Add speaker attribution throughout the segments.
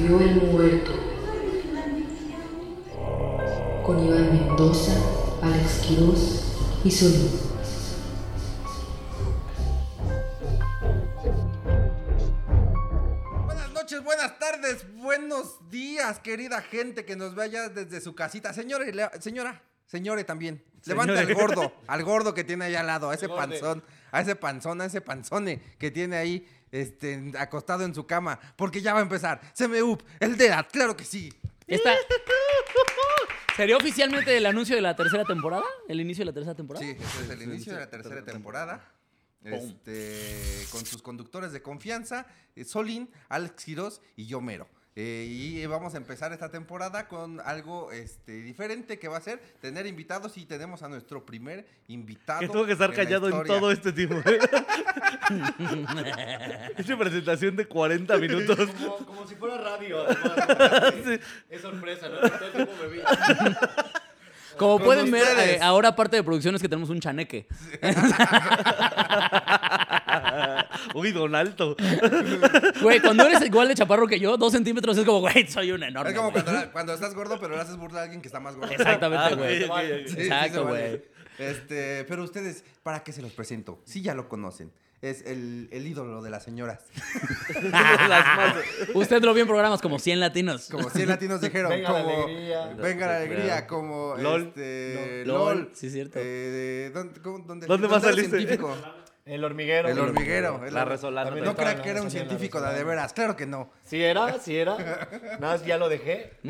Speaker 1: Murió el muerto. Con Iván Mendoza, Alex Quirós y Solís.
Speaker 2: Buenas noches, buenas tardes, buenos días, querida gente que nos vaya desde su casita. Señores, le- señora, señore también. Levanta al gordo, al gordo que tiene ahí al lado, a ese
Speaker 3: Gorde.
Speaker 2: panzón, a ese panzón, a ese panzone que tiene ahí este, acostado en su cama, porque ya va a empezar. CMUP, el DEA, claro que sí.
Speaker 3: Esta... ¿Sería oficialmente el anuncio de la tercera temporada? ¿El inicio de la tercera temporada?
Speaker 2: Sí, este es el inicio de la tercera temporada. Este, con sus conductores de confianza, eh, Solín, Alex Quirós y yo mero. Eh, y vamos a empezar esta temporada con algo este, diferente que va a ser tener invitados y tenemos a nuestro primer invitado.
Speaker 4: Que tuvo que estar
Speaker 2: en la
Speaker 4: callado en
Speaker 2: historia.
Speaker 4: todo este tiempo. Esa presentación de 40 minutos.
Speaker 5: Como, como si fuera radio, además. Es, es sorpresa, ¿no? Todo el tiempo me vi.
Speaker 3: Como
Speaker 2: Con
Speaker 3: pueden ver,
Speaker 2: ustedes.
Speaker 3: eh, ahora parte de producciones que tenemos un chaneque.
Speaker 4: Uy, don Alto.
Speaker 3: Güey, cuando eres igual de chaparro que yo, dos centímetros es como, güey, soy un enorme.
Speaker 2: Es como
Speaker 3: güey.
Speaker 2: cuando, cuando estás gordo, pero le haces burla a alguien que está más gordo.
Speaker 3: Exactamente,
Speaker 4: Ah,
Speaker 3: güey.
Speaker 4: ok, ok,
Speaker 2: Sí,
Speaker 4: ok.
Speaker 2: sí se
Speaker 3: Exacto,
Speaker 2: vale.
Speaker 3: güey.
Speaker 2: Este, pero ustedes, ¿para qué se los presento? Sí, ya lo conocen. Es el, el ídolo de las señoras.
Speaker 4: Las más-
Speaker 3: Usted lo vio en programas como 100 latinos.
Speaker 2: Como 100 latinos dijeron.
Speaker 5: Venga la
Speaker 2: como,
Speaker 5: alegría.
Speaker 2: Venga la alegría.
Speaker 3: Claro.
Speaker 2: Como
Speaker 4: LOL.
Speaker 2: este,
Speaker 3: No,
Speaker 2: LOL.
Speaker 3: LOL, sí, cierto.
Speaker 2: Eh, ¿Dónde, cómo- dónde,
Speaker 4: ¿Dónde más
Speaker 2: era el
Speaker 4: saliste?
Speaker 2: científico?
Speaker 5: El hormiguero.
Speaker 2: El hormiguero. el
Speaker 4: La
Speaker 2: hor-
Speaker 4: resolana.
Speaker 5: También
Speaker 2: No
Speaker 5: está,
Speaker 2: crean
Speaker 5: ¿no?
Speaker 2: que era un
Speaker 5: También la
Speaker 2: científico de, de
Speaker 5: resolana.
Speaker 2: veras. Claro que no.
Speaker 5: Sí era, sí era. Nada más ya lo dejé.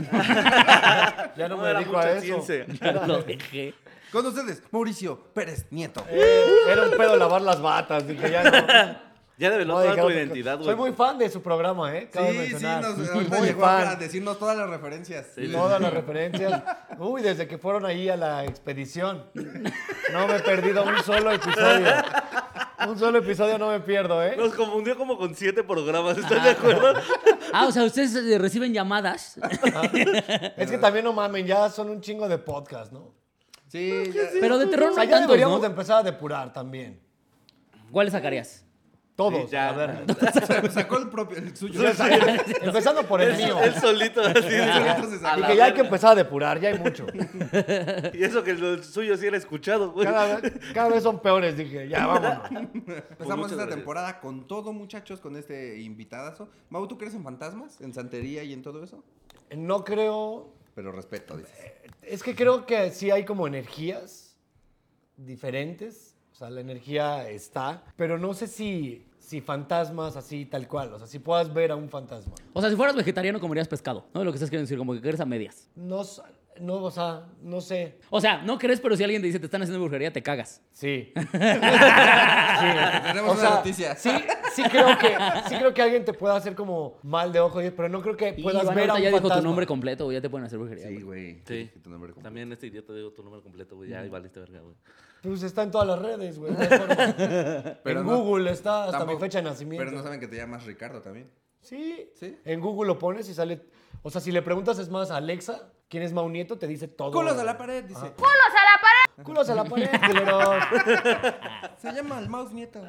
Speaker 5: ya no,
Speaker 4: No
Speaker 5: me
Speaker 4: era
Speaker 5: dedico a
Speaker 4: mucha
Speaker 5: eso.
Speaker 4: ciencia.
Speaker 3: Lo dejé.
Speaker 2: Con ustedes, Mauricio Pérez Nieto.
Speaker 5: Eh, era un pedo lavar las batas. Dije, ya no.
Speaker 4: Ya develó
Speaker 5: No,
Speaker 4: toda
Speaker 5: dije,
Speaker 4: tu
Speaker 5: no,
Speaker 4: identidad, güey.
Speaker 5: Soy muy fan de su programa, ¿eh? Cabe
Speaker 2: sí, sí,
Speaker 5: mencionar.
Speaker 2: nos, ahorita
Speaker 5: muy
Speaker 2: llegó a
Speaker 5: fan.
Speaker 2: decirnos todas las referencias.
Speaker 5: Todas las referencias. Uy, desde que fueron ahí a la expedición. No me he perdido un solo episodio. Un solo episodio no me pierdo, ¿eh?
Speaker 4: Nos confundió como con siete programas, ¿estás de acuerdo?
Speaker 3: Ah, o sea, ustedes eh, reciben llamadas.
Speaker 5: Es que también no mamen, ya son un chingo de podcast, ¿no?
Speaker 2: Sí, ya-
Speaker 3: Pero de terror
Speaker 5: O
Speaker 3: no
Speaker 5: sea,
Speaker 3: hay
Speaker 5: ya
Speaker 3: tantos,
Speaker 5: deberíamos
Speaker 3: ¿no?
Speaker 5: de empezar a depurar también.
Speaker 3: ¿Cuáles sacarías?
Speaker 5: Todos,
Speaker 4: Sí, ya.
Speaker 5: a ver.
Speaker 2: sacó el propio, el suyo.
Speaker 5: Empezando por el mío.
Speaker 4: Él solito, así.
Speaker 2: Entonces,
Speaker 4: a
Speaker 5: Y
Speaker 4: la
Speaker 5: que ya hay que
Speaker 4: verga.
Speaker 5: empezar a depurar, ya hay mucho.
Speaker 4: Y eso que lo suyo sí era escuchado, güey.
Speaker 5: Cada vez, cada vez son peores, dije, ya vámonos.
Speaker 2: Empezamos
Speaker 4: Pues muchas
Speaker 2: esta
Speaker 4: gracias.
Speaker 2: temporada con todo, muchachos, con este invitadazo. Mau, ¿tú crees en fantasmas? ¿En santería y en todo eso?
Speaker 5: No creo.
Speaker 2: Pero respeto, dices.
Speaker 5: Es que creo que sí hay como energías diferentes. O sea, la energía está. Pero no sé si, si fantasmas así tal cual. O sea, si puedas ver a un fantasma.
Speaker 3: O sea, si fueras vegetariano comerías pescado, ¿no? Lo que estás queriendo decir, como que crees a medias.
Speaker 5: No, s- no, o sea, no sé.
Speaker 3: O sea, no crees, pero si alguien te dice te están haciendo brujería, te cagas.
Speaker 5: Sí.
Speaker 2: Tenemos
Speaker 5: O
Speaker 2: una
Speaker 5: sea,
Speaker 2: noticia.
Speaker 5: Sí, sí creo que sí creo que alguien te pueda hacer como mal de ojo, pero no creo que
Speaker 3: Y
Speaker 5: puedas
Speaker 3: Iván
Speaker 5: ver a
Speaker 3: ahorita
Speaker 5: un
Speaker 3: ya dijo tu
Speaker 5: fantasma.
Speaker 3: nombre completo, güey, ya te pueden hacer brujería.
Speaker 2: Sí,
Speaker 5: pues.
Speaker 3: güey.
Speaker 2: güey.
Speaker 4: Sí.
Speaker 2: Dije tu nombre completo.
Speaker 4: También este idiota digo tu número completo, güey. Ya, y valiste verga, güey.
Speaker 5: Pues está en todas las redes, güey. no hay forma.
Speaker 2: Pero
Speaker 5: en
Speaker 2: no,
Speaker 5: Google está hasta
Speaker 2: Tampoco-
Speaker 5: mi fecha de nacimiento.
Speaker 2: Pero no saben que te llamas Ricardo también.
Speaker 5: sí,
Speaker 2: ¿Sí?
Speaker 5: En Google lo pones y sale. O sea, si le preguntas es más a Alexa, ¿quién es Mau Nieto? Te dice todo.
Speaker 2: Culos a la pared, dice.
Speaker 5: Culos a la pared, culero.
Speaker 2: Se llama el mouse nieto.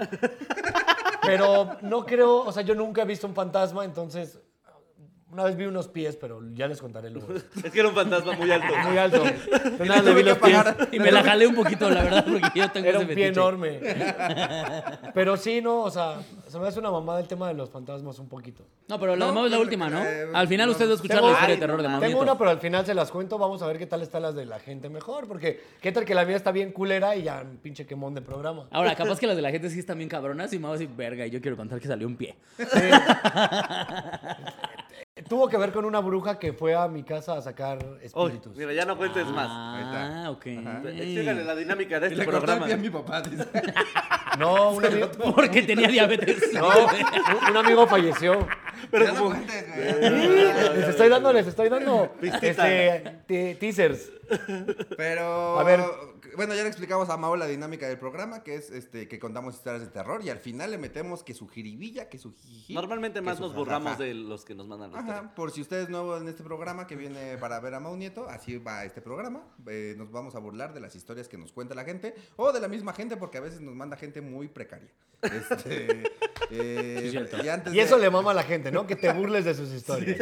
Speaker 5: Pero no creo, o sea, yo nunca he visto un fantasma, entonces una vez vi unos pies, pero ya les contaré luego.
Speaker 4: Es que era un fantasma muy alto.
Speaker 5: Muy alto. Entonces, nada, le
Speaker 2: tuve
Speaker 5: vi
Speaker 2: que
Speaker 5: los pies.
Speaker 2: pagar.
Speaker 3: Y me la jalé un poquito, la verdad, porque yo tengo
Speaker 5: Era
Speaker 3: ese
Speaker 5: un pie
Speaker 3: fetiche.
Speaker 5: enorme. Pero sí, no, o sea, se me hace una mamada el tema de los fantasmas un poquito.
Speaker 3: No, pero
Speaker 2: No,
Speaker 3: la de Mau es la
Speaker 2: pero-
Speaker 3: última, ¿no?
Speaker 2: eh,
Speaker 3: Al final
Speaker 2: no,
Speaker 3: usted va a escuchar
Speaker 5: tengo-
Speaker 3: la historia
Speaker 5: Ay,
Speaker 3: de terror de Mau
Speaker 5: Tengo
Speaker 3: Nieto.
Speaker 5: una, pero al final se las cuento. Vamos a ver qué tal están las de la gente mejor. Porque qué tal que la vida está bien culera y ya pinche quemón de programa.
Speaker 3: Ahora, capaz que las de la gente sí están bien cabronas y Mau así, verga, y yo quiero contar que salió un pie.
Speaker 5: Tuvo que ver con una bruja que fue a mi casa a sacar
Speaker 4: Uy,
Speaker 5: espíritus.
Speaker 4: mira, ya no cuentes más.
Speaker 3: Ah, ok.
Speaker 4: Explícale la dinámica de
Speaker 2: Y le
Speaker 4: este
Speaker 2: cortó el
Speaker 4: programa.
Speaker 2: pie a mi papá, dice.
Speaker 5: no, un amigo,
Speaker 3: Porque tenía diabetes.
Speaker 5: no, un- un amigo falleció.
Speaker 2: Ya
Speaker 4: Pero
Speaker 2: no
Speaker 4: como...
Speaker 2: cuentes, güey.
Speaker 5: Les estoy dando, les estoy dando
Speaker 4: Pistita.
Speaker 5: este, te- teasers.
Speaker 2: Pero.
Speaker 5: A ver.
Speaker 2: Bueno, ya le explicamos a Mao la dinámica del programa, que es este que contamos historias de terror y al final le metemos que su jiribilla, que su jiji.
Speaker 4: Normalmente
Speaker 2: que
Speaker 4: más
Speaker 2: su
Speaker 4: nos
Speaker 2: jajaja.
Speaker 4: burlamos de los que nos mandan los
Speaker 2: Ajá, por si usted es nuevo en este programa que viene para ver a Mau Nieto, así va este programa. Eh, nos vamos a burlar de las historias que nos cuenta la gente o de la misma gente, porque a veces nos manda gente muy precaria. Este, eh,
Speaker 3: Sí, cierto.
Speaker 2: y antes
Speaker 5: Y eso
Speaker 2: de-
Speaker 5: le mama a la gente, ¿no? Que te burles de sus historias.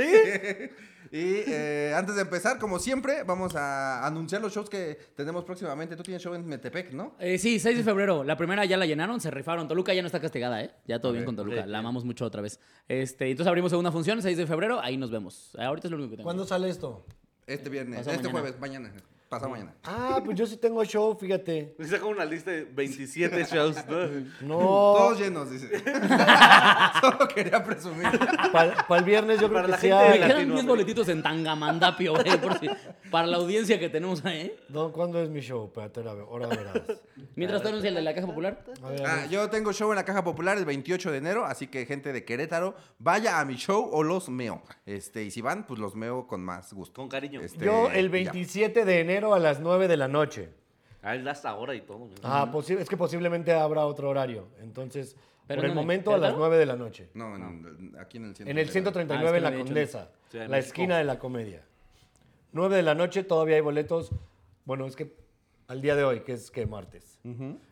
Speaker 2: y eh, antes de empezar, como siempre, vamos a anunciar los shows que tenemos próximamente. Tú tienes show en Metepec, ¿no?
Speaker 3: Eh, sí, 6 de febrero. La primera ya la llenaron, se rifaron. Toluca ya no está castigada, ¿eh? Ya todo bien con Toluca.
Speaker 4: ok,
Speaker 3: la
Speaker 4: bien.
Speaker 3: amamos mucho otra vez. Este, entonces abrimos segunda función, 6 de febrero. Ahí nos vemos. Eh, Ahorita es lo único que tengo.
Speaker 5: ¿Cuándo sale esto?
Speaker 2: Este viernes,
Speaker 3: Pasado
Speaker 2: este
Speaker 3: mañana. Mm.
Speaker 2: jueves, mañana, pasado mañana.
Speaker 5: Ah, pues yo sí tengo show, fíjate.
Speaker 4: Me sacó una lista de 27 shows, ¿no?
Speaker 3: Oh.
Speaker 5: No,
Speaker 2: Todos llenos, dice. Solo quería presumir.
Speaker 5: para el viernes yo creo
Speaker 4: Para
Speaker 5: que
Speaker 4: la
Speaker 5: sí
Speaker 4: gente de
Speaker 5: hay.
Speaker 3: Me quedan 10
Speaker 4: Latinoamérica.
Speaker 3: boletitos en Tangamandapio, güey, por si- para la audiencia que tenemos ahí.
Speaker 5: No, ¿Cuándo es mi show? Espérate, ahora- ahora verás.
Speaker 3: Mientras tú anuncias el de la Caja Popular.
Speaker 5: A ver, a
Speaker 2: Ah,
Speaker 5: ver.
Speaker 2: yo tengo show en la Caja Popular el 28 de enero, así que gente de Querétaro, vaya a mi show o los meo. Este, y si van, pues los meo con más gusto.
Speaker 4: Con cariño.
Speaker 2: Este,
Speaker 5: Yo el
Speaker 2: ya.
Speaker 5: 27 de enero a las 9 de la noche.
Speaker 4: Ah, él da hasta ahora y todo. güey.
Speaker 5: Ah, posi- es que posiblemente habrá otro horario. Entonces,
Speaker 3: ¿Pero
Speaker 5: por el
Speaker 3: dónde?
Speaker 5: momento a las
Speaker 3: ¿Querétaro?
Speaker 5: 9 de la noche.
Speaker 2: No, en- aquí en el centro.
Speaker 5: En el 139
Speaker 3: Ah, es que
Speaker 5: en la
Speaker 3: me había dicho.
Speaker 5: Condesa,
Speaker 4: Ciudad de
Speaker 5: la
Speaker 4: México.
Speaker 5: esquina de la comedia. 9 de la noche, todavía hay boletos. Bueno, es que al día de hoy, que es que martes.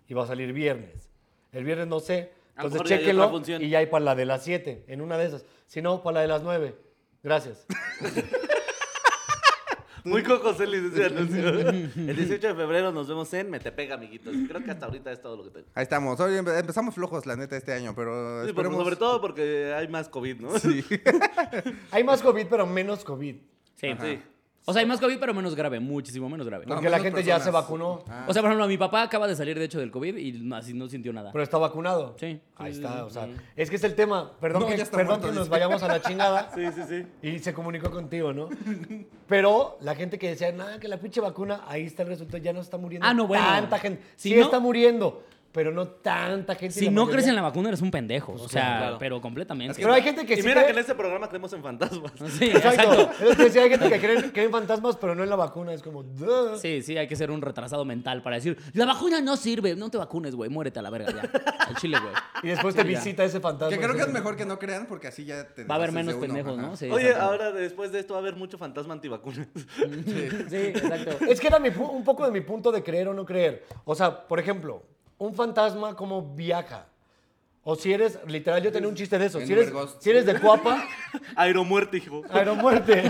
Speaker 5: Y va a salir viernes. El viernes no sé.
Speaker 4: A lo mejor
Speaker 5: Entonces
Speaker 4: ya hay otra
Speaker 5: chéquenlo
Speaker 4: función.
Speaker 5: y ya hay para la de las 7, en una de esas. Si no, para la de las 9. Gracias.
Speaker 4: Muy cocos el licenciado anuncio. El 18 de febrero nos vemos en Metepega, amiguitos. Creo que hasta ahorita es todo lo que tengo.
Speaker 2: Ahí estamos. Hoy empe- empezamos flojos, la neta, este año, pero
Speaker 4: Sí, pero
Speaker 2: esperemos-
Speaker 4: sobre todo porque hay más COVID, ¿no?
Speaker 2: Sí.
Speaker 5: Hay más COVID, pero menos COVID.
Speaker 3: Sí.
Speaker 4: Ajá. Sí.
Speaker 3: O sea, hay más COVID, pero menos grave. Muchísimo menos grave.
Speaker 2: No,
Speaker 5: Porque la
Speaker 2: menos
Speaker 5: gente ya se
Speaker 2: personas.
Speaker 5: vacunó,
Speaker 3: O sea, por ejemplo, mi papá acaba de salir, de hecho, del COVID y no- así no sintió nada.
Speaker 5: pero está vacunado.
Speaker 3: Sí.
Speaker 5: Ahí
Speaker 3: Sí,
Speaker 5: está,
Speaker 3: sí,
Speaker 5: o sea, es que es el tema. Perdón
Speaker 2: No,
Speaker 5: que,
Speaker 2: ya está
Speaker 5: perdón
Speaker 2: muerto,
Speaker 5: que nos
Speaker 2: dice.
Speaker 5: vayamos a la chingada.
Speaker 4: Sí, sí, sí.
Speaker 5: Y se comunicó contigo, ¿no? Pero la gente que decía, nada, que la pinche vacuna, ahí está el resultado, ya no está muriendo
Speaker 3: Ah, no, bueno.
Speaker 5: tanta gente.
Speaker 3: Si
Speaker 5: sí
Speaker 3: no-
Speaker 5: está muriendo, pero no tanta gente.
Speaker 3: Si
Speaker 5: la
Speaker 3: no
Speaker 5: mayoría-
Speaker 3: crees en la vacuna, eres un pendejo. o sea,
Speaker 4: claro.
Speaker 3: pero completamente.
Speaker 5: Pero hay gente que
Speaker 4: y
Speaker 5: sí
Speaker 4: mira
Speaker 5: cree-
Speaker 4: que en este programa creemos en fantasmas.
Speaker 2: Ah,
Speaker 3: Sí,
Speaker 5: Exacto.
Speaker 3: exacto.
Speaker 5: Es que sí, hay gente que cree, cree en fantasmas, pero no en la vacuna. Es como, "Duh".
Speaker 3: Sí, sí, hay que ser un retrasado mental para decir, la vacuna no sirve, no te vacunes, güey, muérete a la verga ya. Al chile, güey.
Speaker 5: Y después te
Speaker 3: Sí, ya.
Speaker 5: visita ese fantasma.
Speaker 2: Que creo que es
Speaker 5: Entonces,
Speaker 2: mejor que no crean, porque así ya te
Speaker 3: Va a haber
Speaker 2: deshaces de
Speaker 3: menos
Speaker 2: uno,
Speaker 3: pendejos,
Speaker 2: ajá.
Speaker 3: ¿no? Sí,
Speaker 4: Oye,
Speaker 3: exacto.
Speaker 4: ahora después de esto va a haber mucho fantasma antivacunas.
Speaker 3: Sí, exacto.
Speaker 5: Es que era mi pu- un poco de mi punto de creer o no creer. O sea, por ejemplo, un fantasma como viaja. O si eres, literal, yo tenía un chiste de eso.
Speaker 2: En
Speaker 5: Si eres,
Speaker 2: Uberghost.
Speaker 5: si eres de Cuapa,
Speaker 4: Aeromuerte, hijo.
Speaker 5: aeromuerte.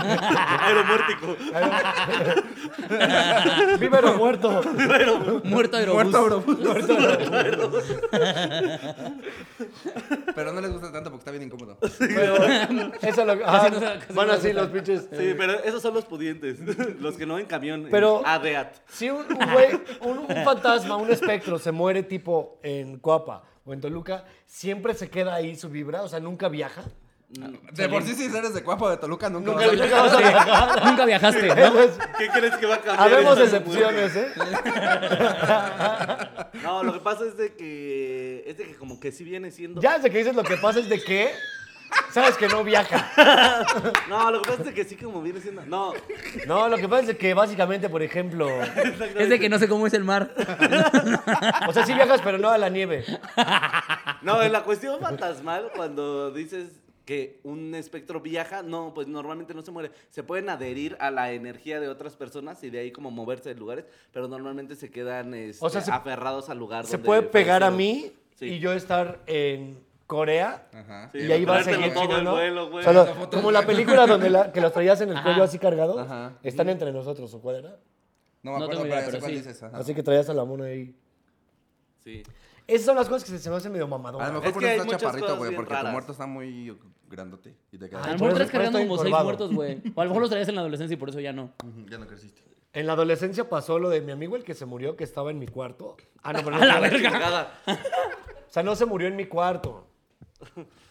Speaker 4: Aeromuértico.
Speaker 5: Vívero muerto.
Speaker 3: Muerto aerobús.
Speaker 2: Muerto Aerobús. Pero no les gusta tanto porque está bien incómodo.
Speaker 5: Pero eso lo ah,
Speaker 3: Casi no se- casi
Speaker 5: van
Speaker 3: no
Speaker 5: así
Speaker 3: se-
Speaker 5: los pinches.
Speaker 4: Sí, pero esos son los pudientes. Los que no en camión.
Speaker 5: Eh, Pero-
Speaker 4: En ADEAT.
Speaker 5: Si un, un güey, un, un fantasma, un espectro se muere tipo en Coapa o en Toluca, siempre se queda ahí su vibra, o sea, nunca viaja.
Speaker 2: De por sí, si eres de Cuapa o de Toluca, nunca,
Speaker 5: Nunca
Speaker 2: vas a-
Speaker 5: nunca vas a viajar.
Speaker 3: Nunca viajaste, ¿no?
Speaker 5: Entonces,
Speaker 4: ¿Qué crees que va a cambiar?
Speaker 5: habemos
Speaker 4: en
Speaker 5: excepciones, ¿eh?
Speaker 4: Aeromuértico? No, lo que pasa es de que. Es de que como que sí viene siendo.
Speaker 5: Ya desde que dices lo que pasa es de que sabes que no viaja.
Speaker 4: No, lo que pasa es de que sí como viene siendo. No.
Speaker 5: No, lo que pasa es de que básicamente, por ejemplo,
Speaker 3: Es de que no sé cómo es el mar.
Speaker 5: o sea, sí viajas, pero no a la nieve.
Speaker 4: No, en la cuestión fantasmal, cuando dices que un espectro viaja, no, pues normalmente no se muere. Se pueden adherir a la energía de otras personas y de ahí como moverse de lugares, pero normalmente se quedan este,
Speaker 5: O sea, se-
Speaker 4: aferrados al lugar.
Speaker 5: Se
Speaker 4: donde
Speaker 5: puede pegar a
Speaker 4: fallecieron.
Speaker 5: mí
Speaker 4: Sí.
Speaker 5: y yo estar en Corea
Speaker 2: Ajá.
Speaker 4: Sí,
Speaker 5: y ahí va a
Speaker 4: ponértelo
Speaker 5: seguir
Speaker 4: todo el
Speaker 5: chingando.
Speaker 4: vuelo, güey.
Speaker 5: O sea, lo-
Speaker 4: La
Speaker 5: como la película donde la- que los traías en el cuello así cargados,
Speaker 2: Ajá.
Speaker 5: están entre nosotros, ¿o cuál era?
Speaker 2: No me
Speaker 3: No
Speaker 2: acuerdo,
Speaker 3: tengo
Speaker 2: pero
Speaker 3: idea,
Speaker 2: ya sé
Speaker 3: pero
Speaker 2: cuál
Speaker 3: sí.
Speaker 2: dices. ajá.
Speaker 5: Así que traías a la mona ahí.
Speaker 4: Sí.
Speaker 5: Esas son las cosas que se me hacen medio
Speaker 2: A lo
Speaker 5: mamadona.
Speaker 2: mejor
Speaker 4: Es
Speaker 2: por
Speaker 4: que
Speaker 2: eso
Speaker 4: hay
Speaker 2: está
Speaker 4: muchas
Speaker 2: chaparrito,
Speaker 4: cosas
Speaker 2: güey,
Speaker 4: bien
Speaker 2: porque tu
Speaker 4: raras.
Speaker 2: muerto está muy grandote y te quedas.
Speaker 3: A lo
Speaker 5: Ay,
Speaker 3: mejor
Speaker 5: por
Speaker 3: traes
Speaker 5: eso
Speaker 3: cargando
Speaker 5: estoy
Speaker 3: como seis
Speaker 5: encorvado.
Speaker 3: muertos, güey. O a lo mejor los traías en la adolescencia y por eso ya no.
Speaker 2: Ujú, "Mm, Ya no creciste.
Speaker 5: En la adolescencia pasó lo de mi amigo el que se murió, que estaba en mi cuarto. Ah, no, pero no.
Speaker 3: A la
Speaker 5: fue-
Speaker 3: verga.
Speaker 4: Cagada.
Speaker 5: O sea, no se murió en mi cuarto.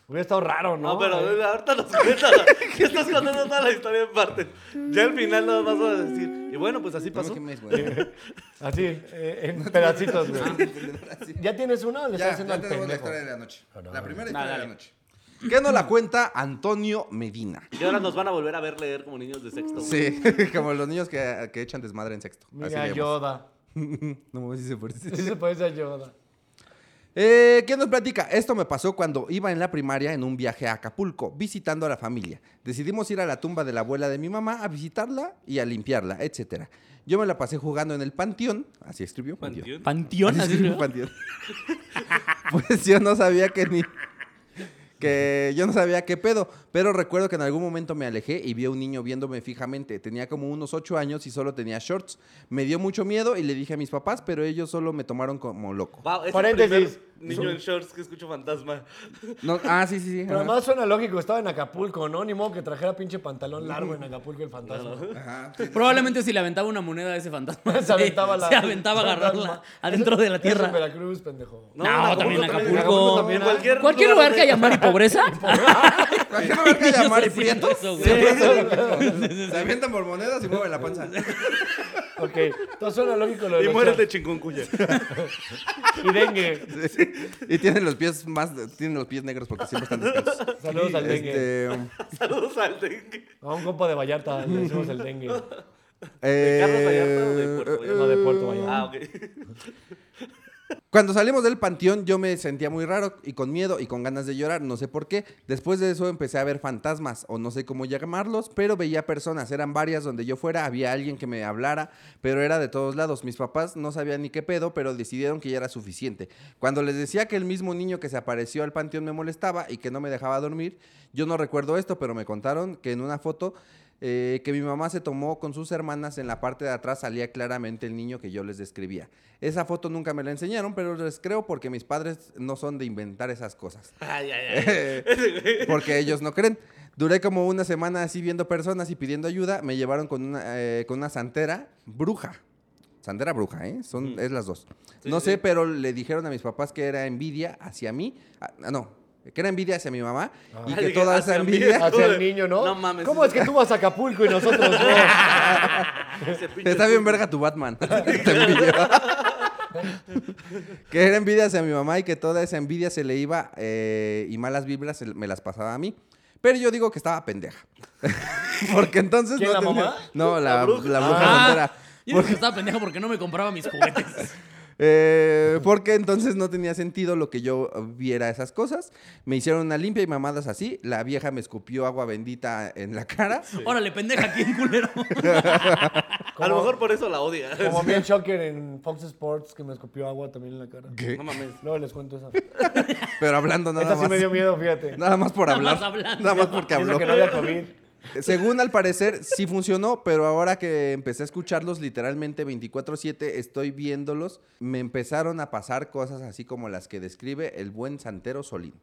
Speaker 5: Hubiera estado raro, ¿no? Eh,
Speaker 4: No, pero
Speaker 5: Ahí.
Speaker 4: ahorita nos cuentas. que estás contando toda la historia en partes. Ya al final nos vas a decir. Y bueno, pues así
Speaker 2: No me
Speaker 4: pasó.
Speaker 2: quemes, güey.
Speaker 5: Así, eh, en pedacitos, güey.
Speaker 2: Ah, así.
Speaker 5: ¿Ya tienes una o le estás
Speaker 2: Ya,
Speaker 5: haciendo
Speaker 2: ya
Speaker 5: al
Speaker 2: tenemos la
Speaker 5: pendejo?
Speaker 2: historia de la noche.
Speaker 5: Ah, no,
Speaker 2: La
Speaker 5: no.
Speaker 2: primera
Speaker 3: Nah,
Speaker 2: historia de la
Speaker 3: dale.
Speaker 2: noche. Que nos la cuenta Antonio Medina.
Speaker 4: Y ahora nos van a volver a ver leer como niños de sexto. güey.
Speaker 2: Sí, como los niños que, que echan desmadre en sexto.
Speaker 5: Mira a
Speaker 2: leemos.
Speaker 5: Yoda.
Speaker 2: No mames, sí se parece.
Speaker 5: Sí se parece a Yoda.
Speaker 2: Eh, ¿Quién nos platica? Esto me pasó cuando iba en la primaria en un viaje a Acapulco, visitando a la familia. Decidimos ir a la tumba de la abuela de mi mamá a visitarla y a limpiarla, etc. Yo me la pasé jugando en el panteón. Así escribió.
Speaker 4: Panteón.
Speaker 3: Panteón.
Speaker 2: Así
Speaker 3: así,
Speaker 2: escribió
Speaker 3: ¿no?
Speaker 2: panteón. pues yo no sabía que ni... Que yo no sabía qué pedo, pero recuerdo que en algún momento me alejé y vi a un niño viéndome fijamente. Tenía como unos ocho años y solo tenía shorts. Me dio mucho miedo y le dije a mis papás, pero ellos solo me tomaron como loco.
Speaker 4: Wow, es el
Speaker 5: Paréntesis.
Speaker 4: primer niño en shorts que escucho fantasma.
Speaker 2: No, ah, sí, sí, sí.
Speaker 5: Pero
Speaker 2: ajá.
Speaker 5: además suena lógico, estaba en Acapulco, ¿no? Ni modo que trajera pinche pantalón largo en Acapulco el fantasma.
Speaker 2: Ajá.
Speaker 3: Probablemente si le aventaba una moneda a ese fantasma.
Speaker 5: Se aventaba la.
Speaker 3: Se aventaba a
Speaker 5: fantasma.
Speaker 3: agarrarla adentro
Speaker 5: Eso-
Speaker 3: de la
Speaker 5: eso en
Speaker 3: tierra.
Speaker 5: Veracruz, pendejo.
Speaker 3: No, también en Acapulco.
Speaker 5: también hay.
Speaker 4: cualquier,
Speaker 3: Cualquier lugar que haya mar y pobreza. Ah,
Speaker 2: ¿A qué lugar que haya mar y prieto?
Speaker 3: Eso, güey.
Speaker 2: Se avientan por monedas y mueven la panza.
Speaker 5: Ok, todo suena lógico lo de
Speaker 4: Y
Speaker 5: los
Speaker 4: mueres de chingoncuya.
Speaker 5: shorts. Y dengue.
Speaker 2: Y tienen los pies más, tienen los pies negros porque siempre están descalzos.
Speaker 5: Saludos al dengue.
Speaker 2: Este,
Speaker 4: Saludos al dengue.
Speaker 5: A un compa de Vallarta le decimos el dengue.
Speaker 4: ¿De Carlos Vallarta o de
Speaker 2: eh,
Speaker 4: Puerto Vallarta?
Speaker 5: No, de Puerto Vallarta.
Speaker 4: Ah, ok.
Speaker 2: Cuando salimos del panteón yo me sentía muy raro y con miedo y con ganas de llorar, no sé por qué. Después de eso empecé a ver fantasmas o no sé cómo llamarlos, pero veía personas, eran varias donde yo fuera, había alguien que me hablara, pero era de todos lados. Mis papás no sabían ni qué pedo, pero decidieron que ya era suficiente. Cuando les decía que el mismo niño que se apareció al panteón me molestaba y que no me dejaba dormir, yo no recuerdo esto, pero me contaron que en una foto eh, que mi mamá se tomó con sus hermanas, en la parte de atrás salía claramente el niño que yo les describía. Esa foto nunca me la enseñaron, pero les creo porque mis padres no son de inventar esas cosas.
Speaker 4: Ay, ay, ay.
Speaker 2: porque ellos no creen. Duré como una semana así viendo personas y pidiendo ayuda. Me llevaron con una, eh, con una santera bruja. Santera bruja, ¿eh? Son, Es las dos.
Speaker 4: Mm. Sí,
Speaker 2: no
Speaker 4: sí,
Speaker 2: sé,
Speaker 4: sí.
Speaker 2: pero le dijeron a mis papás que era envidia hacia mí. Ah, no, que era envidia hacia mi mamá. Y
Speaker 4: Ah.
Speaker 2: que
Speaker 4: Dije,
Speaker 2: toda
Speaker 4: hacia
Speaker 2: esa
Speaker 4: mí.
Speaker 2: envidia...
Speaker 5: Hacia el niño, ¿no?
Speaker 4: No mames,
Speaker 5: ¿Cómo es
Speaker 4: eso-
Speaker 5: que tú vas a Acapulco y nosotros no?
Speaker 4: Ese pinche
Speaker 2: Está bien
Speaker 4: Zully.
Speaker 2: verga tu Batman. Te envidio. que era envidia hacia mi mamá y que toda esa envidia se le iba eh, y malas vibras se- me las pasaba a mí. Pero yo digo que estaba pendeja. Porque entonces
Speaker 5: ¿Quién,
Speaker 2: no
Speaker 5: la
Speaker 2: tenía-
Speaker 5: mamá?
Speaker 2: No, la, la bruja,
Speaker 3: Ah,
Speaker 2: santera.
Speaker 3: Yo dije que estaba pendejo porque no me compraba mis juguetes.
Speaker 2: Eh, porque entonces no tenía sentido lo que yo viera esas cosas. Me hicieron una limpia y mamadas así. La vieja me escupió agua bendita en la cara.
Speaker 3: Órale, pendeja, aquí en culero.
Speaker 4: A lo mejor por eso la odia.
Speaker 5: Como a mí el Shocker en Fox Sports que me escupió agua también en la cara.
Speaker 2: ¿Qué?
Speaker 4: No mames.
Speaker 5: Luego les cuento esa.
Speaker 2: Pero hablando nada
Speaker 5: Esta sí
Speaker 2: más.
Speaker 5: me dio miedo, fíjate.
Speaker 2: Nada más por
Speaker 3: Nada
Speaker 2: hablar.
Speaker 3: más hablando.
Speaker 2: Nada más porque
Speaker 5: Y eso
Speaker 2: habló.
Speaker 5: que no había COVID.
Speaker 2: Según al parecer, sí funcionó, pero ahora que empecé a escucharlos literalmente 24-7, estoy viéndolos, me empezaron a pasar cosas así como las que describe el buen Santero Solín.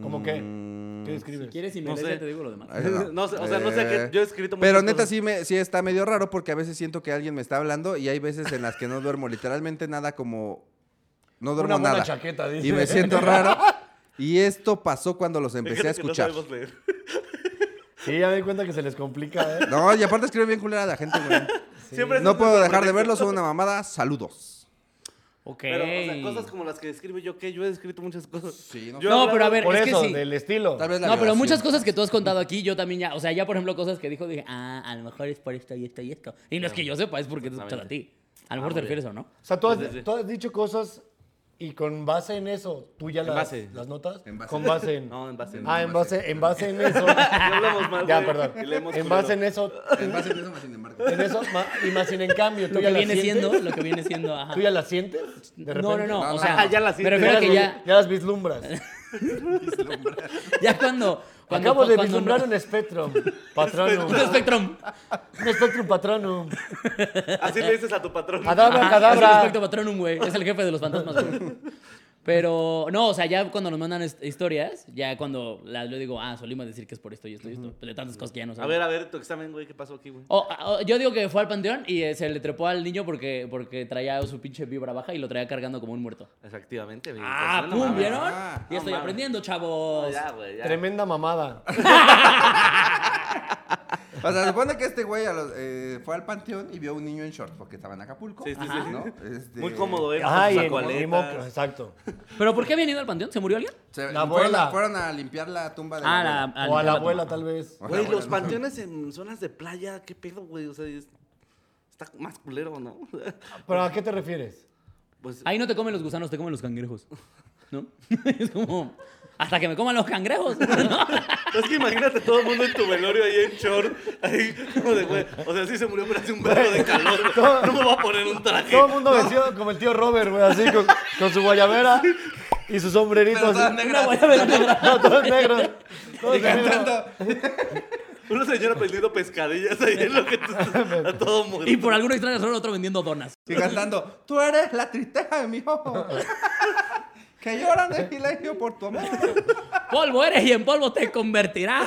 Speaker 5: ¿Cómo qué?
Speaker 2: Mm,
Speaker 5: ¿Qué describes?
Speaker 3: ¿Quieres y me
Speaker 4: No
Speaker 3: lees?
Speaker 4: sé.
Speaker 3: ya te digo lo demás?
Speaker 2: ay, no. Eh,
Speaker 4: No sé, o sea, no sé qué- yo he escrito
Speaker 2: Pero
Speaker 4: muchas
Speaker 2: neta
Speaker 4: cosas.
Speaker 2: sí, me, sí está medio raro porque a veces siento que alguien me está hablando y hay veces en las que no duermo literalmente nada como... No duermo
Speaker 5: Una buena
Speaker 2: nada.
Speaker 5: chaqueta, dice.
Speaker 2: Y me siento raro. Y esto pasó cuando los empecé a
Speaker 4: Fíjate que
Speaker 2: escuchar.
Speaker 4: No sabemos leer.
Speaker 5: Sí, ya me di cuenta que se les complica, ¿eh?
Speaker 2: No, y aparte escribe bien culera a la gente, güey.
Speaker 4: Siempre es
Speaker 2: No
Speaker 4: un
Speaker 2: puedo dejar de
Speaker 4: desprotecto.
Speaker 2: verlos, son una mamada. Saludos.
Speaker 3: Ok.
Speaker 4: Pero, o sea, cosas como las que describo yo, que yo he escrito muchas cosas.
Speaker 2: Sí, no
Speaker 4: Yo he
Speaker 3: No,
Speaker 4: hablado-
Speaker 3: pero a ver,
Speaker 5: Por
Speaker 3: es
Speaker 5: eso,
Speaker 3: que sí.
Speaker 5: del estilo.
Speaker 2: Tal vez la
Speaker 3: No, pero
Speaker 2: violación.
Speaker 3: muchas cosas que tú has contado aquí, yo también ya, o sea, ya por ejemplo cosas que dijo, dije, ah, a lo mejor es por esto y esto y esto. Y no es que yo sepa, es porque te escuchas a ti. A lo mejor te refieres o no.
Speaker 5: O sea, tú has,
Speaker 4: Sí, sí, sí.
Speaker 5: tú has dicho cosas y con base en eso, tú ya
Speaker 4: En
Speaker 5: las,
Speaker 4: base.
Speaker 5: las notas.
Speaker 2: En base.
Speaker 5: Con base en.
Speaker 4: No, en base. no.
Speaker 5: ah, en base, en base en eso.
Speaker 4: Ya hablamos mal.
Speaker 5: ya,
Speaker 4: güey,
Speaker 5: perdón.
Speaker 4: y leemos
Speaker 5: En
Speaker 4: culero.
Speaker 5: base en eso.
Speaker 2: En base a eso, más sin embargo.
Speaker 5: En eso, ma- y más sin en cambio, tú
Speaker 3: Lo
Speaker 5: ya
Speaker 3: que
Speaker 5: las
Speaker 3: viene
Speaker 5: sientes.
Speaker 3: siendo, lo que viene siendo, ajá.
Speaker 5: ¿Tú ya las sientes? De
Speaker 3: No, no,
Speaker 5: repente.
Speaker 3: no,
Speaker 5: Ah,
Speaker 2: No,
Speaker 3: o
Speaker 2: no,
Speaker 3: sea,
Speaker 4: no. Ya la
Speaker 3: me refiero a que ya,
Speaker 5: Ya las vislumbras.
Speaker 3: ya cuando, cuando
Speaker 5: Acabo
Speaker 3: cuando
Speaker 5: de
Speaker 3: no-
Speaker 5: vislumbrar un Spectrum. Patronum.
Speaker 3: un Spectrum.
Speaker 5: un Spectrum Patronum.
Speaker 4: Así le dices a tu patrón.
Speaker 5: Adabra,
Speaker 3: Ajá, Ah, es el
Speaker 5: cadabra.
Speaker 3: Spectrum Patronum, güey, es el jefe de los fantasmas. güey. Pero no, o sea, ya cuando nos mandan his- historias, ya cuando las yo digo, ah, solimos decir que es por esto y esto y esto, pues, de tantas cosas que ya no
Speaker 4: A
Speaker 3: sabemos.
Speaker 4: ver, a ver, tu examen, güey, ¿qué pasó aquí, güey?
Speaker 3: O- o- Oh, ah, yo digo que fue al panteón y eh, se le trepó al niño porque, porque traía su pinche vibra baja y lo traía cargando como un muerto.
Speaker 4: Efectivamente, güey.
Speaker 3: Ah,
Speaker 4: Pues, no
Speaker 3: pum,
Speaker 4: mames.
Speaker 3: ¿vieron?
Speaker 2: Ah,
Speaker 3: y estoy
Speaker 4: no mames. Pues,
Speaker 3: aprendiendo, chavos.
Speaker 4: Ya, güey, ya.
Speaker 5: Tremenda mamada.
Speaker 2: O sea, se supone que este güey a los- eh, fue al panteón y vio a un niño en shorts porque estaba en Acapulco.
Speaker 4: Sí, sí, sí.
Speaker 2: ¿no? Este,
Speaker 4: Muy cómodo, ¿eh?
Speaker 5: Ajá, y
Speaker 4: Con
Speaker 5: en-
Speaker 4: sus
Speaker 5: y
Speaker 4: sacoaletas.
Speaker 5: moco, exacto.
Speaker 3: ¿Pero por qué habían ido al panteón? ¿Se murió alguien?
Speaker 2: se-
Speaker 5: La
Speaker 2: fueron-
Speaker 5: abuela.
Speaker 2: Fueron a limpiar la tumba de la
Speaker 3: Ah, la-
Speaker 2: abuela.
Speaker 5: o a la
Speaker 3: Ah,
Speaker 5: abuela,
Speaker 3: no.
Speaker 5: tal vez.
Speaker 2: Ajá.
Speaker 4: Güey,
Speaker 2: Bueno,
Speaker 4: los
Speaker 2: bueno.
Speaker 4: panteones en zonas de playa, qué pedo, güey. O sea, es- está más culero, ¿no?
Speaker 5: ¿Pero a qué te refieres?
Speaker 4: Pues
Speaker 3: Ahí no te comen los gusanos, te comen los cangrejos. ¿No? es como. Hasta que me coman los cangrejos. ¿no?
Speaker 4: es que imagínate todo el mundo en tu velorio ahí en short. Ahí como de, güey. O sea, sí se murió, pero hace un verbo de calor. güey. No me voy a poner un traje.
Speaker 5: Todo el mundo vestido como el tío Robert, güey, así con, con su guayabera y su sombrerito
Speaker 2: Pero todas
Speaker 5: así.
Speaker 2: negras.
Speaker 3: Una guayabera negra.
Speaker 5: No, todos negros. Todos
Speaker 2: Y
Speaker 5: negros.
Speaker 2: cantando.
Speaker 4: Una señora vendiendo pescadillas ahí en lo que tú estás a todo mundo.
Speaker 3: Y por alguna extraña razón, otro vendiendo donas.
Speaker 2: Y cantando. Tú eres la tristeza de mi ojo. que lloran de silencio por tu amor.
Speaker 3: Polvo eres y en polvo te convertirás.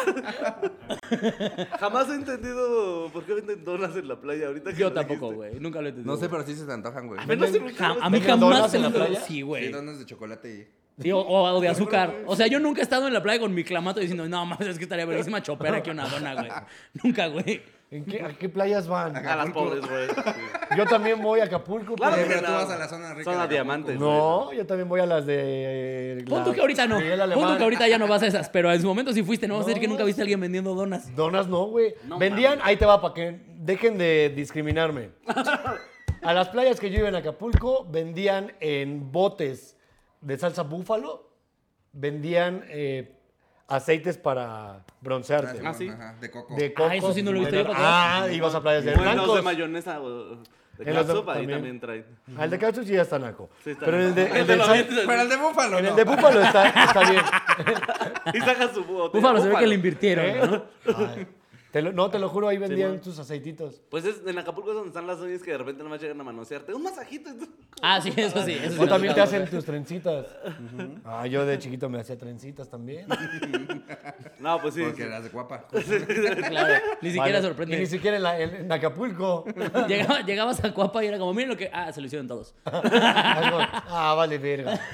Speaker 4: Jamás he entendido por qué venden donas en la playa ahorita. que
Speaker 3: Yo
Speaker 4: lo
Speaker 3: tampoco,
Speaker 4: dijiste.
Speaker 3: güey. Nunca lo he entendido.
Speaker 2: No sé, pero sí se te antojan, güey.
Speaker 4: A mí no se me
Speaker 3: Jam- a mí
Speaker 5: ¿Venden donas
Speaker 3: jamás se
Speaker 5: en
Speaker 3: me
Speaker 5: la playa?
Speaker 3: Sí,
Speaker 2: Sí,
Speaker 3: güey.
Speaker 2: donas de chocolate y...
Speaker 3: Sí, o, o de azúcar. O sea, yo nunca he estado en la playa con mi clamato diciendo, no, mames, es que estaría verguísima chopera aquí una dona, güey. Nunca, güey.
Speaker 5: ¿En qué, ¿A qué playas van?
Speaker 4: A las pobres, güey. Sí.
Speaker 5: Yo también voy a Acapulco.
Speaker 4: Claro
Speaker 5: pero-
Speaker 2: Oye, pero
Speaker 4: que
Speaker 2: tú
Speaker 4: no.
Speaker 2: vas a la zona rica de
Speaker 4: Zona
Speaker 2: Acapulco.
Speaker 4: diamantes. güey.
Speaker 5: No, yo también voy a las de... eh,
Speaker 3: Pon tú
Speaker 5: la-
Speaker 3: que ahorita no.
Speaker 5: Miguel
Speaker 3: Pon tú
Speaker 5: Alemán.
Speaker 3: que ahorita ya no vas a esas, pero en su momento sí fuiste. No vas a decir que
Speaker 5: No.
Speaker 3: nunca viste a alguien vendiendo donas.
Speaker 5: Donas no, güey.
Speaker 4: No
Speaker 5: Vendían, ahí te va para que dejen de discriminarme. A las playas que yo iba en Acapulco vendían en botes de salsa búfalo, vendían eh, aceites para broncearte.
Speaker 4: Ah, sí.
Speaker 2: Ajá, de coco.
Speaker 5: De coco.
Speaker 3: Ah, eso sí no lo he visto,
Speaker 5: de-
Speaker 3: yo creo que-
Speaker 5: Ah, ibas a playas de
Speaker 4: O en los de
Speaker 5: blancos.
Speaker 4: mayonesa o de
Speaker 5: En los de-
Speaker 4: catsup, ahí
Speaker 5: también.
Speaker 4: también traen.
Speaker 5: Ah, el de cachos sí ya está naco.
Speaker 4: Sí, está
Speaker 5: Pero en el de,
Speaker 4: naco.
Speaker 5: el
Speaker 4: Te
Speaker 5: del
Speaker 4: lo
Speaker 5: sal-
Speaker 4: avientas.
Speaker 2: Pero el de búfalo
Speaker 5: en
Speaker 2: no.
Speaker 5: el de búfalo está, está bien.
Speaker 4: Y saca su bote.
Speaker 3: Búfalo se ve que le
Speaker 5: ¿Eh?
Speaker 3: invirtieron, ¿no?
Speaker 5: Ay, te lo- no, te lo juro, ahí vendían
Speaker 4: man.
Speaker 5: tus aceititos.
Speaker 4: Pues es, en Acapulco es donde están las uñas que de repente nomás llegan a manosearte. Un masajito. y tú-
Speaker 3: Ah, sí, eso sí. Eso sí me
Speaker 5: O
Speaker 3: ha
Speaker 5: también te
Speaker 3: tocado,
Speaker 5: hacen
Speaker 3: güey.
Speaker 5: tus trencitas. Ah, yo de chiquito me hacía trencitas también.
Speaker 4: No, pues sí.
Speaker 2: Porque
Speaker 4: sí.
Speaker 2: eras de guapa.
Speaker 3: Claro, ni siquiera
Speaker 5: Vale. Y ni
Speaker 3: sorprende.
Speaker 5: siquiera en, la- en- en Acapulco.
Speaker 3: Llegaba- llegabas a Cuapa y era como, miren lo que... Ah, se lo hicieron todos.
Speaker 5: Algo- ah, vale, verga.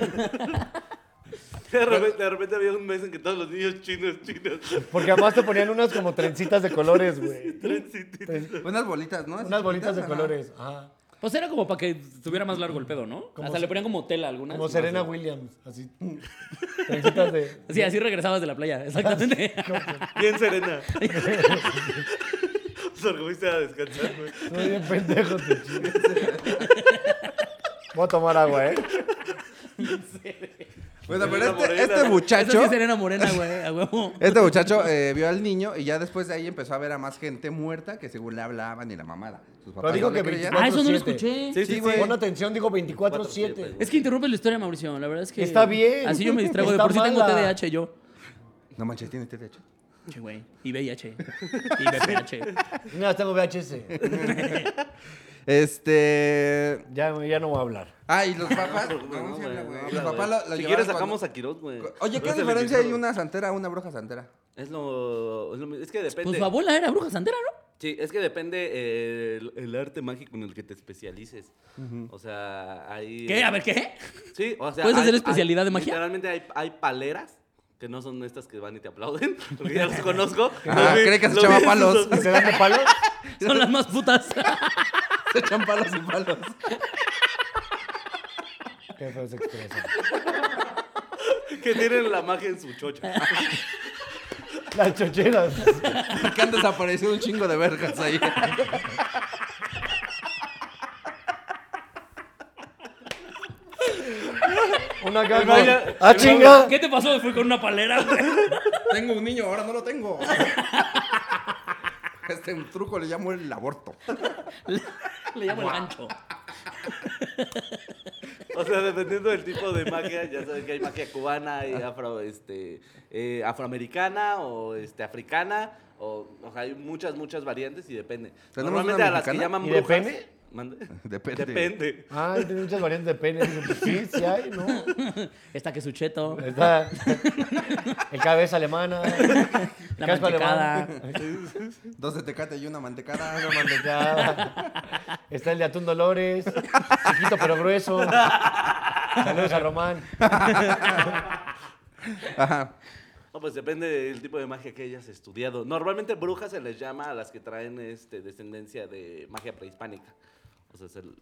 Speaker 4: De repente, de repente había un mes en que todos los niños chinos, chinos,
Speaker 5: Porque además te ponían unas como trencitas de colores, güey.
Speaker 4: trencitos.
Speaker 5: Tren-
Speaker 2: Unas bolitas, ¿no? Así
Speaker 5: Unas bolitas de
Speaker 2: ajá.
Speaker 5: colores. Ajá.
Speaker 3: Pues era como para que estuviera más largo el pedo, ¿no?
Speaker 5: Como
Speaker 3: Hasta
Speaker 5: se-
Speaker 3: le ponían como tela algunas.
Speaker 5: Como Serena Williams. Así. Trencitas de.
Speaker 3: Sí, así regresabas de la playa, exactamente.
Speaker 4: Bien serena. Porque fuiste a descansar, güey.
Speaker 5: Soy bien pendejo, te chingas. Voy a tomar agua, ¿eh?
Speaker 2: Bueno, pero
Speaker 4: Serena
Speaker 2: este,
Speaker 4: Morena.
Speaker 2: este
Speaker 3: Eso sí
Speaker 2: muchacho...
Speaker 3: es Serena Morena, güey, a huevo.
Speaker 2: Este muchacho eh, vio al niño y ya después de ahí empezó a ver a más gente muerta que según le hablaban y la mamada. Sus papás
Speaker 5: dijo
Speaker 2: no le
Speaker 5: que
Speaker 2: creían.
Speaker 5: 24.
Speaker 3: Ah, eso no lo
Speaker 5: 4-7.
Speaker 3: escuché.
Speaker 4: Sí, sí,
Speaker 2: Sí,
Speaker 4: sí.
Speaker 2: güey.
Speaker 5: Pon atención, digo 24-7.
Speaker 3: Es que interrumpe la historia, Mauricio. La verdad es que.
Speaker 5: Está bien.
Speaker 3: Así yo me distraigo. De
Speaker 5: Está
Speaker 3: por sí tengo
Speaker 5: mala.
Speaker 3: TDAH yo.
Speaker 2: No manches, tiene este hecho.
Speaker 3: Che, güey. Y VIH. Y VPH.
Speaker 5: Mira, tengo VHS.
Speaker 2: Este...
Speaker 5: Ya, ya no voy a hablar.
Speaker 2: Ah, y los papás...
Speaker 4: No,
Speaker 2: no, sí
Speaker 4: güey,
Speaker 2: habla, güey.
Speaker 4: no,
Speaker 2: Los
Speaker 4: habla,
Speaker 2: papás lo-
Speaker 4: güey.
Speaker 2: lo
Speaker 4: Si
Speaker 2: llevaban
Speaker 4: quieres sacamos
Speaker 2: cuando-
Speaker 4: a Quirós, güey.
Speaker 2: Oye, ¿qué
Speaker 4: Pero es el
Speaker 2: diferencia hay
Speaker 4: Quirós.
Speaker 2: una santera a una bruja santera?
Speaker 4: Es lo, es lo mismo. Es que depende.
Speaker 3: Pues su abuela era bruja santera, ¿no?
Speaker 4: Sí, es que depende eh, el, el arte mágico en el que te especialices. O sea, hay...
Speaker 3: ¿Qué? A ver, ¿qué?
Speaker 4: Sí, o sea...
Speaker 3: ¿Puedes hacer
Speaker 4: hay-
Speaker 3: especialidad
Speaker 4: hay-
Speaker 3: de magia?
Speaker 4: Literalmente hay, hay paleras que no son estas que van y te aplauden, porque ya los conozco.
Speaker 2: Ah,
Speaker 4: Los vi-
Speaker 2: creí que se
Speaker 4: los vi
Speaker 2: echaba
Speaker 4: en
Speaker 2: palos.
Speaker 4: sus-
Speaker 5: ¿Se dan de palos?
Speaker 3: Son las más putas.
Speaker 2: Se echan palos y palos.
Speaker 5: Qué feo se expresa.
Speaker 4: Que tienen la magia en su chocha.
Speaker 5: Las chocheras.
Speaker 2: Porque han desaparecido un chingo de vergas ahí.
Speaker 5: Una
Speaker 4: El baño-
Speaker 5: caja. ¡Ah,
Speaker 4: el
Speaker 5: chinga!
Speaker 3: ¿Qué te pasó? Fui con una palera, güey.
Speaker 2: Tengo un niño, ahora no lo tengo. Este truco le llamo el aborto.
Speaker 3: Le llamo el gancho.
Speaker 4: O sea, dependiendo del tipo de magia, ya saben que hay magia cubana y afro, este, eh, afroamericana o este, africana. O, o sea, hay muchas, muchas variantes y depende.
Speaker 2: ¿Tenemos
Speaker 4: Normalmente
Speaker 2: una
Speaker 4: a las que
Speaker 2: mexicana?
Speaker 4: llaman
Speaker 5: ¿Y
Speaker 4: brujas.
Speaker 5: depende?
Speaker 4: Mande.
Speaker 2: Depende.
Speaker 4: Depende.
Speaker 5: Ah, tiene muchas variantes de pene. Dije, pues, sí, sí hay, ¿no?
Speaker 3: Está que su cheto.
Speaker 5: Está el cabeza alemana,
Speaker 3: La
Speaker 5: casco
Speaker 3: mantecada.
Speaker 2: Dos de tecate y una mantecada.
Speaker 5: mantecada. Está el de Atún Dolores, chiquito pero grueso. Saludos a Román.
Speaker 2: Ajá.
Speaker 4: No, pues depende del tipo de magia que hayas estudiado. Normalmente brujas se les llama a las que traen este, descendencia de magia prehispánica. O sea, es el-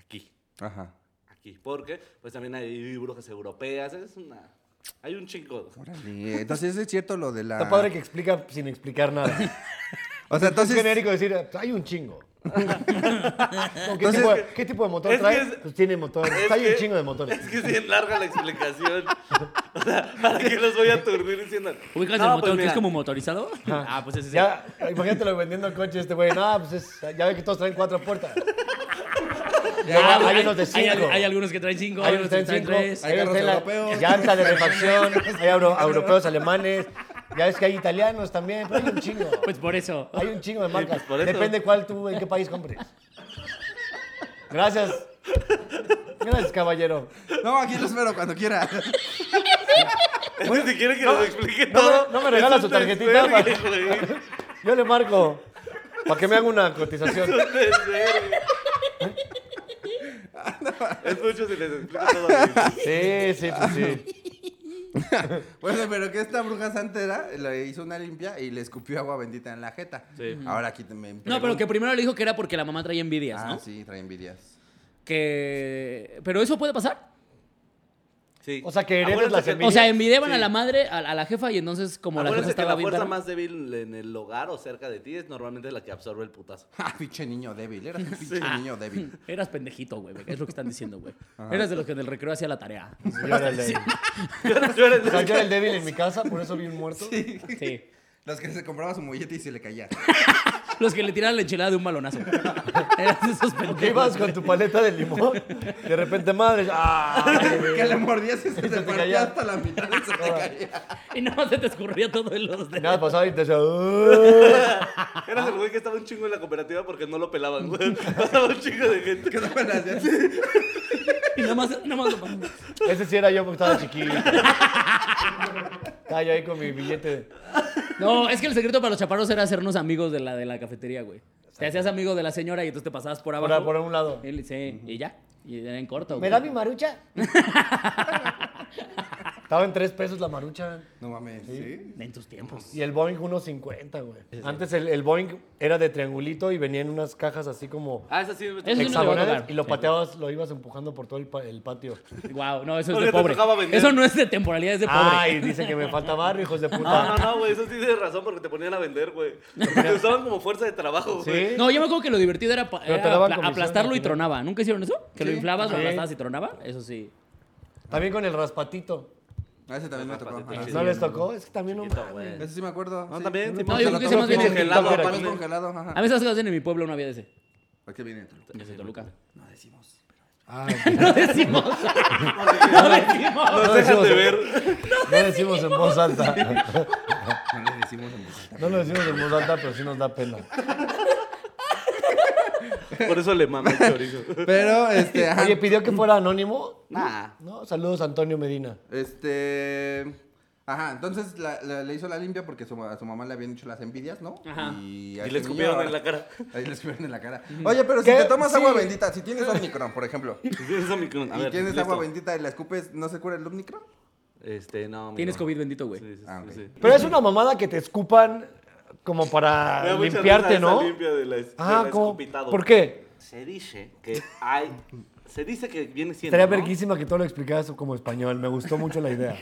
Speaker 4: aquí,
Speaker 2: Ajá.
Speaker 4: aquí. Porque pues también hay brujas europeas, es una... Hay un chingo.
Speaker 2: Órale. Entonces es cierto lo de la.
Speaker 5: Está padre que explica sin explicar nada.
Speaker 2: O sea,
Speaker 5: Es
Speaker 2: entonces.
Speaker 5: genérico decir, hay un chingo. No, ¿qué,
Speaker 2: Entonces-
Speaker 5: tipo de, qué tipo de motor
Speaker 4: Es que
Speaker 5: trae?
Speaker 4: es-
Speaker 5: pues tiene motor.
Speaker 4: Es
Speaker 5: hay
Speaker 4: que-
Speaker 5: un chingo de motores.
Speaker 4: Es que es bien larga la explicación. O sea, ¿para qué los voy a aturdir diciendo?
Speaker 3: ¿Ubicas
Speaker 4: No,
Speaker 3: el
Speaker 4: pues
Speaker 3: motor que
Speaker 4: mira,
Speaker 3: es como motorizado? Ah, pues ese es
Speaker 5: Ya, imagínatelo vendiendo el coche este güey. No, pues es- ya ve que todos traen cuatro puertas. Ya,
Speaker 3: Ah,
Speaker 5: hay unos de cinco.
Speaker 3: Hay, hay algunos que traen cinco,
Speaker 5: Hay
Speaker 3: hay otros que
Speaker 5: ustedes
Speaker 3: traen
Speaker 5: cinco,
Speaker 3: tres.
Speaker 5: hay
Speaker 2: Hay carros
Speaker 5: ustedes la-
Speaker 2: europeos.
Speaker 5: llanta de refacción, hay euro- europeos, alemanes, ya ves que hay italianos también, pero hay un chingo.
Speaker 3: Pues por eso.
Speaker 5: Hay un chingo de marcas.
Speaker 4: pues por eso.
Speaker 5: Depende cuál tú, en qué país compres. Gracias. Gracias, caballero.
Speaker 2: No, aquí lo espero cuando quiera.
Speaker 4: Si quiere que los explique
Speaker 5: no me-
Speaker 4: todo.
Speaker 5: no me regala
Speaker 4: es un
Speaker 5: su tarjetita, pa-
Speaker 4: desvergue, güey.
Speaker 5: Yo le marco para que me haga una cotización.
Speaker 4: Es mucho si les explico todo. güey.
Speaker 5: Sí, sí, pues sí.
Speaker 2: Bueno, pero que esta bruja santera le hizo una limpia y le escupió agua bendita en la jeta.
Speaker 4: Sí.
Speaker 2: Ahora aquí te- me.
Speaker 3: No, pero que primero le dijo que era porque la mamá traía envidias,
Speaker 2: Ah,
Speaker 3: ¿no?
Speaker 2: sí, trae envidias.
Speaker 3: Que. Pero eso puede pasar.
Speaker 4: Sí.
Speaker 5: O sea, que heredes
Speaker 4: Acuérdense
Speaker 5: las
Speaker 4: que-
Speaker 3: O
Speaker 5: envidias.
Speaker 3: sea, envidiaban
Speaker 4: Sí.
Speaker 3: a la madre, a, a la jefa, y entonces, como la jefa
Speaker 4: Acuérdense que
Speaker 3: estaba
Speaker 4: la
Speaker 3: bien.
Speaker 4: fuerza
Speaker 3: perra-
Speaker 4: más débil en el hogar o cerca de ti es normalmente la que absorbe el putazo.
Speaker 2: Ah, pinche niño débil. Eras un pinche niño débil.
Speaker 3: Eras pendejito, güey. Es lo que están diciendo, güey. Eras de los que en el recreo hacía la tarea.
Speaker 5: Yo era el débil.
Speaker 4: Yo eres-
Speaker 5: O sea, yo era el débil en mi casa, por eso vi un muerto.
Speaker 3: Sí.
Speaker 2: Los que se compraba su mollete y se le caía.
Speaker 3: Los que le tiraban la enchilada de un balonazo. Eras de esos
Speaker 5: Que ibas
Speaker 3: pendejos.
Speaker 5: con tu paleta de limón, de repente madre, ¡ah!
Speaker 2: que le mordías y se
Speaker 5: te
Speaker 2: te
Speaker 5: caía.
Speaker 2: partía hasta la mitad y se te caía.
Speaker 3: Y nada más se te escurría todo en los dedos.
Speaker 5: Nada pasaba y te decía, "Ugh".
Speaker 4: Eras el güey que estaba un chingo en la cooperativa porque no lo pelaban, güey. Pasaba un chingo de gente.
Speaker 2: Que no me la hacías.
Speaker 3: Y nada más, nada más lo
Speaker 5: ese sí era yo porque estaba chiquito. Estaba yo ahí con mi billete.
Speaker 3: No, es que el secreto para los chaparros era hacernos amigos de la de la cafetería, güey. Te hacías amigo de la señora y entonces te pasabas por
Speaker 5: Por,
Speaker 3: abajo.
Speaker 5: por un lado.
Speaker 3: Él, sí, y ya. Y era en corto,
Speaker 5: ¿Me
Speaker 3: güey.
Speaker 5: da mi marucha? Estaba en tres pesos la marucha.
Speaker 2: No mames, ¿sí?
Speaker 3: En tus tiempos.
Speaker 5: Y el Boeing 1.50, güey. Antes el, el Boeing era de triangulito y venía en unas cajas así como
Speaker 4: Ah, esa sí me
Speaker 3: Eso sí no lo voy a
Speaker 5: hexagonales
Speaker 3: tocar.
Speaker 5: y lo
Speaker 3: Sí.
Speaker 5: pateabas, lo ibas empujando por todo el, pa- el patio.
Speaker 3: Wow, no, eso es
Speaker 4: Porque
Speaker 3: de
Speaker 4: te
Speaker 3: pobre.
Speaker 4: tocaba vender.
Speaker 3: Eso no es de temporalidad, es de pobre.
Speaker 5: Ay, dice que me falta barrio, hijos de
Speaker 4: No, no,
Speaker 5: puta.
Speaker 4: no, güey, eso sí tienes razón porque te ponían a vender, güey. Porque Te usaban como fuerza de trabajo, güey.
Speaker 5: ¿Sí?
Speaker 3: No, yo me acuerdo que lo divertido era, pa-
Speaker 5: Pero te
Speaker 3: era
Speaker 5: daban
Speaker 3: apla-
Speaker 5: comisión
Speaker 3: aplastarlo
Speaker 5: al
Speaker 3: y
Speaker 5: final.
Speaker 3: tronaba. ¿Nunca hicieron eso? Que lo
Speaker 2: Sí.
Speaker 3: inflabas, lo
Speaker 5: Sí.
Speaker 3: aplastabas y tronaba. Eso sí.
Speaker 5: También con el raspatito.
Speaker 2: A ese también me tocó.
Speaker 4: Patito.
Speaker 2: Ajá.
Speaker 4: Sí,
Speaker 5: ¿No les
Speaker 4: no,
Speaker 5: tocó? Es que también no
Speaker 4: Chiquito,
Speaker 5: mames.
Speaker 4: güey.
Speaker 2: Ese sí me acuerdo.
Speaker 4: No,
Speaker 2: sí.
Speaker 4: también, sí,
Speaker 2: No,
Speaker 4: me
Speaker 2: yo
Speaker 4: acuerdo.
Speaker 2: creo que
Speaker 3: Lo
Speaker 2: se
Speaker 3: más
Speaker 2: más
Speaker 3: bien
Speaker 2: congelado.
Speaker 5: congelado,
Speaker 2: Pan
Speaker 5: aparte.
Speaker 2: congelado,
Speaker 3: A
Speaker 2: ajá.
Speaker 3: mí esas cosas en mi pueblo una había de ese.
Speaker 2: ¿Por qué viene?
Speaker 3: Yo soy Toluca.
Speaker 2: No decimos.
Speaker 5: Ah,
Speaker 3: No decimos. No decimos.
Speaker 4: No,
Speaker 5: No,
Speaker 4: dejas
Speaker 5: decimos-
Speaker 4: de ver.
Speaker 5: No decimos en voz alta.
Speaker 2: No le decimos en voz alta.
Speaker 5: No lo decimos en voz alta, pero sí nos da pena.
Speaker 4: Por eso le mama el chorizo.
Speaker 2: Pero, este, ajá.
Speaker 5: Oye, pidió que fuera anónimo.
Speaker 4: Nah.
Speaker 5: No, saludos Antonio Medina.
Speaker 2: Este. Ajá, entonces la- la- le hizo la limpia porque su, ma- a su mamá le habían hecho las envidias, ¿no?
Speaker 3: Ajá.
Speaker 2: Y, a este
Speaker 4: Y le
Speaker 2: niño
Speaker 4: escupieron
Speaker 2: ahora-
Speaker 4: en la cara.
Speaker 2: Ahí le escupieron en la cara. Oye, pero
Speaker 5: ¿Qué?
Speaker 2: si te tomas agua
Speaker 5: Sí.
Speaker 2: bendita, si tienes Omicron, por ejemplo,
Speaker 4: Y Tienes Omicron. A
Speaker 2: y
Speaker 4: ver,
Speaker 2: tienes
Speaker 4: listo.
Speaker 2: agua bendita y la escupes, ¿no se cura el Omicron?
Speaker 4: Este, no. amigo.
Speaker 3: Tienes COVID bendito,
Speaker 4: Sí,
Speaker 3: güey.
Speaker 4: sí, sí,
Speaker 2: Ah, ok.
Speaker 4: sí.
Speaker 5: Pero es una mamada que te escupan como
Speaker 4: Me
Speaker 5: para
Speaker 4: da mucha risa
Speaker 5: limpiarte,
Speaker 4: esa
Speaker 5: ¿no?
Speaker 4: limpia de la es- de
Speaker 5: Ah,
Speaker 4: la
Speaker 5: ¿cómo?
Speaker 4: escupitado.
Speaker 5: ¿Por qué?
Speaker 4: Se dice que hay. Se dice que viene siendo.
Speaker 5: Estaría
Speaker 4: ¿no?
Speaker 5: verguísima que todo lo explicaras como español. Me gustó mucho la idea.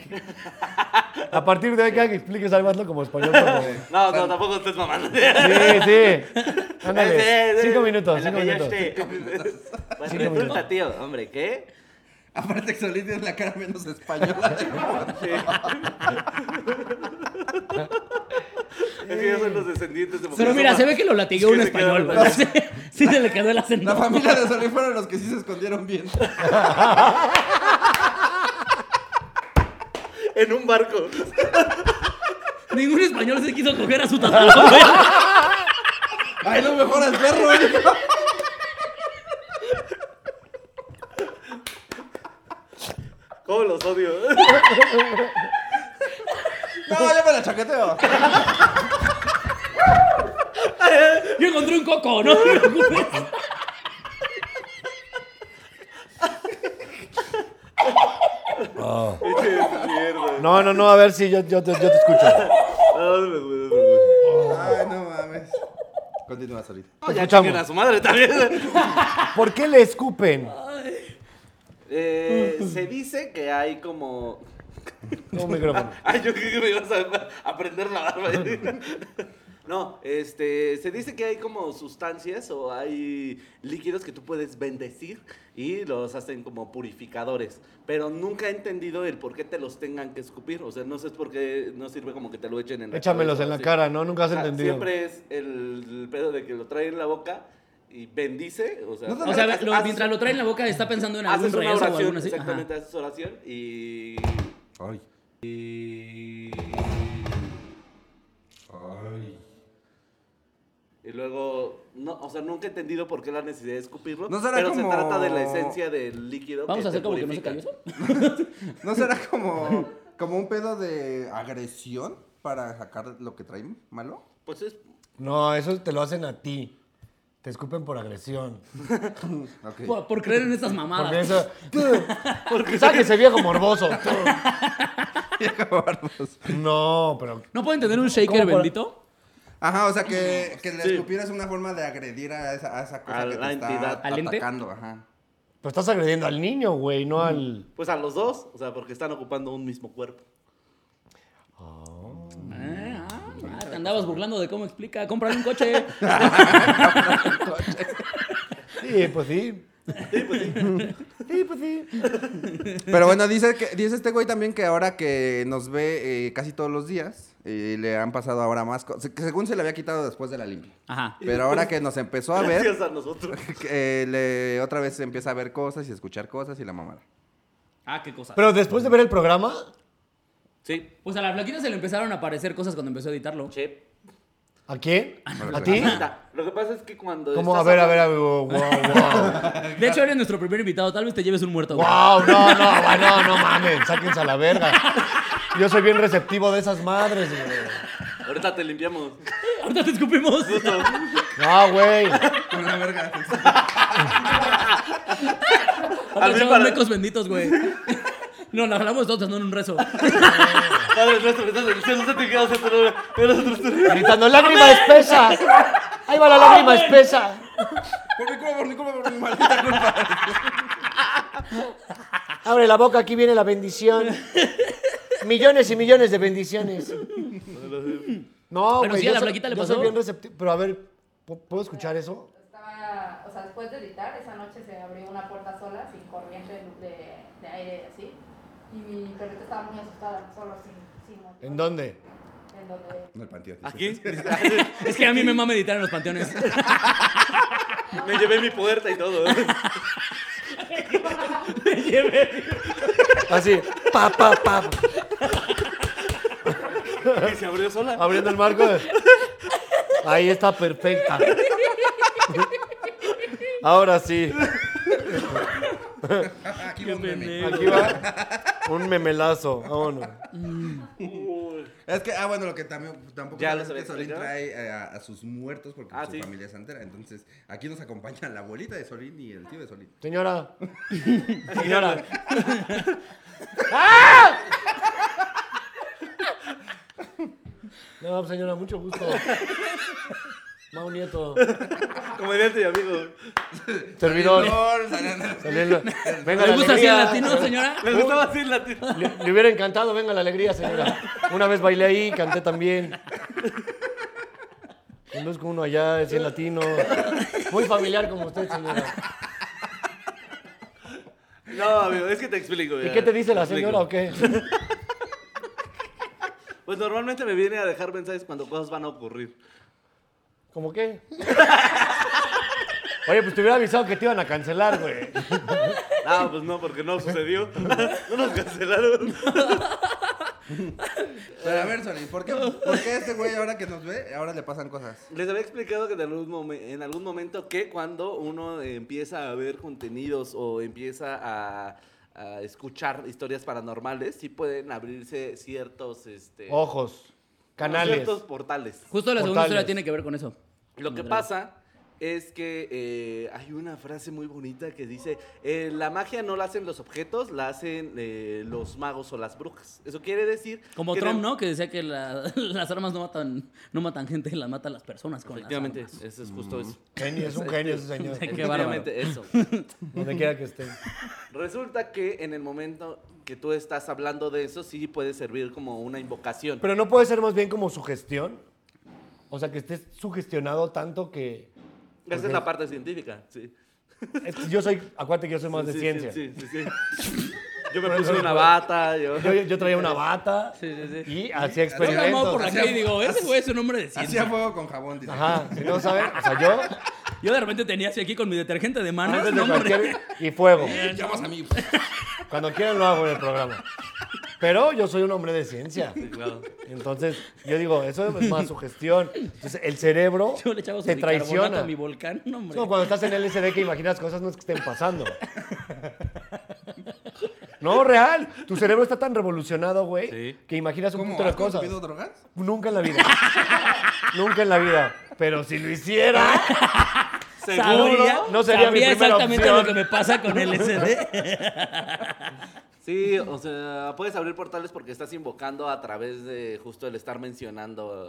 Speaker 5: A partir de ahí, cada que expliques algo, hazlo como español. por favor.
Speaker 4: No, no, tampoco estés mamando.
Speaker 5: Sí, sí. Ándale.
Speaker 4: Sí, sí.
Speaker 5: Cinco minutos,
Speaker 4: En la
Speaker 5: cinco
Speaker 4: que ya
Speaker 5: minutos.
Speaker 4: esté. Pues
Speaker 5: Cinco
Speaker 4: resulta, tío, hombre, ¿qué?
Speaker 2: Aparte que Solís tiene la cara menos española. del mundo.
Speaker 4: Es que ya son los descendientes de
Speaker 3: Pero
Speaker 4: Moctezuma.
Speaker 3: mira, se ve que lo latigueó un
Speaker 4: Es que se quedó
Speaker 3: español,
Speaker 4: el-
Speaker 3: güey. Sí, sí se le quedó el acento.
Speaker 2: La familia de Solís fueron los que sí se escondieron bien.
Speaker 4: En un barco.
Speaker 3: Ningún español se quiso coger a su tatuador, güey.
Speaker 2: Ay, lo mejor al perro, hijo.
Speaker 4: ¿Cómo los odio?
Speaker 2: No, yo me la chaqueteo.
Speaker 3: Yo encontré un coco, no te preocupes.
Speaker 4: Pinche mierda.
Speaker 5: No, no, no, a ver si yo, yo te, yo te escucho.
Speaker 4: No, no, no, no, no.
Speaker 2: Ay, no mames. Continúa, ahorita.
Speaker 4: No, ya
Speaker 5: escuchamos.
Speaker 4: chinguen a su madre también.
Speaker 5: ¿Por qué le escupen?
Speaker 4: Eh, se dice que hay como.
Speaker 5: Un micrófono.
Speaker 4: Ah, Ay, yo creí que me ibas a aprender la barba. No, este, se dice que hay como sustancias o hay líquidos que tú puedes bendecir y los hacen como purificadores, pero nunca he entendido el por qué te los tengan que escupir, o sea, no sé por qué no sirve como que te lo echen en la
Speaker 5: Échamelos
Speaker 4: cabeza,
Speaker 5: en la
Speaker 4: sí.
Speaker 5: cara, ¿no? Nunca has
Speaker 4: O sea,
Speaker 5: entendido.
Speaker 4: Ah, Siempre es el, pedo de que lo trae en la boca y bendice, o sea,
Speaker 2: No te
Speaker 3: O sea,
Speaker 4: haces-
Speaker 3: lo-
Speaker 4: haces-
Speaker 3: mientras lo trae en la boca está pensando en algún
Speaker 4: haces una
Speaker 3: rezo o
Speaker 4: oración,
Speaker 3: algo así. Ajá.
Speaker 4: exactamente, haces oración y
Speaker 2: Ay.
Speaker 4: y,
Speaker 2: Ay.
Speaker 4: y luego, no, o sea, nunca he entendido por qué la necesidad de escupirlo.
Speaker 2: ¿No será
Speaker 4: pero
Speaker 2: como-
Speaker 4: se trata de la esencia del líquido.
Speaker 3: Vamos a hacer como que no se cayó
Speaker 4: calloso
Speaker 3: eso.
Speaker 2: ¿No será como, como un pedo de agresión para sacar lo que traen malo?
Speaker 4: Pues es.
Speaker 5: No, eso te lo hacen a ti. Te escupen por agresión.
Speaker 2: Ok.
Speaker 3: Por, por creer en estas
Speaker 4: Ah.
Speaker 3: mamadas.
Speaker 5: Porque eso. Tú, Sáquese viejo morboso. tú. No, pero.
Speaker 3: ¿No pueden tener un shaker
Speaker 5: ¿Cómo por-
Speaker 3: bendito?
Speaker 2: Ajá, o sea, que, que le escupieras una forma de agredir a esa, a esa cosa
Speaker 4: A
Speaker 2: que te
Speaker 4: la entidad.
Speaker 2: está
Speaker 3: ¿Al ente?
Speaker 2: atacando. Ajá.
Speaker 5: Pero estás agrediendo al niño, güey, no al.
Speaker 4: Pues a los dos, o sea, porque están ocupando un mismo cuerpo.
Speaker 3: Ah, ah, te andabas burlando de cómo explica. Comprar un coche.
Speaker 5: Sí, pues sí. Sí, pues sí. Sí, pues sí.
Speaker 2: Pero bueno, dice, que, dice este güey también que ahora que nos ve eh, casi todos los días, eh, le han pasado ahora más cosas. Que según se le había quitado después de la limpia.
Speaker 3: Ajá.
Speaker 2: Pero ahora que nos empezó a ver,
Speaker 4: Gracias a nosotros.
Speaker 2: que, eh, le- otra vez empieza a ver cosas y a escuchar cosas y la mamada.
Speaker 3: Ah, qué cosa.
Speaker 5: Pero después de ver el programa,
Speaker 4: Sí.
Speaker 3: Pues a la flaquita se le empezaron a aparecer cosas cuando empezó a editarlo.
Speaker 4: Che.
Speaker 5: ¿a quién? ¿A
Speaker 2: Bueno,
Speaker 5: ti?
Speaker 4: Mira, Lo que pasa es que cuando.
Speaker 5: ¿Cómo? A
Speaker 4: estás
Speaker 5: ver, a ver, a
Speaker 4: hablando-
Speaker 5: ver. Wow, wow.
Speaker 3: De hecho, eres nuestro primer invitado. Tal vez te lleves un muerto. güey.
Speaker 5: Wow, no, no, güey, no, no mames. Sáquense a la verga. Yo soy bien receptivo de esas madres, güey.
Speaker 4: Ahorita te limpiamos.
Speaker 3: Ahorita te escupimos.
Speaker 5: No, güey.
Speaker 2: Con la verga.
Speaker 3: Ahorita
Speaker 4: mí
Speaker 3: echamos
Speaker 4: para-
Speaker 3: mecos benditos, güey. No, la hablamos todos, no en un rezo.
Speaker 4: Padre nuestro, que estás en el cielo, no te quedas en tu nombre. Pero nosotros-
Speaker 5: Gritando, lágrima espesa. Ahí va la lágrima espesa.
Speaker 2: Por mi culpa, por mi culpa, por mi maldita culpa.
Speaker 5: Abre la boca, aquí viene la bendición. Millones y millones de bendiciones. No,
Speaker 3: Pero
Speaker 5: güey,
Speaker 3: sí, a
Speaker 5: yo
Speaker 3: la
Speaker 5: soy-
Speaker 3: Blanquita le
Speaker 5: yo
Speaker 3: pasó.
Speaker 5: soy bien receptivo. Pero a ver, ¿pu- ¿puedo escuchar eso?
Speaker 6: Estaba, o sea, después de editar, esa noche se abrió una puerta sola, sin corriente de, lu- de, de aire y así. Y mi perrita estaba muy asustada, solo sin, sin motivo.
Speaker 5: ¿En dónde?
Speaker 6: En donde.
Speaker 2: No, el panteón.
Speaker 4: Aquí.
Speaker 3: Es que a mí me mama meditar en los panteones.
Speaker 4: Me llevé mi puerta y todo. ¿eh?
Speaker 5: Así, pa, pa, pa.
Speaker 4: Y se abrió sola.
Speaker 5: Abriendo el marco. de- Ahí está perfecta. Ahora sí,
Speaker 2: Aquí va un Ah, meme.
Speaker 5: aquí va un memelazo. Vámonos.
Speaker 2: Es que, ah, bueno, lo que también, tampoco
Speaker 4: Ya
Speaker 2: saben
Speaker 4: lo
Speaker 2: es que
Speaker 4: sabía
Speaker 2: Solín
Speaker 4: explicar.
Speaker 2: trae eh, a, a sus muertos porque
Speaker 4: Ah,
Speaker 2: su
Speaker 4: sí.
Speaker 2: familia es santera. Entonces, aquí nos acompaña la abuelita de Solín y el tío de Solín.
Speaker 5: Señora. Señora. No, pues, señora, mucho gusto. Mau Nieto. Ah.
Speaker 4: Comediante y amigo.
Speaker 5: Servidor.
Speaker 2: Lord, saliendo.
Speaker 5: Salirlo. Venga,
Speaker 3: ¿Le
Speaker 5: la
Speaker 3: gusta así
Speaker 5: alegría.
Speaker 3: el latino, señora?
Speaker 4: Me gustaba así el latino.
Speaker 5: Le, le hubiera encantado, venga la alegría, señora. Una vez bailé ahí, canté también. Conduzco uno allá, es 100 latino. Muy familiar como usted, señora.
Speaker 4: No, amigo, es que te explico.
Speaker 5: ¿Y
Speaker 4: mira,
Speaker 5: qué te dice la
Speaker 4: explico.
Speaker 5: señora o qué?
Speaker 4: Pues normalmente me viene a dejar mensajes cuando cosas van a ocurrir.
Speaker 5: ¿Cómo qué? Oye, pues te hubiera avisado que te iban a cancelar, güey.
Speaker 4: Ah, pues no, porque no sucedió. No nos cancelaron.
Speaker 2: Pero a ver, Solín, ¿por qué, ¿por qué este güey ahora que nos ve, ahora le pasan cosas?
Speaker 4: Les había explicado que en algún, momen- en algún momento que cuando uno eh, empieza a ver contenidos o empieza a, a escuchar historias paranormales, sí pueden abrirse ciertos... Este,
Speaker 5: Ojos, canales.
Speaker 4: Ciertos portales.
Speaker 3: Justo la segunda
Speaker 5: Portales.
Speaker 3: historia tiene que ver con eso.
Speaker 4: Lo que pasa es que eh, hay una frase muy bonita que dice, eh, la magia no la hacen los objetos, la hacen eh, los magos o las brujas. Eso quiere decir...
Speaker 3: Como
Speaker 4: que
Speaker 3: Trump,
Speaker 4: de-
Speaker 3: ¿no? Que decía que la- las armas no matan, no matan gente, las matan las personas con las
Speaker 4: Efectivamente,
Speaker 3: armas.
Speaker 4: eso es justo eso.
Speaker 5: Genio, es un genio ese señor.
Speaker 3: Qué bárbaro.
Speaker 4: Este, Efectivamente, eso.
Speaker 5: Donde quiera que esté.
Speaker 4: Resulta que en el momento que tú estás hablando de eso, sí puede servir como una invocación.
Speaker 5: Pero no puede ser más bien como sugestión. O sea, que estés sugestionado tanto que.
Speaker 4: Esa es la parte científica, sí.
Speaker 5: Es que yo soy. Acuérdate que yo soy más de
Speaker 4: Sí, sí,
Speaker 5: ciencia.
Speaker 4: sí, sí, sí. Yo me
Speaker 5: Por
Speaker 4: puse
Speaker 5: eso-
Speaker 4: una bata, yo...
Speaker 5: Yo, yo traía una bata
Speaker 3: Sí, sí, sí.
Speaker 5: y hacía
Speaker 3: Yo la muevo
Speaker 5: experimentos.
Speaker 3: por la
Speaker 2: Hacía-
Speaker 3: calle y digo, ese
Speaker 2: hacía-
Speaker 3: güey es un hombre de
Speaker 2: Hacía
Speaker 3: ciencia.
Speaker 2: fuego con jabón, dice.
Speaker 5: Ajá, si no saben, o sea, yo
Speaker 3: Yo de repente tenía así aquí con mi detergente de manos.
Speaker 5: antes de
Speaker 3: no, hombre.
Speaker 5: cualquier y fuego.
Speaker 2: Llamas a mí.
Speaker 5: Cuando quieran lo hago en el programa. Pero yo soy un hombre de ciencia.
Speaker 4: Sí, claro.
Speaker 5: Entonces, yo digo, eso es más sugestión. Entonces, el cerebro
Speaker 3: Yo le echaba su
Speaker 5: te
Speaker 3: bicarbonato
Speaker 5: traiciona.
Speaker 3: a mi volcán, no,
Speaker 5: Es
Speaker 3: hombre.
Speaker 5: como cuando estás en LSD que imaginas cosas no es que estén pasando. No, real. Tu cerebro está tan revolucionado, güey,
Speaker 4: Sí.
Speaker 5: que imaginas un
Speaker 2: ¿Cómo?
Speaker 5: montón de
Speaker 2: ¿Has
Speaker 5: cosas.
Speaker 2: consumido drogas?
Speaker 5: Nunca en la vida. Nunca en la vida. Pero si lo hiciera,
Speaker 3: Sabría,
Speaker 5: No sería mi
Speaker 3: sabría
Speaker 5: primera
Speaker 3: exactamente
Speaker 5: opción.
Speaker 3: lo que me pasa con el SD.
Speaker 4: Sí, o sea, puedes abrir portales porque estás invocando a través de justo el estar mencionando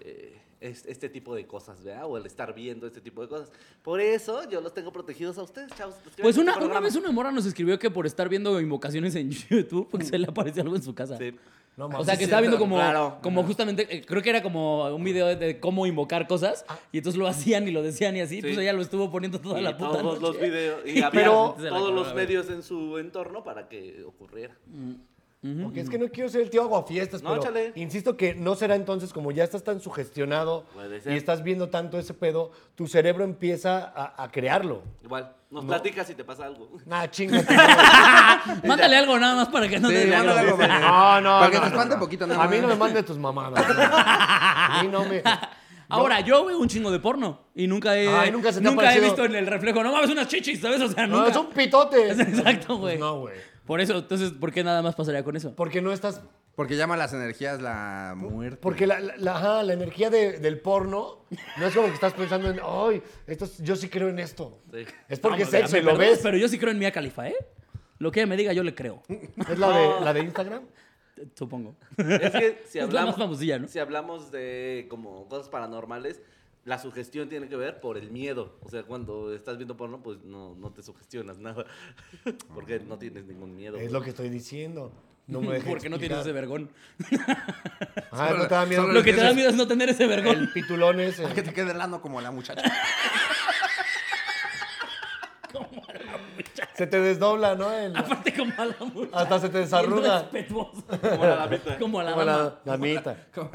Speaker 4: eh, es- este tipo de cosas, ¿verdad? O el estar viendo este tipo de cosas. Por eso yo los tengo protegidos a ustedes, chavos. Los que
Speaker 3: Pues
Speaker 4: ven
Speaker 3: una, una
Speaker 4: este programa.
Speaker 3: vez una mora nos escribió que por estar viendo invocaciones en YouTube, porque se le apareció algo en su casa.
Speaker 4: Sí.
Speaker 5: no
Speaker 3: O
Speaker 5: mames.
Speaker 3: sea, que estaba viendo como,
Speaker 4: Claro.
Speaker 3: como justamente, eh, creo que era como un video de, de cómo invocar cosas, y entonces lo hacían y lo decían y así, pues ella lo estuvo poniendo toda
Speaker 4: Y
Speaker 3: la puta noche.
Speaker 4: todos los videos y había
Speaker 5: Pero-
Speaker 3: Se la
Speaker 4: todos
Speaker 3: acabó,
Speaker 4: los
Speaker 3: a ver.
Speaker 4: medios en su entorno para que ocurriera.
Speaker 5: Porque es que no quiero ser el tío aguafiestas,
Speaker 4: No,
Speaker 5: pero
Speaker 4: échale.
Speaker 5: insisto que no será entonces como ya estás tan sugestionado
Speaker 4: Puede ser.
Speaker 5: y estás viendo tanto ese pedo, tu cerebro empieza a, a crearlo.
Speaker 4: Igual, nos
Speaker 5: No.
Speaker 4: platicas si te pasa algo.
Speaker 5: Nah, chinga.
Speaker 3: Mándale algo nada más para que no
Speaker 2: Sí,
Speaker 3: te
Speaker 2: mándale algo para que-
Speaker 5: No, no,
Speaker 2: Para que
Speaker 5: no,
Speaker 2: te
Speaker 5: no,
Speaker 2: espante
Speaker 5: no.
Speaker 2: poquito, nada
Speaker 5: A mí
Speaker 2: más.
Speaker 5: no me mande tus mamadas. güey. A mí no me.
Speaker 3: Ahora, yo veo un chingo de porno y nunca he,
Speaker 5: Ay, nunca se te ha
Speaker 3: nunca he
Speaker 5: parecido.
Speaker 3: visto en el reflejo, no mames, unas chichis, ¿sabes? O sea,
Speaker 5: No,
Speaker 3: nunca.
Speaker 5: es un pitote.
Speaker 3: Exacto, güey.
Speaker 5: Pues no, güey.
Speaker 3: Por eso, entonces, ¿por qué nada más pasaría con eso?
Speaker 5: Porque no estás.
Speaker 2: Porque llama las energías la muerte.
Speaker 5: Porque la, la, la- ajá, la energía de- del porno no es como que estás pensando en, ay, esto es- yo sí creo en esto.
Speaker 4: Sí.
Speaker 5: Es porque es
Speaker 3: Hombre,
Speaker 5: sexo
Speaker 3: me
Speaker 5: y lo
Speaker 3: perdonas,
Speaker 5: ves.
Speaker 3: Pero yo sí creo en Mia Califa, ¿eh? Lo que ella me diga, yo le creo,
Speaker 5: ¿Es la de, la de Instagram?
Speaker 3: supongo.
Speaker 4: Es que
Speaker 3: Es
Speaker 4: si
Speaker 3: la
Speaker 4: hablamos,
Speaker 3: más famosilla, ¿no?
Speaker 4: si hablamos de como cosas paranormales, la sugestión tiene que ver por el miedo. O sea, cuando estás viendo porno, pues no, no te sugestionas nada. Porque no tienes ningún miedo.
Speaker 5: Es lo que estoy diciendo. No me dejes
Speaker 3: Porque no tienes ese
Speaker 5: explicar.
Speaker 3: vergón.
Speaker 5: Ajá, no te da miedo.
Speaker 2: Solo
Speaker 3: Lo que te da
Speaker 2: entiendes-
Speaker 3: miedo es no tener ese vergón.
Speaker 5: El pitulón ese.
Speaker 2: Que te quede el ano como la muchacha.
Speaker 5: Se te desdobla, ¿no? El-
Speaker 3: Aparte como a la muchacha.
Speaker 5: Hasta se te desarruga.
Speaker 3: Bien respetuoso.
Speaker 4: Como la damita.
Speaker 3: Como a la
Speaker 5: como
Speaker 3: dama.
Speaker 5: la damita.
Speaker 2: Como,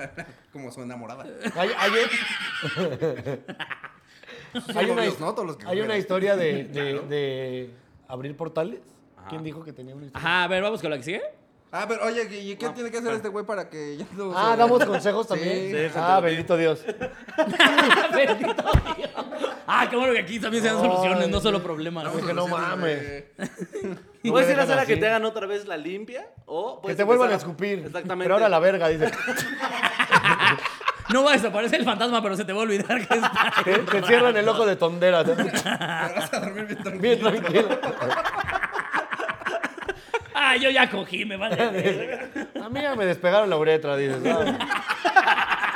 Speaker 2: como su enamorada.
Speaker 5: Hay, hay,
Speaker 2: Sus
Speaker 5: hay una,
Speaker 2: novios, ¿no? Todos los que
Speaker 5: hay una
Speaker 2: juegan.
Speaker 5: historia de, de, de abrir portales. ¿Quién dijo que tenía una historia?
Speaker 3: Ajá, a ver, vamos con la que sigue.
Speaker 2: Ah, pero oye, ¿y y qué tiene que hacer este güey para que ya lo...
Speaker 5: Ah, damos consejos también.
Speaker 2: Sí.
Speaker 5: ah, bendito Dios.
Speaker 3: Pues Bendito Dios. Ah, qué bueno que aquí también se dan
Speaker 5: Ay,
Speaker 3: soluciones, no
Speaker 5: Dios.
Speaker 3: solo problemas.
Speaker 5: Dije, no mames. No
Speaker 4: Puedes
Speaker 5: me
Speaker 4: ir a
Speaker 5: dejan
Speaker 4: hacer a que
Speaker 5: así.
Speaker 4: te hagan otra vez la limpia o
Speaker 5: Que
Speaker 4: puedes
Speaker 5: te vuelvan a
Speaker 4: empezar
Speaker 5: escupir.
Speaker 4: Exactamente.
Speaker 5: Pero ahora la verga, dice.
Speaker 3: No va a desaparecer el fantasma, pero se te va a olvidar que es para-
Speaker 5: Te, te cierran el ojo de tondera.
Speaker 2: Vas a dormir bien tranquilo.
Speaker 5: Bien tranquilo.
Speaker 3: Ah, yo ya cogí, me vale. verga.
Speaker 5: A mí ya me despegaron la uretra, dices. ah,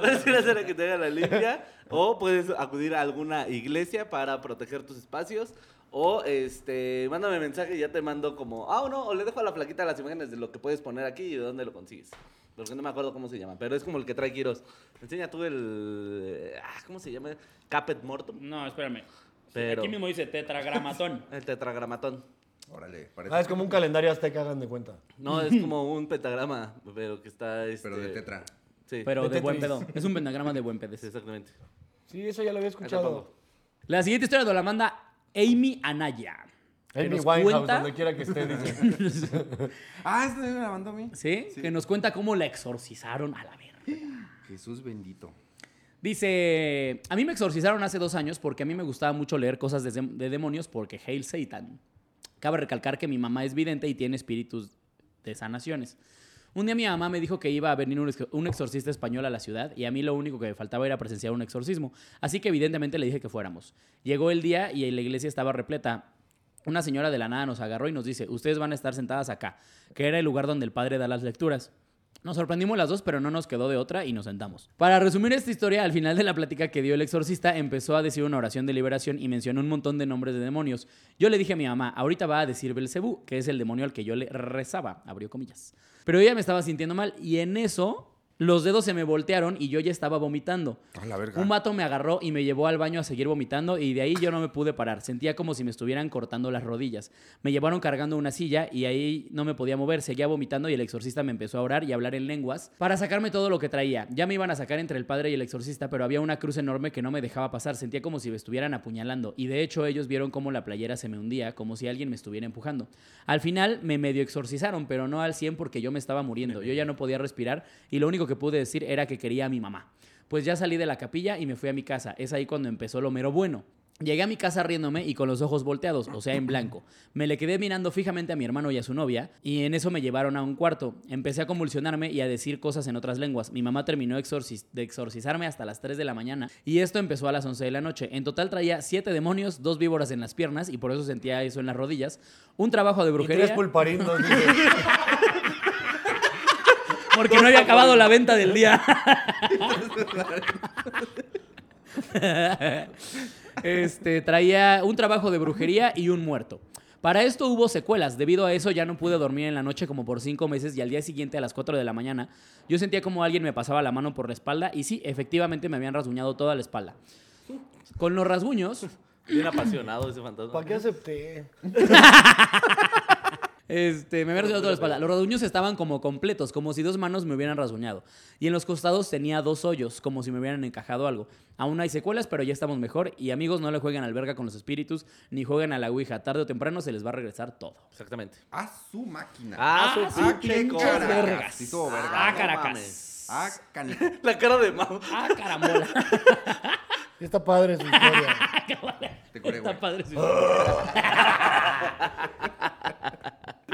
Speaker 4: Puedes ir a hacer a que te hagan la limpia o puedes acudir a alguna iglesia para proteger tus espacios. O este, mándame mensaje y ya te mando como, ah, o no, o le dejo a la flaquita las imágenes de lo que puedes poner aquí y de dónde lo consigues. Porque no me acuerdo cómo se llama, pero es como el que trae Kiros. Enseña tú el. ah, ¿Cómo se llama? Capet Mortum.
Speaker 3: No, espérame.
Speaker 4: Pero-
Speaker 3: Aquí mismo dice tetragramatón.
Speaker 4: El tetragramatón.
Speaker 2: Órale, parece...
Speaker 5: Ah, es como un calendario azteca, hagan de cuenta.
Speaker 4: No, es como un pentagrama, pero que está. Este,
Speaker 2: Pero de tetra.
Speaker 4: Sí,
Speaker 3: Pero de
Speaker 5: Tetris.
Speaker 3: buen pedo. Es un pentagrama de buen pedo.
Speaker 4: sí, exactamente.
Speaker 5: Sí, eso ya lo había escuchado.
Speaker 4: pongo.
Speaker 3: La siguiente historia nos la manda Amy Anaya. que
Speaker 5: Amy
Speaker 3: nos
Speaker 5: Winehouse,
Speaker 3: cuenta-
Speaker 5: donde quiera que esté, dice.
Speaker 2: Ah, este me la mandó a mí.
Speaker 3: ¿Sí? Que nos cuenta cómo la exorcizaron a la verga.
Speaker 2: Jesús bendito.
Speaker 3: Dice, a mí me exorcizaron hace dos años porque a mí me gustaba mucho leer cosas de, dem- de demonios porque Hail Satan. Cabe recalcar que mi mamá es vidente y tiene espíritus de sanaciones. Un día mi mamá me dijo que iba a venir un, ex- un exorcista español a la ciudad y a mí lo único que me faltaba era presenciar un exorcismo. Así que evidentemente le dije que fuéramos. Llegó el día y la iglesia estaba repleta. Una señora de la nada nos agarró y nos dice, ustedes van a estar sentadas acá, que era el lugar donde el padre da las lecturas. Nos sorprendimos las dos, pero no nos quedó de otra y nos sentamos. Para resumir esta historia, al final de la plática que dio el exorcista, empezó a decir una oración de liberación y mencionó un montón de nombres de demonios. Yo le dije a mi mamá, ahorita va a decir Belcebú, que es el demonio al que yo le rezaba, abrió comillas. Pero ella me estaba sintiendo mal y en eso los dedos se me voltearon y yo ya estaba vomitando.
Speaker 2: A la verga.
Speaker 3: Un vato me agarró y me llevó al baño a seguir vomitando y de ahí yo no me pude parar. Sentía como si me estuvieran cortando las rodillas. Me llevaron cargando una silla y ahí no me podía mover. Seguía vomitando y el exorcista me empezó a orar y a hablar en lenguas para sacarme todo lo que traía. Ya me iban a sacar entre el padre y el exorcista, pero había una cruz enorme que no me dejaba pasar. Sentía como si me estuvieran apuñalando. Y de hecho ellos vieron cómo la playera se me hundía, como si alguien me estuviera empujando. Al final me medio exorcizaron, pero no al 100 porque yo me estaba muriendo. Yo ya no podía respirar y lo único que pude decir era que quería a mi mamá. Pues ya salí de la capilla y me fui a mi casa. Es ahí cuando empezó lo mero bueno. Llegué a mi casa riéndome y con los ojos volteados, o sea, en blanco. Me le quedé mirando fijamente a mi hermano y a su novia, y en eso me llevaron a un cuarto. Empecé a convulsionarme y a decir cosas en otras lenguas. Mi mamá terminó exorcis- de exorcizarme hasta las 3 de la mañana, y esto empezó a las 11 de la noche. En total traía 7 demonios, dos víboras en las piernas, y por eso sentía eso en las rodillas. Un trabajo de
Speaker 5: Y tres
Speaker 3: brujería.
Speaker 5: pulparindos. dice.
Speaker 3: Porque no había acabado la venta del día. Este, traía un trabajo de brujería y un muerto. Para esto hubo secuelas. Debido a eso ya no pude dormir en la noche como por cinco meses y al día siguiente a las 4 de la mañana yo sentía como alguien me pasaba la mano por la espalda y sí, efectivamente me habían rasguñado toda la espalda. Con los rasguños,
Speaker 4: Bien apasionado ese fantasma.
Speaker 5: ¿Para qué acepté?
Speaker 3: Este, me había rasguñado toda la espalda. Los rasguños estaban como completos, como si dos manos me hubieran rasguñado. Y en los costados tenía dos hoyos, como si me hubieran encajado algo. Aún hay secuelas, pero ya estamos mejor. Y amigos, no le jueguen alberga con los espíritus, ni jueguen a la Ouija. Tarde o temprano se les va a regresar todo.
Speaker 4: Exactamente.
Speaker 2: A su máquina.
Speaker 4: Ah, su
Speaker 2: sí,
Speaker 4: pinche
Speaker 2: pinches
Speaker 4: cara.
Speaker 2: vergas. Sí, estuvo verga.
Speaker 3: Ah,
Speaker 2: No
Speaker 3: Caracas.
Speaker 2: Ah, canijo.
Speaker 4: La cara de Mau.
Speaker 3: Ah, carambola.
Speaker 5: Sí Está padre su historia.
Speaker 2: Te curé, güey.
Speaker 3: Está padre su- A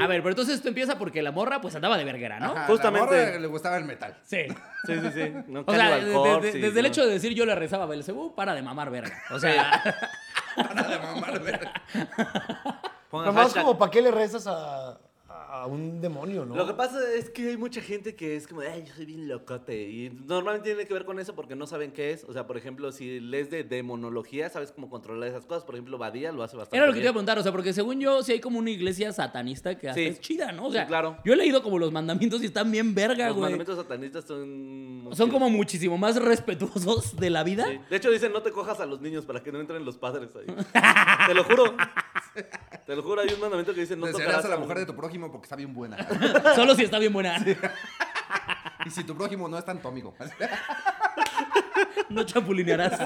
Speaker 3: ver, pero entonces esto empieza porque la morra pues andaba de verguera, ¿no?
Speaker 2: Ajá, Ah, la
Speaker 4: Justamente.
Speaker 2: morra le gustaba el metal.
Speaker 3: Sí.
Speaker 4: Sí, sí, sí. No,
Speaker 3: O sea,
Speaker 4: Cannibal
Speaker 3: de- de-
Speaker 4: Corpse
Speaker 3: de-
Speaker 4: y
Speaker 3: desde el
Speaker 4: demás.
Speaker 3: hecho de decir yo le rezaba a Belcebú, para de mamar verga. O sea,
Speaker 2: Para de mamar verga.
Speaker 4: Pongan
Speaker 5: Nomás
Speaker 4: hashtag.
Speaker 5: como, ¿para qué le rezas a, a un demonio, no?
Speaker 4: Lo que pasa es que hay mucha gente que es como, ay, yo soy bien locote. Y normalmente tiene que ver con eso porque no saben qué es. O sea, por ejemplo, si lees de demonología, sabes cómo controlar esas cosas. Por ejemplo, Badía lo hace bastante.
Speaker 3: Era lo que te iba a
Speaker 4: bien.
Speaker 3: preguntar, o sea, porque según yo, sí hay como una iglesia satanista que hasta
Speaker 4: Sí.
Speaker 3: es chida, ¿no? O
Speaker 4: Sí,
Speaker 3: sea,
Speaker 4: claro.
Speaker 3: yo he leído como los mandamientos y están bien verga,
Speaker 4: Los
Speaker 3: güey.
Speaker 4: mandamientos satanistas son. muy
Speaker 3: Son
Speaker 4: chidos.
Speaker 3: como muchísimo más respetuosos de la vida.
Speaker 4: Sí. De hecho, dicen, no te cojas a los niños para que no entren los padres ahí. te lo juro. Te lo juro, hay un mandamiento que dice, no
Speaker 2: Desearás
Speaker 4: tocarás
Speaker 2: a la mujer de tu prójimo porque está bien buena.
Speaker 3: Solo si está bien buena.
Speaker 2: Y si tu prójimo no es tan tu amigo.
Speaker 3: No chapulinearás.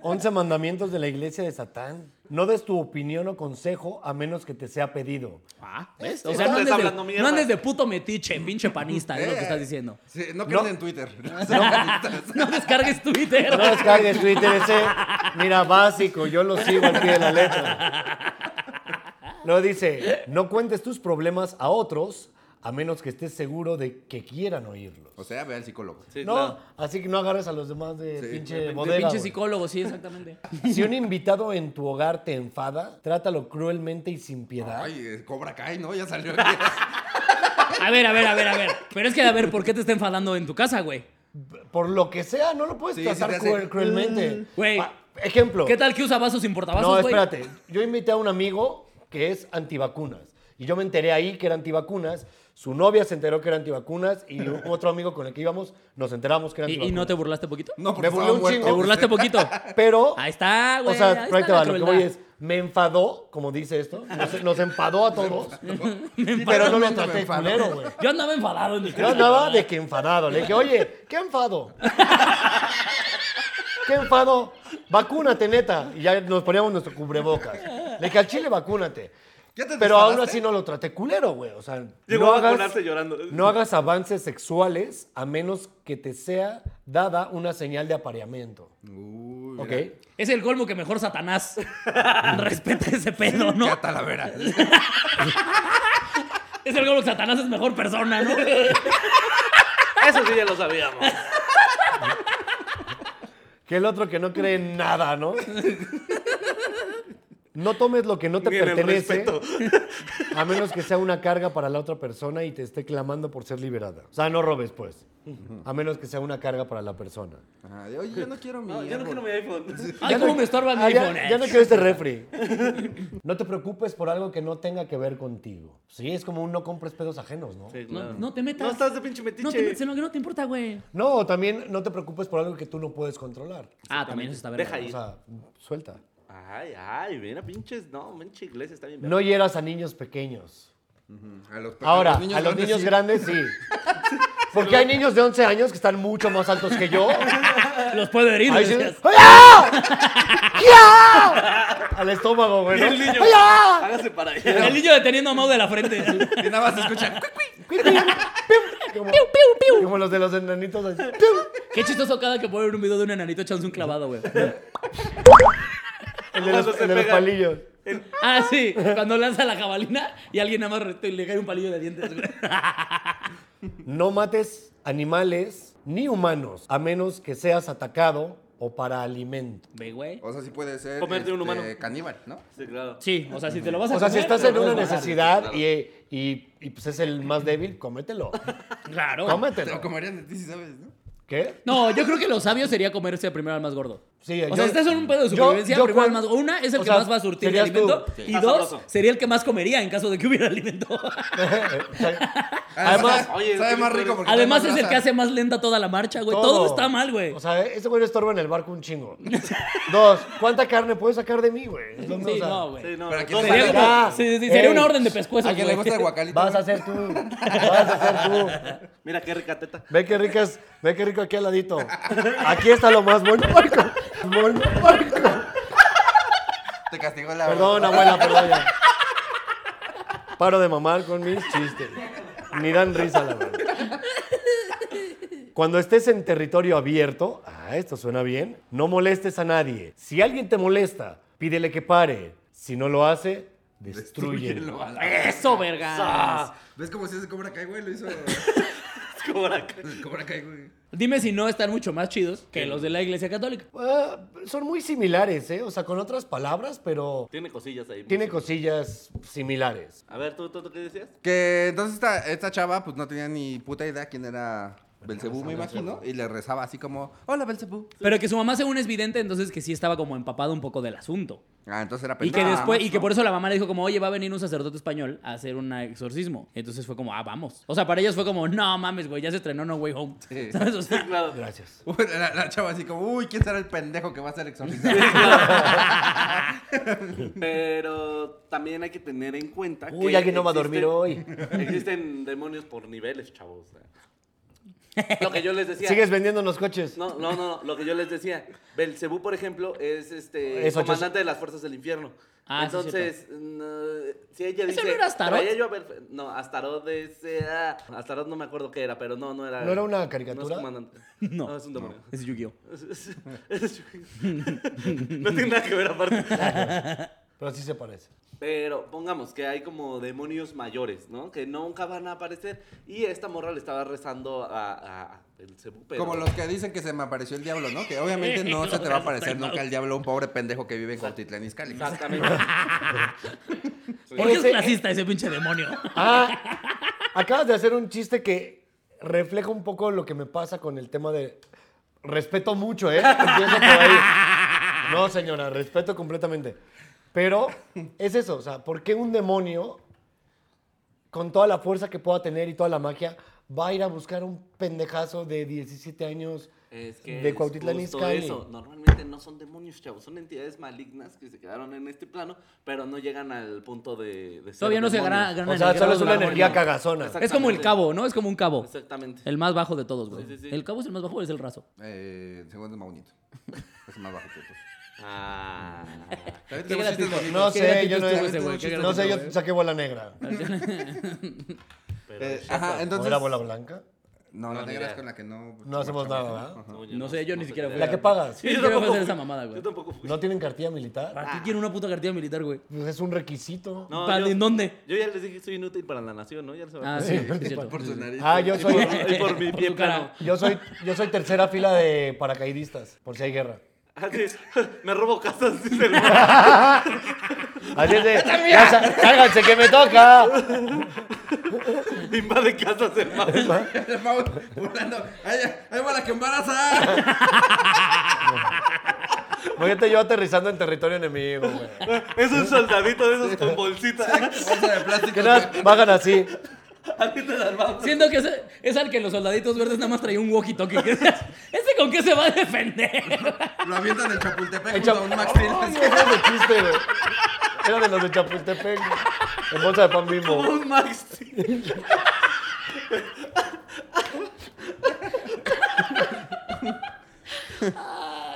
Speaker 5: 11 mandamientos de la iglesia de Satán. No des tu opinión o consejo a menos que te sea pedido.
Speaker 3: Ah, ¿ves? O sea,
Speaker 4: Estás
Speaker 3: no andes, de,
Speaker 4: hablando mierda.
Speaker 3: no andes de puto metiche, pinche panista, es lo que estás diciendo.
Speaker 2: Eh, Sí, no crean
Speaker 5: No.
Speaker 2: en Twitter. Son panistas.
Speaker 3: No descargues Twitter.
Speaker 5: No descargues Twitter ese. Mira, básico, yo lo sigo al pie de la letra. Luego dice, no cuentes tus problemas a otros a menos que estés seguro de que quieran oírlos.
Speaker 2: O sea, ve al psicólogo.
Speaker 4: Sí,
Speaker 5: no,
Speaker 4: claro.
Speaker 5: así que no agarres a los demás de
Speaker 2: Sí,
Speaker 5: pinche
Speaker 2: de- de
Speaker 3: De
Speaker 5: bodega.
Speaker 3: pinche
Speaker 5: güey.
Speaker 3: psicólogo, sí, exactamente.
Speaker 5: Si un invitado en tu hogar te enfada, trátalo cruelmente y sin piedad.
Speaker 2: Ay, eh, Cobra Kai, ¿no? Ya salió aquí.
Speaker 3: A ver, a ver, a ver, a ver. Pero es que, a ver, ¿por qué te está enfadando en tu casa, güey?
Speaker 5: Por lo que sea, no lo puedes
Speaker 2: Sí, sí
Speaker 5: tratar
Speaker 2: te hace- Mm.
Speaker 5: cruel- cruelmente.
Speaker 3: Güey.
Speaker 5: Pa- ejemplo.
Speaker 3: ¿Qué tal que usa vasos sin portavasos,
Speaker 5: No,
Speaker 3: güey?
Speaker 5: espérate. Yo invité a un amigo que es antivacunas. Y yo me enteré ahí que era antivacunas. Su novia se enteró que era antivacunas. Y otro amigo con el que íbamos nos enteramos que era
Speaker 3: ¿Y,
Speaker 5: antivacunas.
Speaker 3: y no te burlaste poquito?
Speaker 2: No, porque
Speaker 5: Me burlé
Speaker 2: estaba
Speaker 5: un
Speaker 2: muerto.
Speaker 5: chingo.
Speaker 3: Te burlaste poquito.
Speaker 5: Pero.
Speaker 3: Ahí está, güey.
Speaker 5: O sea,
Speaker 3: ahí
Speaker 5: pero ahí
Speaker 3: está
Speaker 5: te
Speaker 3: la
Speaker 5: va, lo que
Speaker 3: crueldad.
Speaker 5: voy es. Me enfadó, como dice esto. Nos, nos enfadó a todos. pero no lo traté de culero, güey.
Speaker 3: Yo andaba enfadado en mi
Speaker 5: Yo
Speaker 3: casa.
Speaker 5: andaba de que enfadado. Le dije, oye, qué enfado. ¿Qué enfado? Vacúnate, neta. Y ya nos poníamos nuestro cubrebocas. Le dije, al chile, vacúnate.
Speaker 2: ¿Ya te
Speaker 5: Pero aún
Speaker 2: desfadaste?
Speaker 5: así no lo traté culero, güey. O sea,
Speaker 4: Llegó
Speaker 5: no
Speaker 4: a
Speaker 5: hagas,
Speaker 4: vacunarse llorando.
Speaker 5: no hagas avances sexuales a menos que te sea dada una señal de apareamiento.
Speaker 2: Uy,
Speaker 5: ¿Ok?
Speaker 2: mira.
Speaker 3: Es el colmo que mejor Satanás respeta ese pedo, ¿no?
Speaker 2: Ya Talavera.
Speaker 3: Es algo que Satanás es mejor persona, ¿no?
Speaker 4: Eso sí ya lo sabíamos.
Speaker 5: Que el otro que no cree en nada, ¿no? No tomes lo que no te
Speaker 4: Ni en el
Speaker 5: pertenece,
Speaker 4: respeto.
Speaker 5: a menos que sea una carga para la otra persona y te esté clamando por ser liberada. O sea, no robes, pues. A menos que sea una carga para la persona.
Speaker 2: Ajá, de, Oye, yo no quiero mi.
Speaker 4: No, yo no quiero mi
Speaker 2: árbol".
Speaker 4: iPhone.
Speaker 3: Ay, cómo me estorba mi
Speaker 5: Ah, ya-
Speaker 3: iPhone. eh.
Speaker 5: Ya no quiero este refri. No te preocupes por algo que no tenga que ver contigo. Sí, es como un no compres pedos ajenos, ¿no?
Speaker 4: Sí,
Speaker 3: No,
Speaker 4: claro.
Speaker 3: no te metas.
Speaker 4: No estás de pinche metiche.
Speaker 3: No te metas en lo que no te importa, güey.
Speaker 5: No, o también no te preocupes por algo que tú no puedes controlar.
Speaker 3: Ah, también eso está verga.
Speaker 4: Deja
Speaker 5: O
Speaker 4: ir.
Speaker 5: sea, suelta.
Speaker 4: Ay, ay, mira, pinches. No, pinche iglesia está bien.
Speaker 5: No hieras a niños pequeños.
Speaker 2: A los, pe-
Speaker 5: Ahora,
Speaker 2: a los niños, grandes sí.
Speaker 5: grandes sí. Porque hay niños de 11 años que están mucho más altos que yo.
Speaker 3: Los puedo herir.
Speaker 5: Ahí sí-
Speaker 3: decías.
Speaker 5: ¡Ah! ¡Ya! Al estómago, güey.
Speaker 4: Y
Speaker 5: ¿no?
Speaker 4: el niño.
Speaker 5: ¡Ah!
Speaker 4: Hágase para allá.
Speaker 3: El niño deteniendo a Mau de la frente.
Speaker 2: Y nada más se escucha.
Speaker 5: Como, como los de los enanitos. así.
Speaker 3: Qué chistoso cada que ponen un video de un enanito echándose un clavado, güey.
Speaker 5: El de
Speaker 4: Cuando
Speaker 5: los,
Speaker 4: se
Speaker 5: el de los
Speaker 4: pega.
Speaker 5: palillos.
Speaker 3: Ah, sí. Cuando lanza la jabalina y alguien nada más recto y le cae un palillo de dientes, güey.
Speaker 5: No mates animales ni humanos a menos que seas atacado o para alimento.
Speaker 3: Ve, güey.
Speaker 2: O sea, sí puede ser.
Speaker 4: Comerte un
Speaker 2: este,
Speaker 4: humano.
Speaker 2: caníbal, ¿no?
Speaker 4: Sí, claro.
Speaker 3: Sí, o sea, si te lo vas a
Speaker 5: O sea, si
Speaker 3: comer,
Speaker 5: estás
Speaker 3: te
Speaker 5: en
Speaker 3: lo
Speaker 5: una
Speaker 3: vas a bajar.
Speaker 5: necesidad y, y- y, pues es el más débil, cómetelo.
Speaker 3: Claro.
Speaker 2: Te lo
Speaker 5: Cómetelo.
Speaker 2: comerían de ti, si sabes, ¿no?
Speaker 5: ¿Qué?
Speaker 3: No, yo creo que lo sabio sería comerse primero al más gordo.
Speaker 5: Sí,
Speaker 3: o
Speaker 5: yo-
Speaker 3: sea, estás en un pedo de
Speaker 5: yo-
Speaker 3: supervivencia,
Speaker 5: yo
Speaker 3: primero al
Speaker 5: cual-
Speaker 3: más gordo. Una es el
Speaker 5: o
Speaker 3: que
Speaker 5: sea,
Speaker 3: más va a surtir de
Speaker 5: serías tú.
Speaker 3: alimento.
Speaker 5: Sí.
Speaker 3: Y
Speaker 4: Ah,
Speaker 3: dos,
Speaker 4: sabroso.
Speaker 3: sería el que más comería en caso de que hubiera alimento.
Speaker 5: Eh, Además-
Speaker 2: sabe-
Speaker 4: Oye,
Speaker 2: sabe
Speaker 4: tú-
Speaker 2: más
Speaker 4: tú-
Speaker 2: rico porque.
Speaker 3: Además
Speaker 2: trae
Speaker 3: es
Speaker 2: más
Speaker 3: el que
Speaker 2: grasa.
Speaker 3: hace más lenta toda la marcha, güey. Todo, está mal, güey.
Speaker 5: O sea, ese güey estorba en el barco un chingo. Dos, ¿cuánta carne puedes sacar de mí, güey? Es lo mismo,
Speaker 3: sí,
Speaker 5: o sea,
Speaker 3: no, güey.
Speaker 4: Sí, no,
Speaker 2: Para
Speaker 4: no,
Speaker 2: que
Speaker 4: dos
Speaker 2: te diga-
Speaker 4: maneras.
Speaker 5: Ya.
Speaker 3: Sí, sí, sí, sería
Speaker 5: Ey.
Speaker 3: una orden de pescuezos,
Speaker 2: A que le
Speaker 3: güey.
Speaker 2: gusta el guacalito.
Speaker 5: Vas a ser tú. Vas a ser tú.
Speaker 4: Mira qué rica teta.
Speaker 5: Ve qué ricas, ve qué rico aquí al ladito. Aquí está lo más bueno, Marco. Bueno, Marco.
Speaker 2: Te castigó la
Speaker 5: Perdón, abuela, perdón. ya. Paro de mamar con mis chistes. Ni dan risa, la verdad. Cuando estés en territorio abierto, ah, esto suena bien, no molestes a nadie. Si alguien te molesta, pídele que pare. Si no lo hace, destrúyelo.
Speaker 2: Destrúyelo a la-
Speaker 3: Eso, verga.
Speaker 2: ¿Ves cómo se hace Cobra Kai, güey? Lo hizo
Speaker 4: Es como la-
Speaker 2: Cobra Kai, güey.
Speaker 3: Dime si no están mucho más chidos que los de la iglesia católica.
Speaker 5: Ah, son muy similares, ¿eh? O sea, con otras palabras, pero
Speaker 4: Tiene cosillas ahí. pues.
Speaker 5: tiene cosillas similares.
Speaker 4: A ver, ¿tú, tú, tú qué decías?
Speaker 2: Que entonces esta, esta chava pues no tenía ni puta idea quién era Belcebú, me imagino, y le rezaba así como, hola Belcebú.
Speaker 3: Pero que su mamá según es vidente, entonces que sí estaba como empapado un poco del asunto.
Speaker 2: Ah, entonces era
Speaker 3: Y que
Speaker 2: pendeja,
Speaker 3: después,
Speaker 2: ¿no?
Speaker 3: y que por eso la mamá le dijo como, oye, va a venir un sacerdote español a hacer un exorcismo. Entonces fue como, ah, vamos. O sea, para ellos fue como, no mames, güey, ya se estrenó No Way Home.
Speaker 2: Sí.
Speaker 3: ¿Sabes? O sea,
Speaker 4: Claro.
Speaker 5: Gracias.
Speaker 2: Uy, La, la chava así como, uy, ¿quién será el pendejo que va a ser exorcizado?
Speaker 4: Pero también hay que tener en cuenta que.
Speaker 5: Uy, alguien no va a dormir
Speaker 4: existen-
Speaker 5: hoy.
Speaker 4: Existen demonios por niveles, chavos. Lo que yo les decía.
Speaker 5: Sigues vendiéndonos coches.
Speaker 4: No, no, no, no, lo que yo les decía. Belcebú, por ejemplo, es este
Speaker 5: Es ocho-
Speaker 4: comandante de las fuerzas del infierno.
Speaker 3: Ah, sí,
Speaker 4: Entonces, no, si ella
Speaker 3: ¿Ese
Speaker 4: dice.
Speaker 3: no era Astaroth?
Speaker 4: traía yo a Bel- no, Astaroth es. eh, ah, Astaroth no me acuerdo qué era, pero no, no era.
Speaker 5: ¿No era una
Speaker 4: no es
Speaker 5: caricatura?
Speaker 4: comandante.
Speaker 3: No.
Speaker 4: es un demonio.
Speaker 3: es Yu-Gi-Oh.
Speaker 4: no tiene nada que ver aparte.
Speaker 5: Pero sí se parece.
Speaker 4: Pero pongamos que hay como demonios mayores, ¿no? Que nunca van a aparecer. Y esta morra le estaba rezando a, a Belcebú, pero...
Speaker 2: Como los que dicen que se me apareció el diablo, ¿no? Que obviamente no se te va a aparecer nunca el diablo, un pobre pendejo que vive en Cuautitlán Izcalli.
Speaker 4: Exactamente.
Speaker 3: ¿Por qué es
Speaker 5: Ese-
Speaker 3: clasista ese pinche demonio?
Speaker 5: Ah, acabas de hacer un chiste que refleja un poco lo que me pasa con el tema de. Respeto mucho, ¿eh? Empiezo por ahí. No, señora, respeto completamente. Pero es eso, o sea, ¿por qué un demonio, con toda la fuerza que pueda tener y toda la magia, va a ir a buscar un pendejazo de 17 años
Speaker 4: Es que
Speaker 5: de
Speaker 4: es
Speaker 5: Cuautitlán
Speaker 4: justo
Speaker 5: Izcalli?
Speaker 4: eso. Normalmente no son demonios, chavos. Son entidades malignas que se quedaron en este plano, pero no llegan al punto de... de ser
Speaker 3: Todavía no se
Speaker 4: demonios.
Speaker 3: gana, gana
Speaker 5: O sea, solo es una
Speaker 4: dragón,
Speaker 5: energía
Speaker 4: ¿no?
Speaker 5: cagazona.
Speaker 4: Exacto.
Speaker 3: Es como el
Speaker 4: Exactamente.
Speaker 3: cabo, ¿no? Es como un cabo.
Speaker 4: Exactamente.
Speaker 3: El más bajo de todos, güey.
Speaker 4: Sí, sí, sí.
Speaker 3: El cabo es el más bajo, o es el raso.
Speaker 2: Eh, segundo es Maunito. Es más bajo que tú.
Speaker 4: Ah.
Speaker 2: También
Speaker 3: Qué
Speaker 2: tengo chistes
Speaker 3: gratuito.
Speaker 2: bonitos.
Speaker 5: No
Speaker 3: Qué
Speaker 5: sé,
Speaker 3: gratuito
Speaker 5: yo no,
Speaker 3: estuvo ese, güey, qué ¿eh?
Speaker 5: no sé,
Speaker 3: gratuito,
Speaker 5: yo saqué bola negra.
Speaker 2: Eh, ajá,
Speaker 5: ¿O
Speaker 2: entonces...
Speaker 5: era bola blanca?
Speaker 2: No, la
Speaker 4: No, ni
Speaker 2: negra es
Speaker 4: idea.
Speaker 2: con la que no.
Speaker 5: No hacemos nada, ¿verdad?
Speaker 2: Ajá.
Speaker 4: yo
Speaker 3: No sé, yo ni
Speaker 4: eh,
Speaker 3: siquiera fui.
Speaker 5: La que pagas.
Speaker 3: Sí, Ah. yo
Speaker 4: Yo
Speaker 3: voy a
Speaker 4: tampoco
Speaker 3: hacer esa
Speaker 4: fui.
Speaker 3: mamada, güey.
Speaker 4: Yo tampoco fui.
Speaker 5: ¿No tienen cartilla militar?
Speaker 3: ¿Para qué quiere una puta cartilla militar, güey?
Speaker 5: Pues es un requisito.
Speaker 4: No,
Speaker 3: ¿Para-
Speaker 4: yo-
Speaker 3: ¿En dónde?
Speaker 4: Yo ya les dije que soy inútil para la nación, ¿no? Ya les
Speaker 3: Ah,
Speaker 4: había-
Speaker 3: sí, es cierto.
Speaker 2: Por su nariz.
Speaker 5: Ah, yo soy,
Speaker 4: Y por mi
Speaker 3: Por
Speaker 4: pie
Speaker 3: tu cara.
Speaker 4: plano.
Speaker 5: yo soy, yo soy tercera fila de paracaidistas, por si hay guerra.
Speaker 4: Ah, sí. Me robo casas, dice el güey.
Speaker 5: Así es de, ya sa- sálganse que me toca.
Speaker 4: Invade casas, hermano.
Speaker 2: El Mau burlando. ¡Ay, ay, va la que embaraza!
Speaker 5: Imagínate yo aterrizando en territorio enemigo, güey.
Speaker 4: Es un soldadito de esos con bolsita.
Speaker 2: Bolsa de plástico.
Speaker 5: Que nada, más bajan así.
Speaker 4: Así te salvamos.
Speaker 3: Siento que ese- es al que los soldaditos verdes nada más traía un walkie-talkie. que decías, ¿Ese con qué se va a defender?
Speaker 2: Lo avientan en Chapultepec
Speaker 5: En
Speaker 2: junto
Speaker 5: Chap-
Speaker 2: a un Max Steel.
Speaker 5: Ay, era de chiste, güey. Era de los de Chapultepec, güey. En bolsa de pan bimbo.
Speaker 4: Un Max. Steel.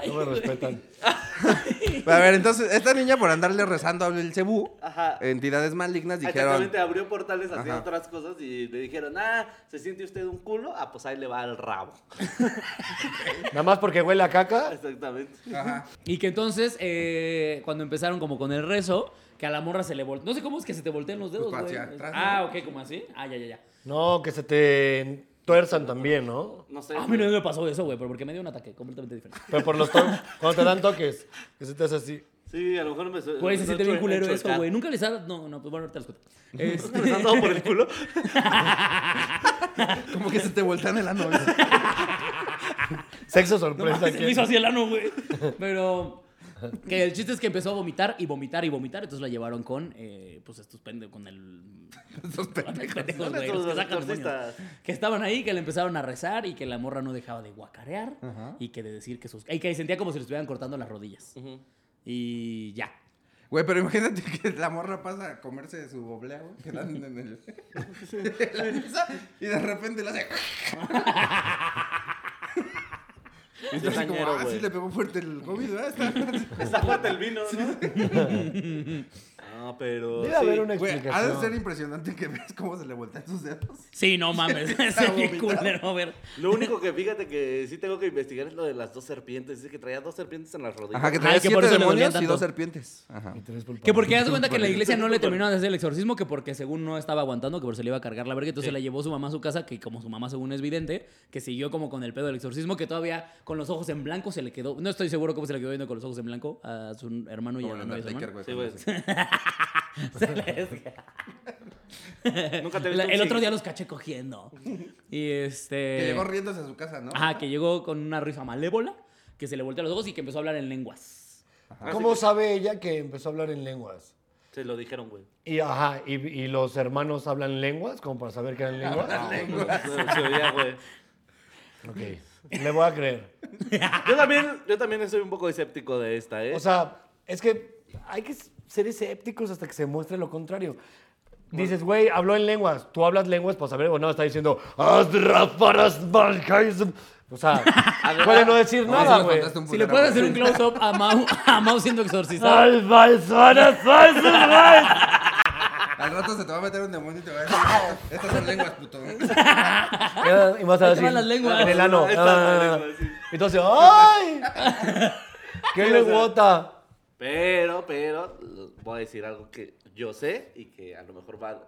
Speaker 5: No me respetan.
Speaker 2: A ver, entonces, esta niña por andarle rezando a el cebú,
Speaker 4: Ajá. Ah,
Speaker 2: entidades malignas
Speaker 5: Ah,
Speaker 2: dijeron.
Speaker 4: Exactamente, abrió portales haciendo
Speaker 2: Ajá.
Speaker 4: otras cosas y le dijeron, ah, ¿se siente usted un culo? Ah, pues ahí le va al rabo.
Speaker 5: Nada más porque huele a caca.
Speaker 4: Exactamente.
Speaker 2: Ajá.
Speaker 3: Y que entonces, eh, cuando empezaron como con el rezo, que a la morra se le volteó. No sé cómo es que se te voltean los dedos,
Speaker 2: Pues
Speaker 3: güey.
Speaker 2: hacia atrás, ¿no?
Speaker 3: Ah, ok, como así. Ah, ya, ya, ya.
Speaker 5: No, que se te tuerzan también, ¿no?
Speaker 4: No sé.
Speaker 3: Ah, A mí no me pasó eso, güey, pero porque me dio un ataque completamente diferente.
Speaker 5: Pero por los to- cuando te dan toques, que se te hace así.
Speaker 4: Sí, a lo mejor me...
Speaker 3: Güey, se siente bien culero esto,
Speaker 4: enchorcar.
Speaker 3: güey. Nunca les ha dado. No, no, pues bueno, ahorita les cuento.
Speaker 4: ¿No les
Speaker 3: Este...
Speaker 4: han dado por el culo?
Speaker 2: Como que se te voltean el ano.
Speaker 5: Sexo
Speaker 3: No
Speaker 5: sorpresa.
Speaker 3: mames,
Speaker 5: ¿quién?
Speaker 3: me hizo así el ano, güey. Pero que el chiste es que empezó a vomitar y vomitar y vomitar. Entonces la llevaron con, eh, pues estos pendejos, con el...
Speaker 2: Esos pendejos.
Speaker 3: pendejos, güey,
Speaker 4: Estos
Speaker 3: los que sacan
Speaker 4: exorcistas.
Speaker 3: demonios. Que estaban ahí, que le empezaron a rezar y que la morra no dejaba de guacarear y que de decir que sus... Y que sentía como si le estuvieran cortando las rodillas. Y ya.
Speaker 2: Güey, pero imagínate que la morra pasa a comerse de su oblea, güey, que dan en el. en la mesa, y de repente la hace. Y está así como,
Speaker 4: Tañero,
Speaker 2: ah,
Speaker 4: güey.
Speaker 2: sí le pegó fuerte el COVID, ¿verdad? Está-
Speaker 4: Está fuerte el vino, ¿no? Ah, pero...
Speaker 5: Debe haber
Speaker 4: sí.
Speaker 5: una
Speaker 2: Güey, ha de ser
Speaker 5: explicación.
Speaker 2: impresionante que veas cómo se le voltean sus dedos.
Speaker 3: Sí, no mames.
Speaker 2: Está
Speaker 3: Ese bien
Speaker 2: vomitando.
Speaker 3: culero, a ver.
Speaker 4: Lo único que fíjate que sí tengo que investigar es lo de las dos serpientes. Dice que traía dos serpientes en las rodillas.
Speaker 2: Ajá, que
Speaker 3: traía
Speaker 2: trae
Speaker 3: Ay, que por siete
Speaker 2: siete
Speaker 3: eso le dolían
Speaker 2: demonios y
Speaker 3: demonios y tanto. dos
Speaker 2: dos serpientes. Ajá.
Speaker 5: Y tres pulpas.
Speaker 3: Que porque haz de cuenta que la iglesia no le terminó de hacer el exorcismo, que porque según no estaba aguantando, que por eso le iba a cargar la verga, entonces la llevó su mamá a su casa, que como su mamá según es vidente, que siguió como con el pedo del exorcismo, que todavía con los ojos en blanco se le quedó, no estoy seguro cómo se le quedó viendo con los ojos en blanco a su hermano y a la novia de su hermano.
Speaker 4: Sí, güey. pues.
Speaker 3: Se les-
Speaker 4: Nunca te he
Speaker 3: La-
Speaker 4: visto
Speaker 3: el
Speaker 4: un
Speaker 3: otro día
Speaker 4: chico.
Speaker 3: los caché cogiendo. Y este...
Speaker 2: Que llegó riéndose a su casa, ¿no?
Speaker 3: Ajá, que llegó con una rifa malévola, que se le volteó los ojos y que empezó a hablar en lenguas.
Speaker 5: ¿Cómo sabe ella que empezó a hablar en lenguas?
Speaker 4: Se lo dijeron, güey.
Speaker 5: Y, ajá, y, y los hermanos hablan lenguas, como para saber que eran lenguas.
Speaker 4: No, se oía, güey.
Speaker 5: Ok, le voy a creer.
Speaker 4: Yo también, yo también soy un poco escéptico de esta, ¿eh?
Speaker 5: O sea, es que hay que ser escépticos hasta que se muestre lo contrario. Dices, güey, habló en lenguas. Tú hablas lenguas para saber, o no, está diciendo. "Azrafarasbalkaism". O sea, puede no decir nada, güey.
Speaker 3: Si le puedes hacer un close-up a Mau, a Mau siendo exorcizado.
Speaker 5: "Albalzarasbalzarasbalzarasbal".
Speaker 2: Al rato se te va a meter un demonio y te va a decir: "Ah, Estas son lenguas, puto.
Speaker 5: Y vas a
Speaker 3: Ah, Ahí te
Speaker 5: decir.
Speaker 3: van las lenguas.
Speaker 5: En el ano.
Speaker 4: Ahí está,
Speaker 5: Ah.
Speaker 4: ahí está, sí.
Speaker 5: Entonces, ¡ay! ¡Qué lenguota!
Speaker 4: Pero, pero, voy a decir algo que yo sé y que a lo mejor va a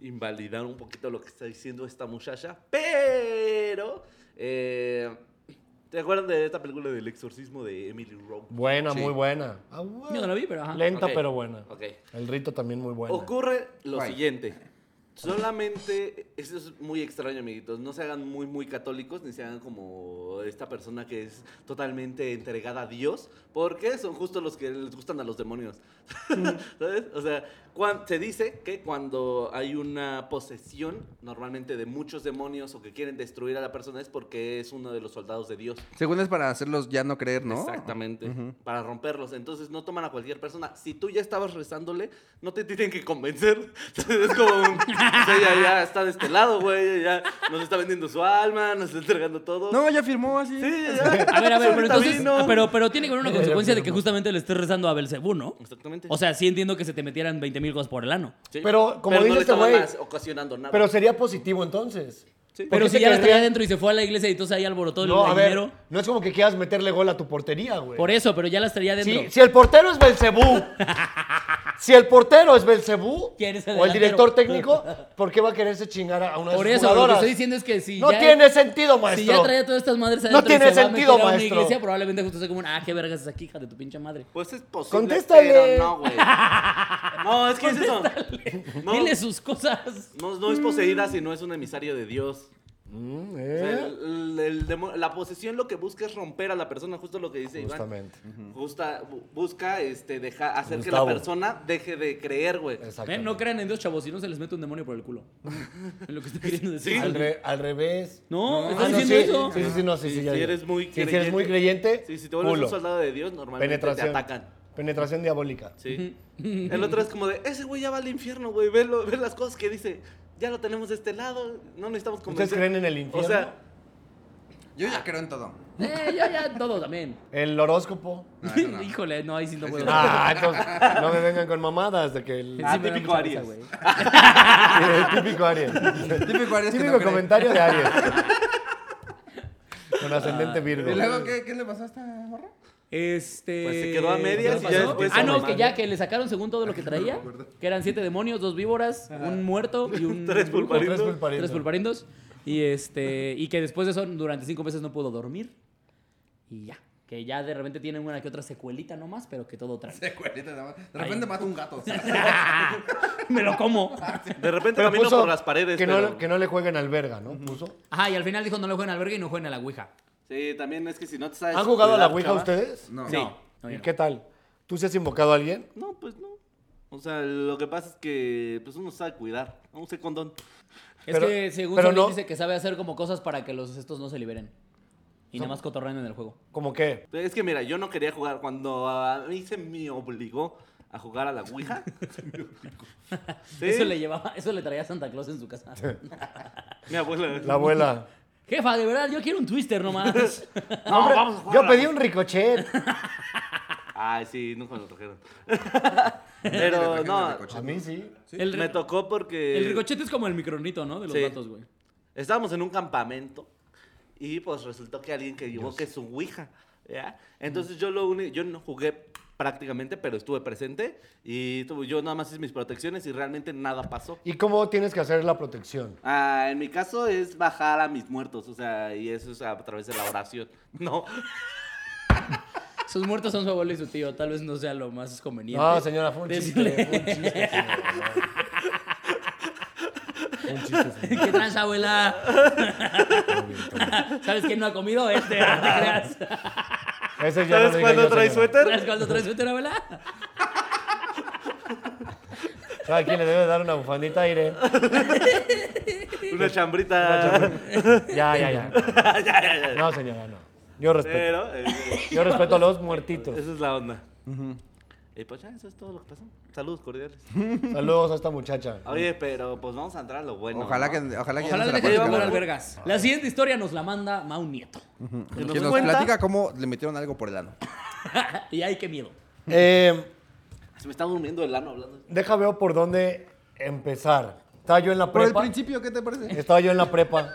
Speaker 4: invalidar un poquito lo que está diciendo esta muchacha. Pero, eh, ¿te acuerdan de esta película del exorcismo de Emily Rose?
Speaker 5: Buena,
Speaker 2: Sí.
Speaker 5: muy buena. Ah, bueno.
Speaker 3: Yo no la vi, pero ajá.
Speaker 5: Lenta,
Speaker 4: Ok.
Speaker 5: pero buena.
Speaker 4: Ok.
Speaker 5: El rito también muy bueno.
Speaker 4: Ocurre lo
Speaker 2: Guay.
Speaker 4: siguiente. Solamente, eso es muy extraño, amiguitos. No se hagan muy, muy católicos, ni se hagan como esta persona que es totalmente entregada a Dios, porque son justo los que les gustan a los demonios. ¿Sabes? O sea, cuan- se dice que cuando hay una posesión, normalmente de muchos demonios o que quieren destruir a la persona, es porque es uno de los soldados de Dios.
Speaker 2: Según es para hacerlos ya no creer, ¿no?
Speaker 4: Exactamente. Para romperlos. Entonces no toman a cualquier persona. Si tú ya estabas rezándole, no te tienen que convencer. es como un. o sea, ya, ya está de este lado, güey. Ya nos está vendiendo su alma, nos está entregando todo.
Speaker 2: No, ya firmó así.
Speaker 4: Sí, ya.
Speaker 3: A ver, a ver, pero
Speaker 4: Ahorita
Speaker 3: entonces.
Speaker 4: vino.
Speaker 3: ah, Pero, pero tiene que haber una consecuencia de que justamente le estés rezando a Belcebú, ¿no?
Speaker 4: Exactamente.
Speaker 3: O sea, sí entiendo que se te metieran 20 mil cosas por el ano.
Speaker 4: Sí.
Speaker 5: pero, como dice
Speaker 4: no le
Speaker 5: este
Speaker 4: estaban
Speaker 5: güey,
Speaker 4: as- ocasionando nada.
Speaker 5: Pero sería positivo entonces.
Speaker 4: Sí.
Speaker 5: ¿Por
Speaker 3: Pero
Speaker 5: qué
Speaker 3: si
Speaker 5: te
Speaker 3: ya las traía
Speaker 5: querrían?
Speaker 3: adentro y se fue a la iglesia y entonces ahí alborotó
Speaker 5: No, a
Speaker 3: el
Speaker 5: ver,
Speaker 3: dinero.
Speaker 5: no es como que quieras meterle gol a tu portería, güey.
Speaker 3: Por eso, pero ya las traía adentro.
Speaker 5: Si, si el portero es Belcebú, si el portero es Belcebú
Speaker 3: ¿Quién es el
Speaker 5: o el
Speaker 3: delantero?
Speaker 5: director técnico, ¿por qué va a quererse chingar a una de
Speaker 3: Por
Speaker 5: sus
Speaker 3: eso, lo que
Speaker 5: jugadoras?
Speaker 3: estoy diciendo es que si
Speaker 5: no
Speaker 3: ya...
Speaker 5: tiene sentido, maestro.
Speaker 3: Si ya traía todas estas madres adentro
Speaker 5: No tiene
Speaker 3: y se va a
Speaker 5: sentido,
Speaker 3: meter a una
Speaker 5: maestro.
Speaker 3: iglesia, probablemente justo sea como, un, ah, qué vergas es aquí, hija de tu pinche madre.
Speaker 4: Pues es posible.
Speaker 5: Contéstale.
Speaker 4: Pero no, güey. No, es que es eso. No,
Speaker 3: Dile sus cosas.
Speaker 4: no, no es poseída si no es un emisario de Dios.
Speaker 5: Mm,
Speaker 4: O sea,
Speaker 5: ¿eh?
Speaker 4: el- el- el demo- la posesión lo que busca es romper a la persona, justo lo que dice
Speaker 5: Justamente.
Speaker 4: Iván. Justa- bu- busca este, deja- hacer
Speaker 5: Gustavo.
Speaker 4: que la persona deje de creer, güey.
Speaker 5: Exactamente.
Speaker 3: Ven, no crean en Dios, chavos, si no se les mete un demonio por el culo. Es lo que estoy queriendo decir.
Speaker 5: Al, re- al revés.
Speaker 3: No,
Speaker 5: Ah,
Speaker 3: estás
Speaker 5: no,
Speaker 3: diciendo
Speaker 5: sí,
Speaker 3: eso.
Speaker 5: Sí, sí, sí, no, sí, sí,
Speaker 4: Si-
Speaker 5: ya
Speaker 4: si
Speaker 5: vi.
Speaker 4: eres muy
Speaker 5: Sí, si eres muy creyente,
Speaker 4: Sí, si te vuelves
Speaker 5: culo.
Speaker 4: un soldado de Dios, normalmente
Speaker 5: penetración.
Speaker 4: te atacan.
Speaker 5: Penetración diabólica.
Speaker 4: Sí. El otro es como de, ese güey ya va al infierno, güey. Ve, lo- ve las cosas que dice. Ya lo tenemos de este lado, no necesitamos convencer.
Speaker 5: creen en el infierno?
Speaker 4: O sea,
Speaker 2: Yo ya creo en todo.
Speaker 3: Eh, ya, ya, todo también.
Speaker 5: El horóscopo.
Speaker 2: No, eso no.
Speaker 3: Híjole, no, ahí sí no puedo.
Speaker 5: Ah, entonces no me vengan con mamadas de que el,
Speaker 4: Ah,
Speaker 3: me da
Speaker 4: típico
Speaker 3: mucha
Speaker 4: Aries.
Speaker 3: güey.
Speaker 5: el típico Aries.
Speaker 2: Típico Aries que
Speaker 5: Típico
Speaker 2: no cree.
Speaker 5: comentario de Aries. Con ascendente Virgo.
Speaker 2: Ah, ¿Y luego qué, qué le pasó a esta morra?
Speaker 3: Este.
Speaker 4: Pues se quedó a medias
Speaker 5: y ya después
Speaker 3: Ah,
Speaker 5: se
Speaker 3: no,
Speaker 5: mamó.
Speaker 3: que ya que le sacaron según todo lo que traía. Que eran siete demonios, dos víboras, un muerto y un.
Speaker 4: Tres
Speaker 3: brujo,
Speaker 5: Con
Speaker 4: pulparindo.
Speaker 5: tres pulparindo.
Speaker 3: Tres pulparindos. Y este. Y que después de eso, durante cinco meses no pudo dormir. Y ya. Que ya de repente tienen una que otra secuelita nomás, pero que todo trae.
Speaker 2: De cuerita nada más. De repente
Speaker 3: Ay.
Speaker 2: mata un gato.
Speaker 3: Me lo como.
Speaker 4: de repente
Speaker 5: Pero
Speaker 4: camino
Speaker 5: puso
Speaker 4: por las paredes.
Speaker 5: que,
Speaker 4: pero-
Speaker 5: no, que no le jueguen al verga, ¿no? Puso.
Speaker 3: Ajá, y al final dijo no lo jueguen al verga y no jueguen a la Ouija.
Speaker 4: Sí, también es que si no te sabes.
Speaker 5: ¿Han jugado a la
Speaker 4: cuidar,
Speaker 5: Ouija
Speaker 4: chava.
Speaker 5: ustedes?
Speaker 2: No.
Speaker 4: Sí.
Speaker 3: No,
Speaker 5: ¿Y
Speaker 3: yo no.
Speaker 5: qué tal? ¿Tú se has invocado a alguien?
Speaker 4: No, pues no. O sea, lo que pasa es que pues uno sabe cuidar. No sé condón.
Speaker 3: Es
Speaker 5: Pero-
Speaker 3: que según
Speaker 5: pero
Speaker 3: Solín
Speaker 5: no-
Speaker 3: dice que sabe hacer como cosas para que los estos no se liberen. Y nada más cotorrean en el juego.
Speaker 5: ¿Cómo qué?
Speaker 4: Es que mira, yo no quería jugar. Cuando a mí se me obligó a jugar a la Ouija. Sí,
Speaker 3: Eso le llevaba, eso le traía Santa Claus en su casa.
Speaker 4: Mi abuela.
Speaker 5: Este, La abuela.
Speaker 3: Jefa, de verdad, yo quiero un twister nomás.
Speaker 4: No,
Speaker 5: Hombre,
Speaker 4: vamos a jugar. a
Speaker 5: yo
Speaker 4: la
Speaker 5: pedí un ricochet.
Speaker 4: Ay, sí, nunca me lo trajeron.
Speaker 2: ¿Le
Speaker 4: Pero
Speaker 2: trajeron el
Speaker 4: no,
Speaker 2: ricochet?
Speaker 5: A mí sí.
Speaker 3: El,
Speaker 4: me tocó porque
Speaker 3: el ricochete es como el micronito, ¿no? De los
Speaker 4: Sí.
Speaker 3: gatos, güey.
Speaker 4: estábamos en un campamento y pues resultó que alguien que llevó que su Ouija, ¿ya? Entonces yo lo uni- yo no jugué prácticamente, pero estuve presente y tuve- yo nada más hice mis protecciones y realmente nada pasó.
Speaker 5: ¿Y cómo tienes que hacer la protección?
Speaker 4: Ah, en mi caso es bajar a mis muertos, o sea, y eso es a través de la oración. No,
Speaker 3: Sus muertos son su abuelo y su tío. Tal vez no sea lo más conveniente.
Speaker 5: No, señora, fue un chiste.
Speaker 3: Decirle-
Speaker 5: Fue un chiste, señora. Fue un chiste, señora.
Speaker 3: ¿Qué trans, abuela? ¿Sabes quién no ha comido? Este, no te creas.
Speaker 5: Ese
Speaker 4: ¿sabes
Speaker 5: ya no lo diga
Speaker 4: cuándo
Speaker 5: yo,
Speaker 4: trae
Speaker 5: señora.
Speaker 3: ¿Sabes
Speaker 4: suéter?
Speaker 3: cuándo traes suéter, abuela?
Speaker 5: Cada quien le debe dar una bufandita de aire.
Speaker 4: Una chambrita.
Speaker 5: Ya, ya, ya. No, señora, no. Yo respeto.
Speaker 4: Pero eh,
Speaker 5: Yo respeto a los muertitos.
Speaker 4: Esa es la onda. Y pues ya, eso es todo lo que pasó. Saludos cordiales.
Speaker 5: Saludos a esta muchacha.
Speaker 4: Oye, pero pues vamos a entrar a lo bueno.
Speaker 2: Ojalá
Speaker 4: ¿no?
Speaker 2: que, ojalá que ya
Speaker 3: Ojalá
Speaker 2: no
Speaker 3: le
Speaker 2: se la
Speaker 3: deje de
Speaker 2: platicaron.
Speaker 3: jugar al vergas. La siguiente historia nos la manda Mau Nieto.
Speaker 4: Que nos
Speaker 2: Que nos
Speaker 4: cuenta-
Speaker 2: platica cómo le metieron algo por el ano.
Speaker 3: Y ay, qué miedo.
Speaker 5: Eh,
Speaker 4: Se me está durmiendo el ano hablando.
Speaker 5: deja veo por dónde empezar. Estaba yo en la
Speaker 2: Por el
Speaker 5: prepa.
Speaker 2: principio, ¿qué te parece?
Speaker 5: Estaba yo en la prepa.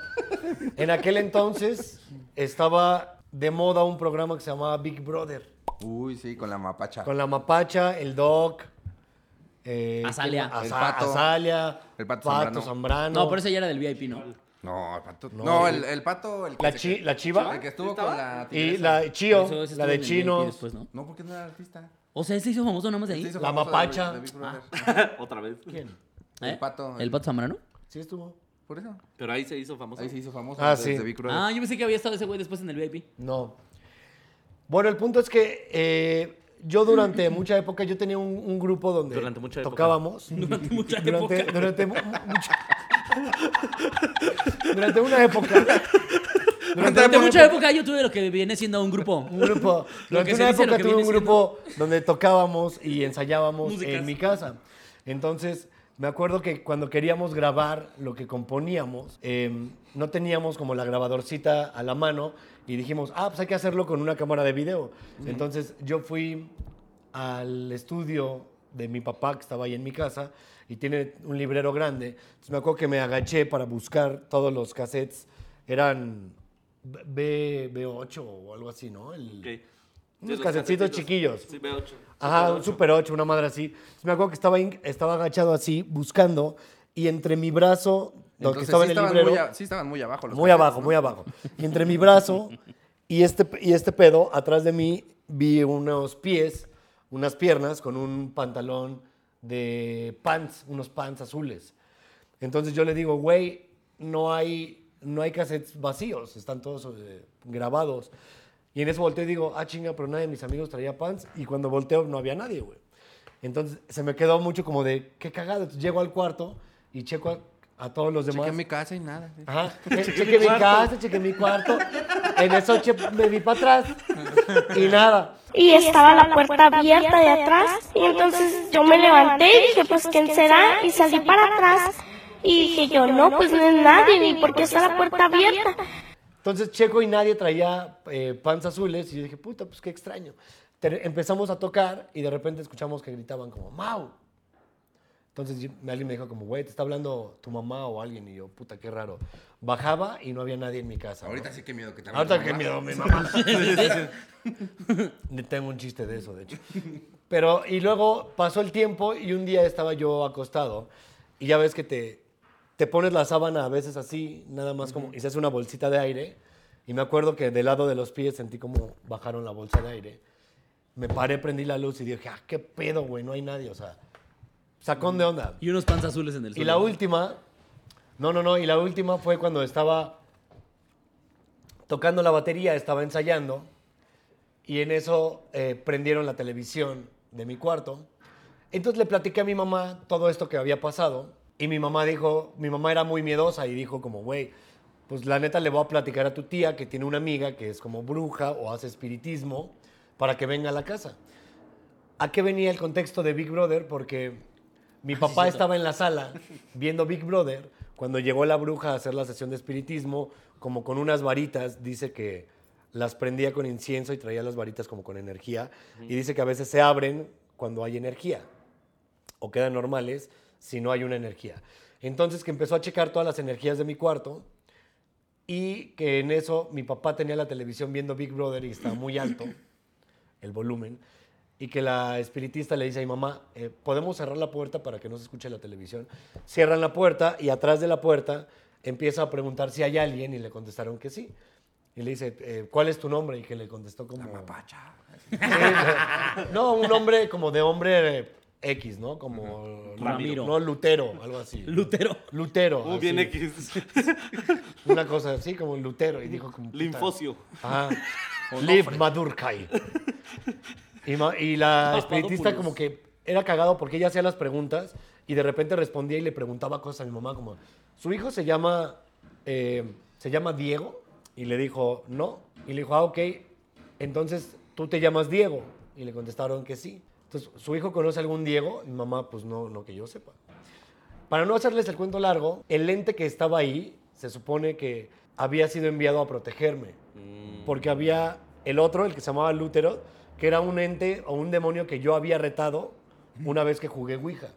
Speaker 5: En aquel entonces estaba de moda un programa que se llamaba Big Brother.
Speaker 2: Uy, sí, con la mapacha.
Speaker 5: Con la mapacha, el doc. eh,
Speaker 3: Azalea.
Speaker 5: Asa-
Speaker 2: El Pato.
Speaker 5: Azalea.
Speaker 2: El Pato Zambrano.
Speaker 5: Zambrano.
Speaker 3: No, pero ese ya era del VIP, ¿no?
Speaker 2: No, el pato. No,
Speaker 5: No,
Speaker 2: el, el pato. El que
Speaker 5: La,
Speaker 2: se-
Speaker 5: chi- la chiva.
Speaker 2: El que estuvo con la
Speaker 5: Y
Speaker 2: tigresa.
Speaker 5: la Chio,
Speaker 3: Eso- ese estuvo
Speaker 5: la
Speaker 3: en
Speaker 5: de
Speaker 3: el VIP
Speaker 5: chinos.
Speaker 3: después, ¿no?
Speaker 2: No, porque no era artista.
Speaker 3: O sea, ese hizo famoso nomás de ahí.
Speaker 2: Se hizo
Speaker 5: La
Speaker 2: famoso de-
Speaker 5: mapacha.
Speaker 2: de Big Brother. Ah,
Speaker 4: Otra vez.
Speaker 5: ¿Quién?
Speaker 3: ¿Eh?
Speaker 2: El pato.
Speaker 3: ¿El pato Zambrano?
Speaker 5: Sí estuvo.
Speaker 2: Por eso.
Speaker 4: Pero ahí se hizo famoso.
Speaker 2: Ahí se hizo famoso.
Speaker 5: Ah,
Speaker 2: desde
Speaker 5: sí.
Speaker 2: Big Brother.
Speaker 3: Ah, yo pensé que había estado ese güey después en el VIP.
Speaker 5: No. Bueno, el punto es que eh, yo durante mucha época, yo tenía un, un grupo donde
Speaker 4: Durante mucha época.
Speaker 5: tocábamos.
Speaker 3: Durante mucha
Speaker 5: Durante,
Speaker 3: época.
Speaker 5: durante mu- mucho- durante una época. Durante,
Speaker 3: Durante
Speaker 5: una
Speaker 3: mucha época yo tuve lo que viene siendo un grupo.
Speaker 5: Un grupo. Durante
Speaker 3: que se
Speaker 5: una
Speaker 3: dice, lo
Speaker 5: época
Speaker 3: que
Speaker 5: tuve un
Speaker 3: viene
Speaker 5: grupo donde tocábamos y ensayábamos
Speaker 3: Músicas.
Speaker 5: en mi casa. Entonces, me acuerdo que cuando queríamos grabar lo que componíamos, eh, no teníamos como la grabadorcita a la mano y dijimos, ah, pues hay que hacerlo con una cámara de video. Entonces, yo fui al estudio de mi papá que estaba ahí en mi casa y tiene un librero grande. Entonces me acuerdo que me agaché para buscar todos los cassettes. Eran B, B8 o algo así, ¿no? El-
Speaker 4: Ok.
Speaker 5: Unos
Speaker 4: Sí, los
Speaker 5: casetitos
Speaker 4: casetitos.
Speaker 5: chiquillos.
Speaker 4: Sí, B8.
Speaker 5: Ajá,
Speaker 4: Super
Speaker 5: un
Speaker 4: ocho.
Speaker 5: Super 8, una madre así. Entonces, me acuerdo que estaba, in- estaba agachado así, buscando, y entre mi brazo, lo que
Speaker 2: Entonces, sí,
Speaker 5: estaba en el
Speaker 2: estaban
Speaker 5: librero,
Speaker 2: muy a- sí estaban muy abajo. los
Speaker 5: muy
Speaker 2: cachetes,
Speaker 5: abajo,
Speaker 2: ¿no?
Speaker 5: muy abajo. Y entre mi brazo y este, y este pedo, atrás de mí vi unos pies, unas piernas con un pantalón de pants, unos pants azules. Entonces yo le digo, güey, no hay, no hay cassettes vacíos, están todos eh, grabados. Y en eso volteo y digo, ah, chinga, pero nadie de mis amigos traía pants. Y cuando volteo no había nadie, güey. Entonces se me quedó mucho como de, qué cagado. Entonces, llego al cuarto y checo a, a todos los demás.
Speaker 2: Chequé mi casa y nada.
Speaker 5: Ajá. Che- Chequé mi casa, chequé mi cuarto. En eso che- me vi para atrás. Y nada.
Speaker 7: y estaba la puerta abierta de atrás y entonces yo me levanté y dije pues quién será y salí para atrás y dije yo no pues no es nadie ni porque está la puerta abierta
Speaker 5: Entonces Checo y nadie traía eh, pants azules. Y yo dije, puta, pues qué extraño. Te- empezamos a tocar y de repente escuchamos que gritaban como, Mau. Entonces yo- alguien me dijo como, güey, te está hablando tu mamá o alguien. Y yo, puta, qué raro. Bajaba y no había nadie en mi casa. ¿no?
Speaker 2: Ahorita sí que miedo que te
Speaker 5: Ahorita
Speaker 2: que
Speaker 5: que miedo, mi mamá. Le Tengo un chiste de eso, de hecho. Pero, y luego pasó el tiempo y un día estaba yo acostado y ya ves que te, te pones la sábana a veces así, nada más como, y se hace una bolsita de aire. Y me acuerdo que del lado de los pies sentí como bajaron la bolsa de aire. Me paré, prendí la luz y dije, ah, qué pedo, güey, no hay nadie, o sea, sacón de onda.
Speaker 3: Y unos pants azules en el
Speaker 5: Y
Speaker 3: suelo.
Speaker 5: la última, no, no, no, y la última fue cuando estaba tocando la batería, estaba ensayando, y en eso eh, prendieron la televisión de mi cuarto. Entonces le platiqué a mi mamá todo esto que había pasado, y mi mamá dijo, mi mamá era muy miedosa y dijo como, güey, pues la neta le voy a platicar a tu tía que tiene una amiga que es como bruja o hace espiritismo para que venga a la casa. ¿A qué venía el contexto de Big Brother? Porque mi papá estaba en la sala viendo Big Brother cuando llegó la bruja a hacer la sesión de espiritismo, como con unas varitas, dice que las prendía con incienso y traía las varitas como con energía, y dice que a veces se abren cuando hay energía o quedan normales si no hay una energía. Entonces que empezó a checar todas las energías de mi cuarto y que en eso mi papá tenía la televisión viendo Big Brother y estaba muy alto el volumen y que la espiritista le dice a mi mamá, eh, podemos cerrar la puerta para que no se escuche la televisión. Cierran la puerta y atrás de la puerta empieza a preguntar si hay alguien y le contestaron que sí. Y le dice, eh, ¿cuál es tu nombre? Y que le contestó como... Sí, Eh, no, un hombre como de hombre eh, X, ¿no? Como
Speaker 3: Ramiro.
Speaker 5: No, Lutero, algo así.
Speaker 3: Lutero.
Speaker 5: Lutero.
Speaker 4: Uh,
Speaker 5: así.
Speaker 4: bien X.
Speaker 5: Una cosa así, como Lutero. Y dijo como... puta.
Speaker 4: Linfocio.
Speaker 5: Ajá. Liv Madurkai. Y, ma- y la espiritista como que era cagado porque ella hacía las preguntas y de repente respondía y le preguntaba cosas a mi mamá como, ¿su hijo se llama, eh, se llama Diego? Y le dijo, no. Y le dijo, ah, ok, entonces tú te llamas Diego. Y le contestaron que sí. Entonces, ¿su hijo conoce algún Diego? Y mi mamá, pues no, no que yo sepa. Para no hacerles el cuento largo, el ente que estaba ahí se supone que había sido enviado a protegerme. Porque había el otro, el que se llamaba Lútero, que era un ente o un demonio que yo había retado una vez que jugué Ouija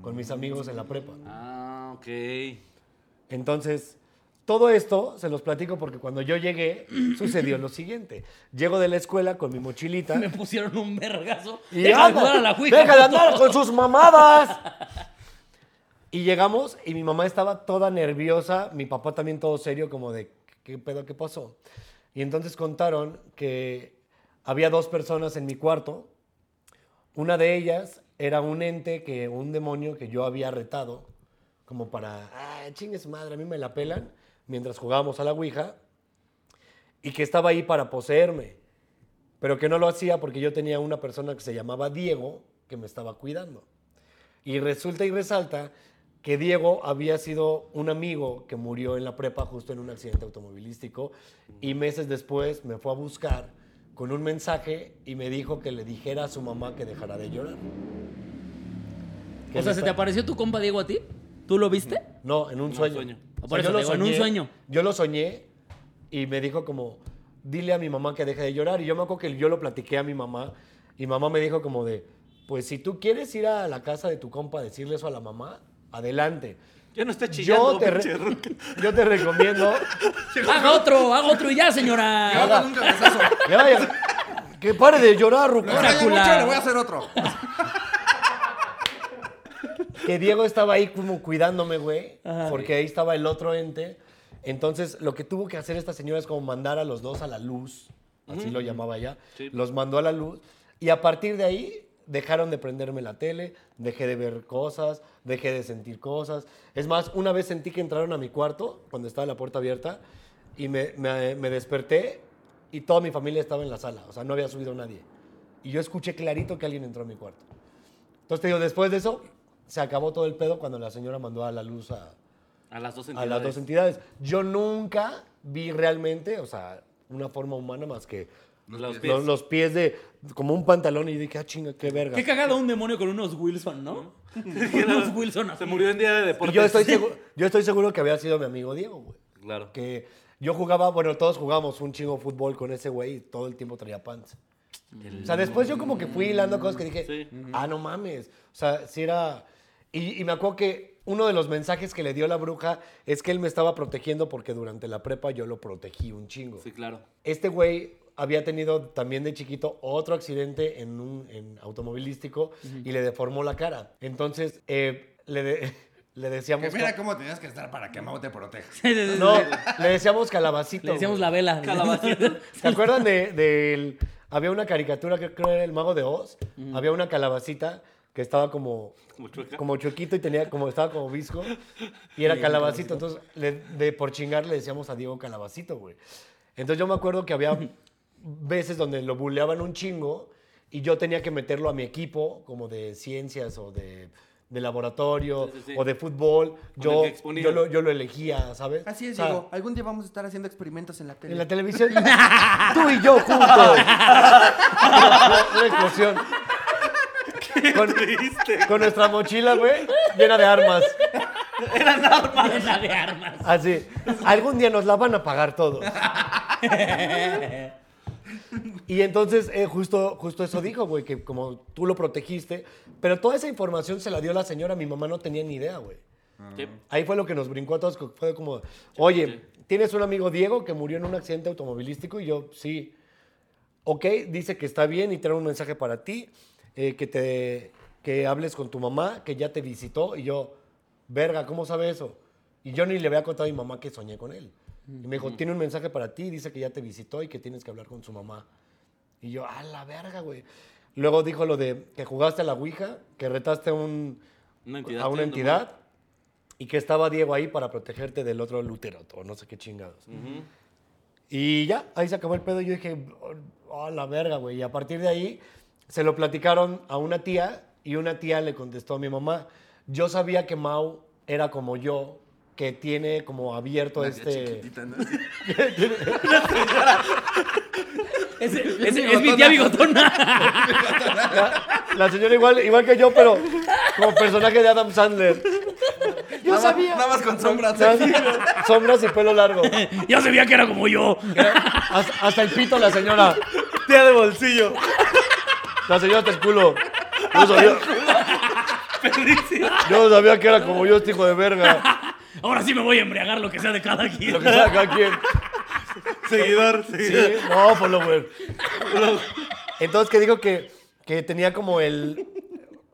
Speaker 5: con mis amigos en la prepa.
Speaker 4: Ah, ok.
Speaker 5: Entonces, todo esto se los platico porque cuando yo llegué sucedió lo siguiente. Llego de la escuela con mi mochilita.
Speaker 3: Me pusieron un vergazo.
Speaker 5: Y
Speaker 3: Deja de
Speaker 5: anda,
Speaker 3: jugar a la Ouija,
Speaker 5: deja de
Speaker 3: puto.
Speaker 5: andar con sus mamadas. Y llegamos y mi mamá estaba toda nerviosa, mi papá también todo serio, como de, ¿qué pedo, qué pasó? Y entonces contaron que había dos personas en mi cuarto. Una de ellas era un ente, que un demonio que yo había retado, como para, ah, chingue su madre, a mí me la pelan, mientras jugábamos a la Ouija, y que estaba ahí para poseerme pero que no lo hacía porque yo tenía una persona que se llamaba Diego que me estaba cuidando. Y resulta y resalta que Diego había sido un amigo que murió en la prepa justo en un accidente automovilístico y meses después me fue a buscar con un mensaje y me dijo que le dijera a su mamá que dejara de llorar. Que
Speaker 3: O sea,
Speaker 5: le
Speaker 3: ¿se
Speaker 5: está-
Speaker 3: te apareció tu compa Diego a ti? ¿Tú lo viste?
Speaker 5: No, en un sueño.
Speaker 4: sueño.
Speaker 5: O
Speaker 3: Por
Speaker 5: sea,
Speaker 3: eso te digo, en un sueño.
Speaker 5: Yo lo soñé y me dijo como, dile a mi mamá que deje de llorar. Y yo me acuerdo que yo lo platiqué a mi mamá y mamá me dijo como de, pues si tú quieres ir a la casa de tu compa a decirle eso a la mamá, adelante.
Speaker 4: Yo no estoy
Speaker 5: Yo
Speaker 4: chillando,
Speaker 5: te, re-
Speaker 4: pinche ruca.
Speaker 5: yo te recomiendo.
Speaker 3: Haga otro, haga otro y ya, señora.
Speaker 2: Ahora nunca les hago.
Speaker 5: Ya vaya. Que pare de llorar,
Speaker 2: Lo
Speaker 5: Ruca.
Speaker 2: extraño
Speaker 3: Drácula.
Speaker 2: mucho, le voy a hacer otro.
Speaker 5: que Diego estaba ahí como cuidándome, güey, porque ahí estaba el otro ente. Entonces, lo que tuvo que hacer esta señora es como mandar a los dos a la luz, así lo llamaba ya.
Speaker 4: Sí.
Speaker 5: Los mandó a la luz y a partir de ahí dejaron de prenderme la tele, dejé de ver cosas, dejé de sentir cosas. Es más, una vez sentí que entraron a mi cuarto cuando estaba la puerta abierta y me, me- me desperté y toda mi familia estaba en la sala, o sea, no había subido nadie. Y yo escuché clarito que alguien entró a mi cuarto. Entonces te digo, después de eso, se acabó todo el pedo cuando la señora mandó a la luz a,
Speaker 4: A las dos
Speaker 5: a
Speaker 4: entidades.
Speaker 5: las dos entidades. Yo nunca vi realmente, o sea, una forma humana más que
Speaker 4: Los pies.
Speaker 5: los, los pies de como un pantalón y dije, ah, chinga, qué verga.
Speaker 3: Qué cagado un demonio con unos Wilson, ¿no? unos Wilson así.
Speaker 4: Se murió en día de
Speaker 5: y
Speaker 4: deportes.
Speaker 5: yo estoy, seguro, yo estoy seguro que había sido mi amigo Diego, güey.
Speaker 4: Claro.
Speaker 5: Que yo jugaba, bueno, todos jugamos un chingo fútbol con ese güey y todo el tiempo traía pants. O sea, después yo como que fui hilando cosas que dije,
Speaker 4: Sí.
Speaker 5: ah, no mames. O sea, si era... Y, y me acuerdo que uno de los mensajes que le dio la bruja es que él me estaba protegiendo porque durante la prepa yo lo protegí un chingo.
Speaker 4: Sí, claro.
Speaker 5: Este güey había tenido también de chiquito otro accidente en un en automovilístico y le deformó la cara. Entonces, eh, le, de- le
Speaker 2: Que
Speaker 5: decíamos...
Speaker 2: mira
Speaker 5: ca-
Speaker 2: cómo tenías que estar para que Mau te proteja.
Speaker 3: Sí, sí, sí.
Speaker 5: No, le decíamos calabacito.
Speaker 3: Le decíamos
Speaker 5: güey.
Speaker 3: la vela.
Speaker 4: Calabacito.
Speaker 5: ¿Se acuerdan de, del- había una caricatura que creo era el mago de Oz? Había una calabacita que estaba como
Speaker 4: Como chueca.
Speaker 5: como chuequito y tenía como estaba como visco y era calabacito, entonces le- de por chingar le decíamos a Diego calabacito, güey. Entonces yo me acuerdo que había veces donde lo buleaban un chingo y yo tenía que meterlo a mi equipo como de ciencias o de de laboratorio
Speaker 4: Sí, sí, sí.
Speaker 5: o de fútbol,
Speaker 4: el
Speaker 5: yo,
Speaker 4: que exponía.
Speaker 5: yo, lo, yo lo elegía, ¿sabes?
Speaker 2: Así es,
Speaker 5: O sea,
Speaker 2: Diego. Algún día vamos a estar haciendo experimentos en la tele.
Speaker 5: en la televisión. Tú y yo juntos. Una explosión. Con,
Speaker 4: Triste.
Speaker 5: con nuestra mochila, güey, llena de armas.
Speaker 3: Vela de armas.
Speaker 5: Así. Algún día nos la van a pagar todos. Y entonces, eh, justo, justo eso dijo, güey, que como tú lo protegiste, pero toda esa información se la dio la señora, mi mamá no tenía ni idea, güey.
Speaker 4: Sí.
Speaker 5: Ahí fue lo que nos brincó a todos, que fue como, oye, ¿tienes un amigo Diego que murió en un accidente automovilístico? Y yo, sí. Ok, dice que está bien y trae un mensaje para ti, eh, que te que hables con tu mamá, que ya te visitó. Y yo, verga, ¿cómo sabe eso? Y yo ni le había contado a mi mamá que soñé con él. Y me dijo, tiene un mensaje para ti, dice que ya te visitó y que tienes que hablar con su mamá. Y yo, a la verga, güey. Luego dijo lo de que jugaste a la Ouija, que retaste a un,
Speaker 4: Una entidad,
Speaker 5: a
Speaker 4: sí,
Speaker 5: una
Speaker 4: un
Speaker 5: entidad y que estaba Diego ahí para protegerte del otro Lutero o no sé qué chingados. Y ya, ahí se acabó el pedo. y Yo dije, oh, oh, la verga, güey. Y a partir de ahí se lo platicaron a una tía y una tía le contestó a mi mamá. Yo sabía que Mau era como yo, que tiene como abierto
Speaker 2: Una tía
Speaker 5: este.
Speaker 2: chiquitita, ¿no? Así.
Speaker 3: Es, es- es mi tía bigotona.
Speaker 5: La señora igual, igual que yo, pero como personaje de Adam Sandler.
Speaker 2: Nada
Speaker 5: Yo
Speaker 2: más-
Speaker 5: sabía.
Speaker 2: nada más con sombras.
Speaker 5: Sombras y pelo largo.
Speaker 3: Yo sabía que era como yo.
Speaker 5: Hasta, hasta el pito la señora.
Speaker 4: Tía de bolsillo.
Speaker 5: La señora hasta el culo. Yo sabía, yo sabía que era como yo este hijo de verga.
Speaker 3: Ahora sí me voy a embriagar lo que sea de cada
Speaker 5: Lo
Speaker 3: quien.
Speaker 5: que sabe cada quien.
Speaker 4: Seguidor,
Speaker 5: Sí,
Speaker 4: seguidor.
Speaker 5: no, por lo bueno. Entonces que digo que, que tenía como el...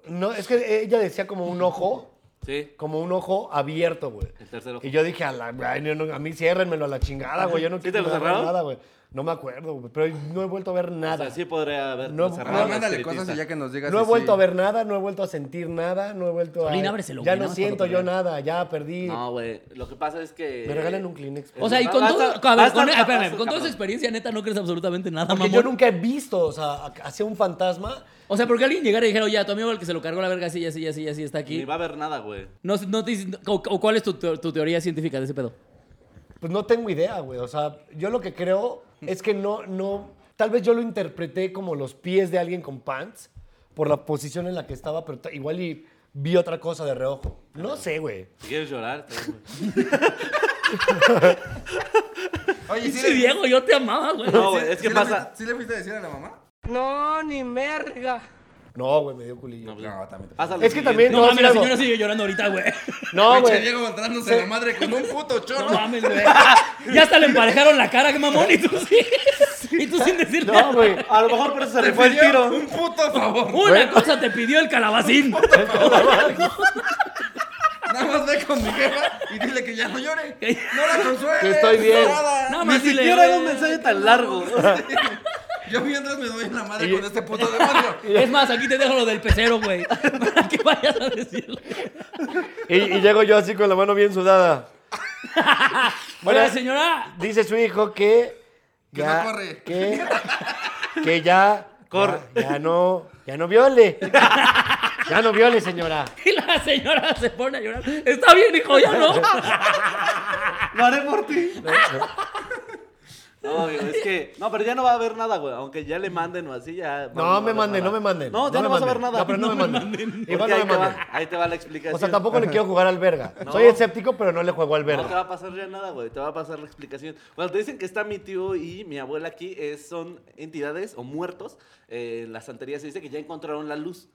Speaker 5: No, es que ella decía como un ojo,
Speaker 4: Sí.
Speaker 5: como un ojo abierto, güey.
Speaker 4: El tercer ojo.
Speaker 5: Y yo dije, a, la, ay, no, no, a mí ciérrenmelo a la chingada, güey. Yo no
Speaker 4: ¿Sí te lo
Speaker 5: nada,
Speaker 4: cerraron?
Speaker 5: nada, güey. No me acuerdo, güey. Pero no he vuelto a ver
Speaker 4: O
Speaker 5: nada.
Speaker 4: sea, sí podría haber.
Speaker 5: No,
Speaker 2: A
Speaker 4: cerrado
Speaker 2: ver,
Speaker 4: la
Speaker 2: mándale
Speaker 4: espiritista.
Speaker 2: cosas y ya que nos digas.
Speaker 5: No he
Speaker 2: si
Speaker 5: vuelto
Speaker 2: sí.
Speaker 5: a ver nada, no he vuelto a sentir nada, no he vuelto a.
Speaker 3: Solín, ábreselo,
Speaker 5: ya
Speaker 3: güey, nada
Speaker 5: no
Speaker 3: más para
Speaker 5: siento yo
Speaker 3: cotorrear.
Speaker 5: nada, ya perdí.
Speaker 4: No, güey. Lo que pasa es que.
Speaker 5: Me regalan un Kleenex. por
Speaker 3: O sea, y con
Speaker 4: Vas
Speaker 3: todo.
Speaker 4: a-
Speaker 3: A ver,
Speaker 4: vas
Speaker 3: con,
Speaker 4: a-
Speaker 3: espérame,
Speaker 4: vas a-
Speaker 3: con toda
Speaker 4: cabrón.
Speaker 3: esa experiencia, neta, no crees absolutamente nada,
Speaker 5: Porque
Speaker 3: mamón.
Speaker 5: yo nunca he visto, o sea, a- hacia un fantasma.
Speaker 3: O sea, porque alguien llegara y dijera, oye, a tu amigo el que se lo cargó la verga, así, así, así, así, está
Speaker 4: Ni
Speaker 3: aquí.
Speaker 4: va a haber nada, güey.
Speaker 3: No, sé- no te dicen- o, o cuál es tu, teo- tu teoría científica de ese pedo?
Speaker 5: Pues no tengo idea, güey. O sea, yo lo que creo es que no, no. Tal vez yo lo interpreté como los pies de alguien con pants por la posición en la que estaba, pero ta- igual y vi otra cosa de reojo. No sé, güey.
Speaker 4: Si quieres llorar, está bien, güey.
Speaker 2: Oye, ¿sí
Speaker 3: Sí,
Speaker 2: le-
Speaker 3: Diego, yo te amaba, güey.
Speaker 4: No, güey. Es
Speaker 2: sí
Speaker 4: que
Speaker 2: le
Speaker 4: pasa.
Speaker 2: fuiste- ¿Sí le fuiste a decir a la mamá?
Speaker 8: No, ni merga.
Speaker 5: No, güey, me dio
Speaker 2: No,
Speaker 5: culillo.
Speaker 2: también.
Speaker 4: Pásale.
Speaker 5: es que también.
Speaker 3: No
Speaker 5: te voy a
Speaker 3: mames, la
Speaker 5: decir algo.
Speaker 3: señora sigue llorando ahorita, güey.
Speaker 5: No,
Speaker 2: pues, Pinche
Speaker 5: güey.
Speaker 2: Diego encontrándose la madre con un puto
Speaker 3: No
Speaker 2: chorro.
Speaker 3: mames, güey. Ya hasta le emparejaron la cara, mamón, y tú sí. Y tú sin decirle.
Speaker 5: No, güey.
Speaker 4: A lo mejor por eso se
Speaker 2: Te
Speaker 4: le fue el
Speaker 2: pidió
Speaker 4: tiro.
Speaker 2: Un puto favor.
Speaker 3: Una cosa te pidió el calabacín.
Speaker 2: Nada más ve con mi jefa y dile que ya no llore. No la consuele.
Speaker 5: Que estoy bien.
Speaker 3: Nada
Speaker 4: Ni
Speaker 3: más dile,
Speaker 4: siquiera era un
Speaker 3: güey.
Speaker 4: mensaje tan largo.
Speaker 2: Yo mientras me doy en la madre con este puto demonio.
Speaker 3: Es más, aquí te dejo lo del pecero, güey. Para que vayas a decirle.
Speaker 5: Y, y llego yo así con la mano bien sudada.
Speaker 3: Bueno, señora.
Speaker 5: Dice su hijo que.
Speaker 2: Que no corre.
Speaker 5: Que, que ya.
Speaker 4: Corre.
Speaker 5: Ya, ya no. Ya no viole. Ya no viole, señora.
Speaker 3: Y la señora se pone a llorar. Está bien, hijo, ya no.
Speaker 4: Lo haré por ti. No, amigo, es que. No, pero ya no va a haber nada, güey. Aunque ya le manden o así, ya.
Speaker 5: No me manden,
Speaker 4: manden,
Speaker 5: no me manden.
Speaker 4: No, ya no, vas a ver
Speaker 5: manden.
Speaker 4: nada.
Speaker 5: No, pero no, me manden.
Speaker 4: Porque
Speaker 5: Igual no
Speaker 4: ahí,
Speaker 5: me
Speaker 4: te
Speaker 5: manden.
Speaker 4: va, ahí te va la explicación.
Speaker 5: O sea, tampoco le quiero jugar al verga.
Speaker 4: No.
Speaker 5: Soy escéptico, pero no le juego al
Speaker 4: No te va
Speaker 5: verga.
Speaker 4: a pasar ya nada, güey. Te va a pasar la explicación. Cuando te dicen que está mi tío y mi abuela aquí, es- son entidades o muertos. Eh, en la santería se dice que ya encontraron la luz.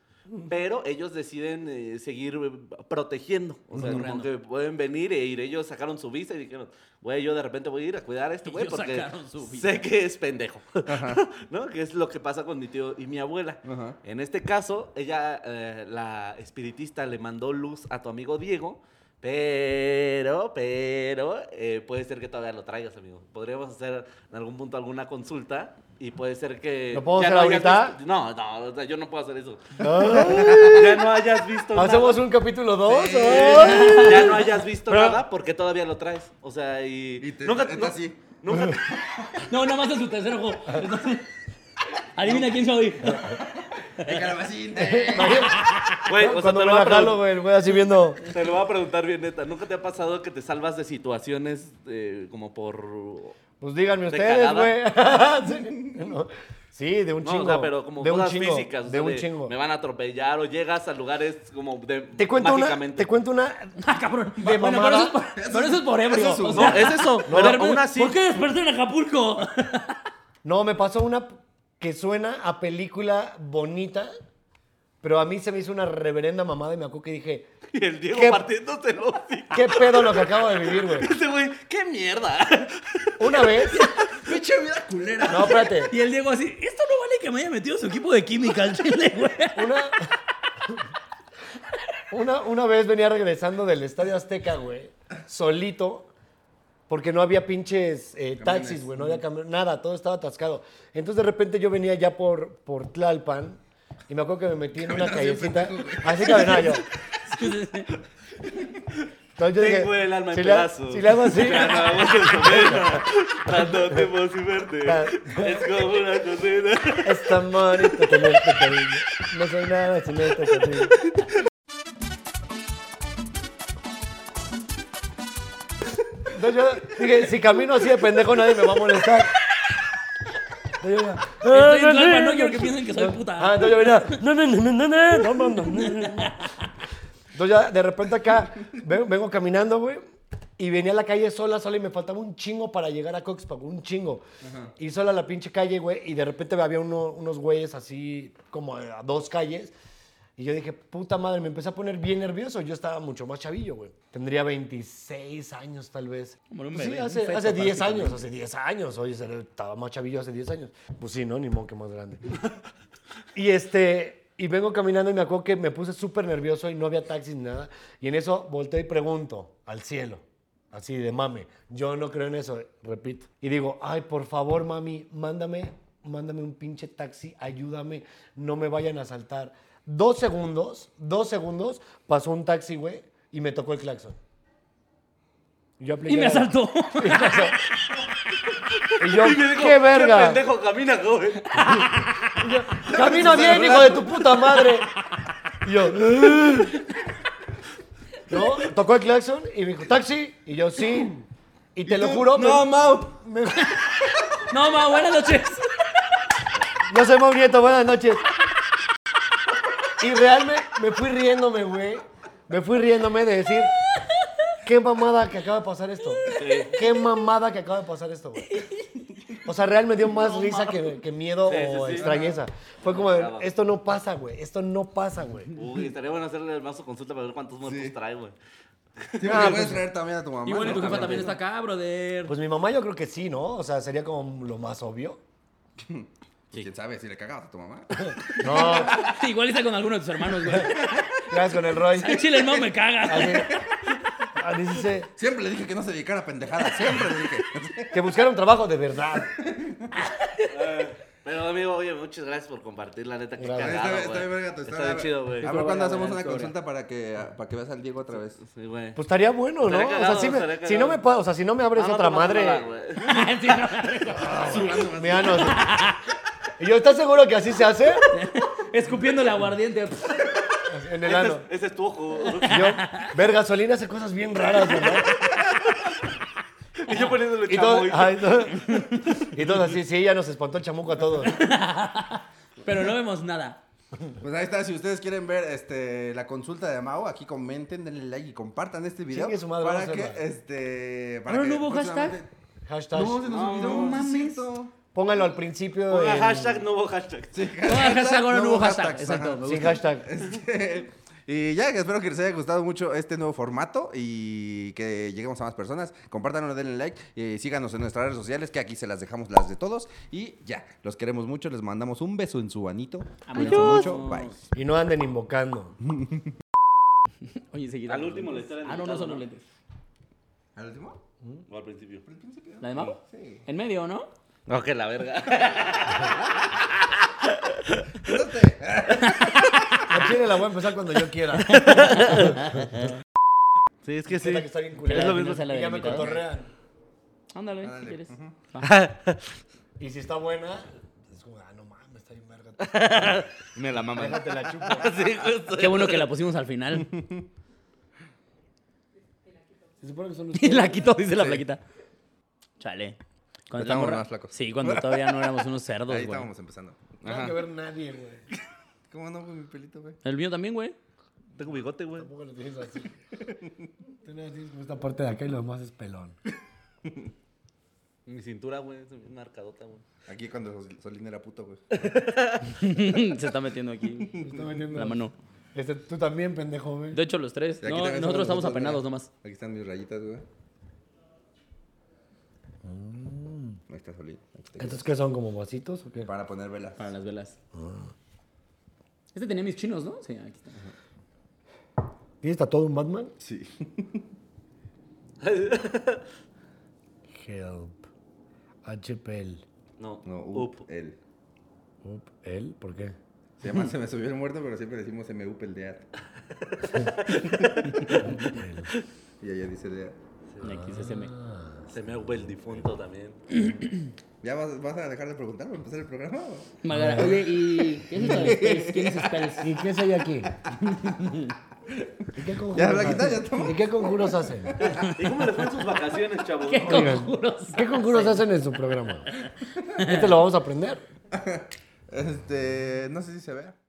Speaker 4: Pero ellos deciden eh, seguir eh, protegiendo. O sea, como
Speaker 3: Cotorreando.
Speaker 4: que pueden venir e ir. Ellos sacaron su visa y dijeron, güey, yo de repente voy a ir a cuidar a este güey
Speaker 3: Ellos
Speaker 4: porque
Speaker 3: sacaron su visa.
Speaker 4: sé que es pendejo. ¿No? Que es lo que pasa con mi tío y mi abuela.
Speaker 2: Ajá.
Speaker 4: En este caso, ella, eh, la espiritista, le mandó luz a tu amigo Diego. Pero, pero, eh, puede ser que todavía lo traigas, amigo. Podríamos hacer en algún punto alguna consulta y puede ser que...
Speaker 5: ¿Lo puedo
Speaker 4: ya
Speaker 5: hacer
Speaker 4: hayas
Speaker 5: ahorita?
Speaker 4: visto- No, no, o sea, yo no puedo hacer eso.
Speaker 5: Ay,
Speaker 4: ya no hayas visto nada.
Speaker 5: ¿Hacemos un capítulo 2?
Speaker 2: Sí.
Speaker 4: Ya no hayas visto
Speaker 5: Pero-
Speaker 4: nada porque todavía lo traes. O sea, y...
Speaker 2: Y te-
Speaker 4: nunca,
Speaker 2: está
Speaker 4: nu-
Speaker 2: así.
Speaker 4: nunca,
Speaker 3: No, nada más a su tercer ojo. Adivina quién soy.
Speaker 2: El calabacín. eh.
Speaker 4: güey, o sea,
Speaker 5: Cuando
Speaker 4: te
Speaker 5: me
Speaker 4: lo voy
Speaker 5: la
Speaker 4: a pregun-
Speaker 5: jalo, güey, el güey así viendo.
Speaker 4: Te lo voy a preguntar bien, neta. ¿Nunca te ha pasado que te salvas de situaciones eh, como por.
Speaker 5: Pues díganme
Speaker 4: De
Speaker 5: ustedes, güey. Sí, no. Sí, de un
Speaker 4: No,
Speaker 5: chingo.
Speaker 4: o sea, pero como
Speaker 5: de un
Speaker 4: cosas
Speaker 5: chingo,
Speaker 4: físicas. o
Speaker 5: De
Speaker 4: sea,
Speaker 5: un chingo.
Speaker 4: Me van a atropellar o llegas a lugares como de.
Speaker 5: Te cuento una.
Speaker 4: mágicamente.
Speaker 5: Te cuento una.
Speaker 3: Ah, cabrón.
Speaker 5: De
Speaker 3: bueno, pero eso
Speaker 5: mamada.
Speaker 3: es por, pero eso es por ebrio.
Speaker 2: Eso es su-
Speaker 3: o
Speaker 4: No,
Speaker 3: sea,
Speaker 4: es eso.
Speaker 3: de
Speaker 4: pero
Speaker 3: repente,
Speaker 4: aún así.
Speaker 3: ¿Por qué desperté en Acapulco?
Speaker 5: No, me pasó una que suena a película bonita, pero a mí se me hizo una reverenda mamada y me acuerdo que dije,
Speaker 4: Y el Diego
Speaker 5: ¿Qué?
Speaker 4: partiéndose el hocico.
Speaker 5: ¿qué pedo lo que acabo de vivir, güey?
Speaker 4: Ese güey, qué mierda.
Speaker 5: Una vez.
Speaker 2: Pinche vida culera.
Speaker 5: No, espérate.
Speaker 3: Y el Diego así, esto no vale que me haya metido su equipo de química al chile, güey.
Speaker 5: Una, una, una vez venía regresando del Estadio Azteca, güey, solito, porque no había pinches eh, taxis, güey, no había cami- nada, todo estaba atascado. Entonces de repente yo venía ya por, por Tlalpan y me acuerdo que me metí en una
Speaker 2: Caminabas bien
Speaker 5: callecita,
Speaker 2: pendejo, güey.
Speaker 5: así caminaba yo. Entonces yo dije,
Speaker 4: Tengo el alma en
Speaker 5: si le,
Speaker 4: pedazos.
Speaker 5: si le hago así,
Speaker 4: Ya no vamos a comer. Tanto tiempo sin verte. Es como una cocina.
Speaker 5: está bonito tenerte, cariño. No soy nada sin este cariño. Entonces yo dije, si camino así de pendejo nadie me va a molestar. Entonces yo venía,
Speaker 3: Estoy en Tlalpan, no quiero que piensen que soy puta.
Speaker 5: Ah, entonces yo venía, no, no, no, no, no, no, no, no, no, no. Entonces ya de repente acá vengo, vengo caminando, güey. Y venía a la calle sola, sola, y me faltaba un chingo para llegar a Coxpac, un chingo. Y sola a la pinche calle, güey, y de repente había uno- unos güeyes así, como a dos calles. Y yo dije, puta madre, me empecé a poner bien nervioso. Yo estaba mucho más chavillo, güey. Tendría 26 años, tal vez.
Speaker 3: Como un
Speaker 5: Pues
Speaker 3: bebé, un
Speaker 5: sí, hace,
Speaker 3: feto
Speaker 5: hace 10 años,
Speaker 3: prácticamente.
Speaker 5: hace 10 años. Oye, seré- estaba más chavillo hace 10 años. Pues sí, ¿no? Ni modo que más grande. Y este, y vengo caminando y me acuerdo que me puse súper nervioso y no había taxis ni nada. Y en eso volteo y pregunto al cielo, así de mame. Yo no creo en eso, repito. Y digo, ay, por favor, mami, mándame, mándame un pinche taxi, ayúdame, no me vayan a asaltar. Dos segundos, dos segundos, pasó un taxi, güey, y me tocó el claxon. Y, yo
Speaker 3: Y
Speaker 5: apliqué
Speaker 3: me
Speaker 5: la-
Speaker 3: asaltó.
Speaker 5: Y yo,
Speaker 4: Y me dijo,
Speaker 5: qué verga.
Speaker 4: pendejo camina, joven.
Speaker 5: Camina bien, hijo de tu puta madre. Y yo. "Ugh". No, tocó el claxon y me dijo, taxi. Y yo, sí. Y te lo juro.
Speaker 2: No,
Speaker 5: me-
Speaker 2: Mau.
Speaker 5: me-
Speaker 3: No, ma, buenas noches.
Speaker 5: yo soy Mau Nieto, buenas noches. Y realmente me fui riéndome, güey. Me fui riéndome de decir, qué mamada que acaba de pasar esto. Qué mamada que acaba de pasar esto, güey. O sea, real me dio más risa que, que miedo
Speaker 4: Sí, sí,
Speaker 5: o
Speaker 4: sí.
Speaker 5: extrañeza. Fue como, de,
Speaker 4: Bravo.
Speaker 5: esto no pasa, güey. Esto no pasa, güey.
Speaker 4: Uy, estaría bueno hacerle el mazo consulta para ver cuántos muertos trae, güey.
Speaker 2: Sí, porque puedes traer también a tu mamá.
Speaker 3: Y bueno,
Speaker 2: ¿no?
Speaker 3: tu jefa también está acá, brother.
Speaker 5: Pues mi mamá yo creo que sí, ¿no? O sea, sería como lo más obvio.
Speaker 2: Pues, ¿Quién sabe si le cagabas a tu mamá?
Speaker 5: No,
Speaker 3: Igual está con alguno de tus hermanos, güey.
Speaker 5: gracias con el Roy.
Speaker 3: Al chile, no me caga.
Speaker 5: Así, así se dice,
Speaker 2: Siempre le dije que no se dedicara a pendejadas. Siempre le dije.
Speaker 5: que buscar un trabajo de verdad. Pues
Speaker 4: Pero, amigo, oye, muchas gracias por compartir, la neta, que
Speaker 5: Gracias.
Speaker 4: cagado,
Speaker 2: Está,
Speaker 4: güey.
Speaker 2: está bien, verga tu
Speaker 4: Está
Speaker 2: historia.
Speaker 4: bien chido, güey.
Speaker 2: A ver cuándo
Speaker 3: buena,
Speaker 2: hacemos
Speaker 3: buena
Speaker 2: una
Speaker 3: historia.
Speaker 2: consulta para que, para que veas al Diego otra vez.
Speaker 4: Sí, güey.
Speaker 5: Pues estaría bueno, ¿no?
Speaker 4: Estaría
Speaker 5: O sea,
Speaker 4: cagado,
Speaker 5: si, me-
Speaker 4: estaría
Speaker 5: si no me,
Speaker 4: cagado.
Speaker 5: pa- o sea, si no me abres
Speaker 4: Ah, no
Speaker 5: otra
Speaker 4: pasa
Speaker 5: madre.
Speaker 4: nada, güey.
Speaker 3: Sí, no.
Speaker 5: Mira, no. ¿Y yo estás seguro que así se hace?
Speaker 3: Escupiendo el aguardiente.
Speaker 5: En el
Speaker 4: Ese
Speaker 5: ano.
Speaker 4: es, ese es tu ojo.
Speaker 5: Yo, ver, gasolina hace cosas bien raras, ¿verdad?
Speaker 4: y yo poniéndole
Speaker 5: Y todos,
Speaker 4: chamoy.
Speaker 5: ay, no. y todos así, sí, ya nos espantó el chamuco a todos.
Speaker 3: Pero no vemos nada.
Speaker 2: Pues ahí está, si ustedes quieren ver este, la consulta de Mao, aquí comenten, denle like y compartan este video.
Speaker 5: Chingue su madre,
Speaker 2: para
Speaker 5: vamos a
Speaker 2: que,
Speaker 5: hacerla.
Speaker 2: este... Para
Speaker 3: ¿Ahora
Speaker 2: que
Speaker 3: no hubo hashtag?
Speaker 2: próximamente-
Speaker 5: Hashtag.
Speaker 2: No, se nos
Speaker 4: No,
Speaker 2: olvidó.
Speaker 4: no
Speaker 2: sí es
Speaker 3: mames.
Speaker 2: cierto.
Speaker 5: Pónganlo al principio.
Speaker 4: Ponga
Speaker 5: en-
Speaker 4: hashtag, no hubo hashtag.
Speaker 2: Sí,
Speaker 3: hashtag, ahora no hubo hashtag,
Speaker 2: hashtags,
Speaker 3: exacto.
Speaker 2: ajá.
Speaker 3: Me
Speaker 5: Sin
Speaker 3: gusta.
Speaker 5: hashtag.
Speaker 2: Este, y ya, que espero que les haya gustado mucho este nuevo formato y que lleguemos a más personas. Compártanlo, denle like, eh, síganos en nuestras redes sociales, que aquí se las dejamos las de todos. Y ya, los queremos mucho, les mandamos un beso en su anito. Cuídense mucho, bye.
Speaker 5: Y no anden invocando.
Speaker 3: Oye, seguida.
Speaker 4: Al último le salen
Speaker 3: Ah, no, no
Speaker 4: invitados,
Speaker 3: son
Speaker 4: ¿no?
Speaker 3: los lentes.
Speaker 2: ¿Al último?
Speaker 4: O al principio.
Speaker 3: ¿La de Mau?
Speaker 2: Sí.
Speaker 3: En medio, ¿no?
Speaker 4: No, que la verga.
Speaker 5: A Chile la voy a empezar cuando yo quiera.
Speaker 4: Sí, es que sí.
Speaker 5: Neta que está bien
Speaker 3: Pero
Speaker 5: culera.
Speaker 4: Es
Speaker 3: al
Speaker 4: lo
Speaker 3: final
Speaker 4: mismo.
Speaker 3: sea la
Speaker 5: Y
Speaker 3: de
Speaker 5: ya me
Speaker 3: invitados.
Speaker 5: cotorrean.
Speaker 3: Ándale, si
Speaker 2: Ándale,
Speaker 3: quieres.
Speaker 2: ujú.
Speaker 3: Va.
Speaker 5: Y si está buena, es como, ah, no mames, está bien verga.
Speaker 4: Me la mamé.
Speaker 5: Déjate la chupo.
Speaker 4: Sí, justo.
Speaker 3: Qué bueno que la pusimos al final.
Speaker 5: Se supone que son
Speaker 3: Y
Speaker 5: ustedes.
Speaker 3: la quitó, dice la plaquita. Chale. Cuando
Speaker 2: Estábamos
Speaker 3: morra-
Speaker 2: más flacos.
Speaker 3: Sí, cuando todavía no éramos unos cerdos,
Speaker 2: Ahí
Speaker 3: güey.
Speaker 2: estábamos empezando.
Speaker 5: No hay que ver nadie, güey.
Speaker 2: ¿Cómo no, güey, mi pelito, güey?
Speaker 3: El mío también, güey.
Speaker 4: Tengo bigote, güey.
Speaker 5: Tampoco lo tienes así. Tú no tienes como esta parte de acá y lo más es pelón.
Speaker 4: Mi cintura, güey, es bien marcadota, güey.
Speaker 2: Aquí cuando Sol- Solín era puto, güey.
Speaker 3: Se está metiendo aquí
Speaker 5: Me está metiendo-
Speaker 3: la mano.
Speaker 5: Este, tú también, pendejo, güey.
Speaker 3: De hecho, los tres.
Speaker 2: Y aquí
Speaker 3: No,
Speaker 2: también
Speaker 3: nosotros
Speaker 2: somos
Speaker 3: estamos
Speaker 2: los dos,
Speaker 3: apenados
Speaker 2: mira.
Speaker 3: nomás.
Speaker 2: Aquí están mis rayitas, güey. Ahí está Solín. Aquí está.
Speaker 5: ¿Estos qué son, como vasitos o qué?
Speaker 2: Para poner velas.
Speaker 3: Para las velas.
Speaker 2: Ah.
Speaker 3: Este tenía mis chinos, ¿no? Sí, aquí está.
Speaker 5: ¿Tienes tatuado un Batman?
Speaker 2: Sí.
Speaker 5: Help. HPL.
Speaker 4: No,
Speaker 2: No, up,
Speaker 4: up.
Speaker 2: el.
Speaker 5: Up, ¿El? ¿Por qué?
Speaker 2: Se llama Se me subió el muerto, pero siempre decimos Se me up el deat. y ella dice deat.
Speaker 3: Y
Speaker 2: Ah.
Speaker 3: aquí se se me-
Speaker 5: Ah.
Speaker 4: Se me hubo el difunto también.
Speaker 2: ¿Ya vas, vas a dejar de preguntar para empezar el programa? o?
Speaker 3: Magara, oye, ¿y qué es eso de Spells? ¿Quién es Spells?
Speaker 5: ¿Y qué soy aquí? ¿Y qué conjuros
Speaker 2: Ya, Blanquita, ya
Speaker 5: hacen?
Speaker 2: estamos.
Speaker 5: ¿Y qué conjuros hacen?
Speaker 4: ¿Y cómo le fue en sus vacaciones, chavos?
Speaker 3: ¿Qué conjuros?
Speaker 5: ¿Qué conjuros hacen en su programa? Este lo vamos a aprender.
Speaker 2: Este, no sé si se vea.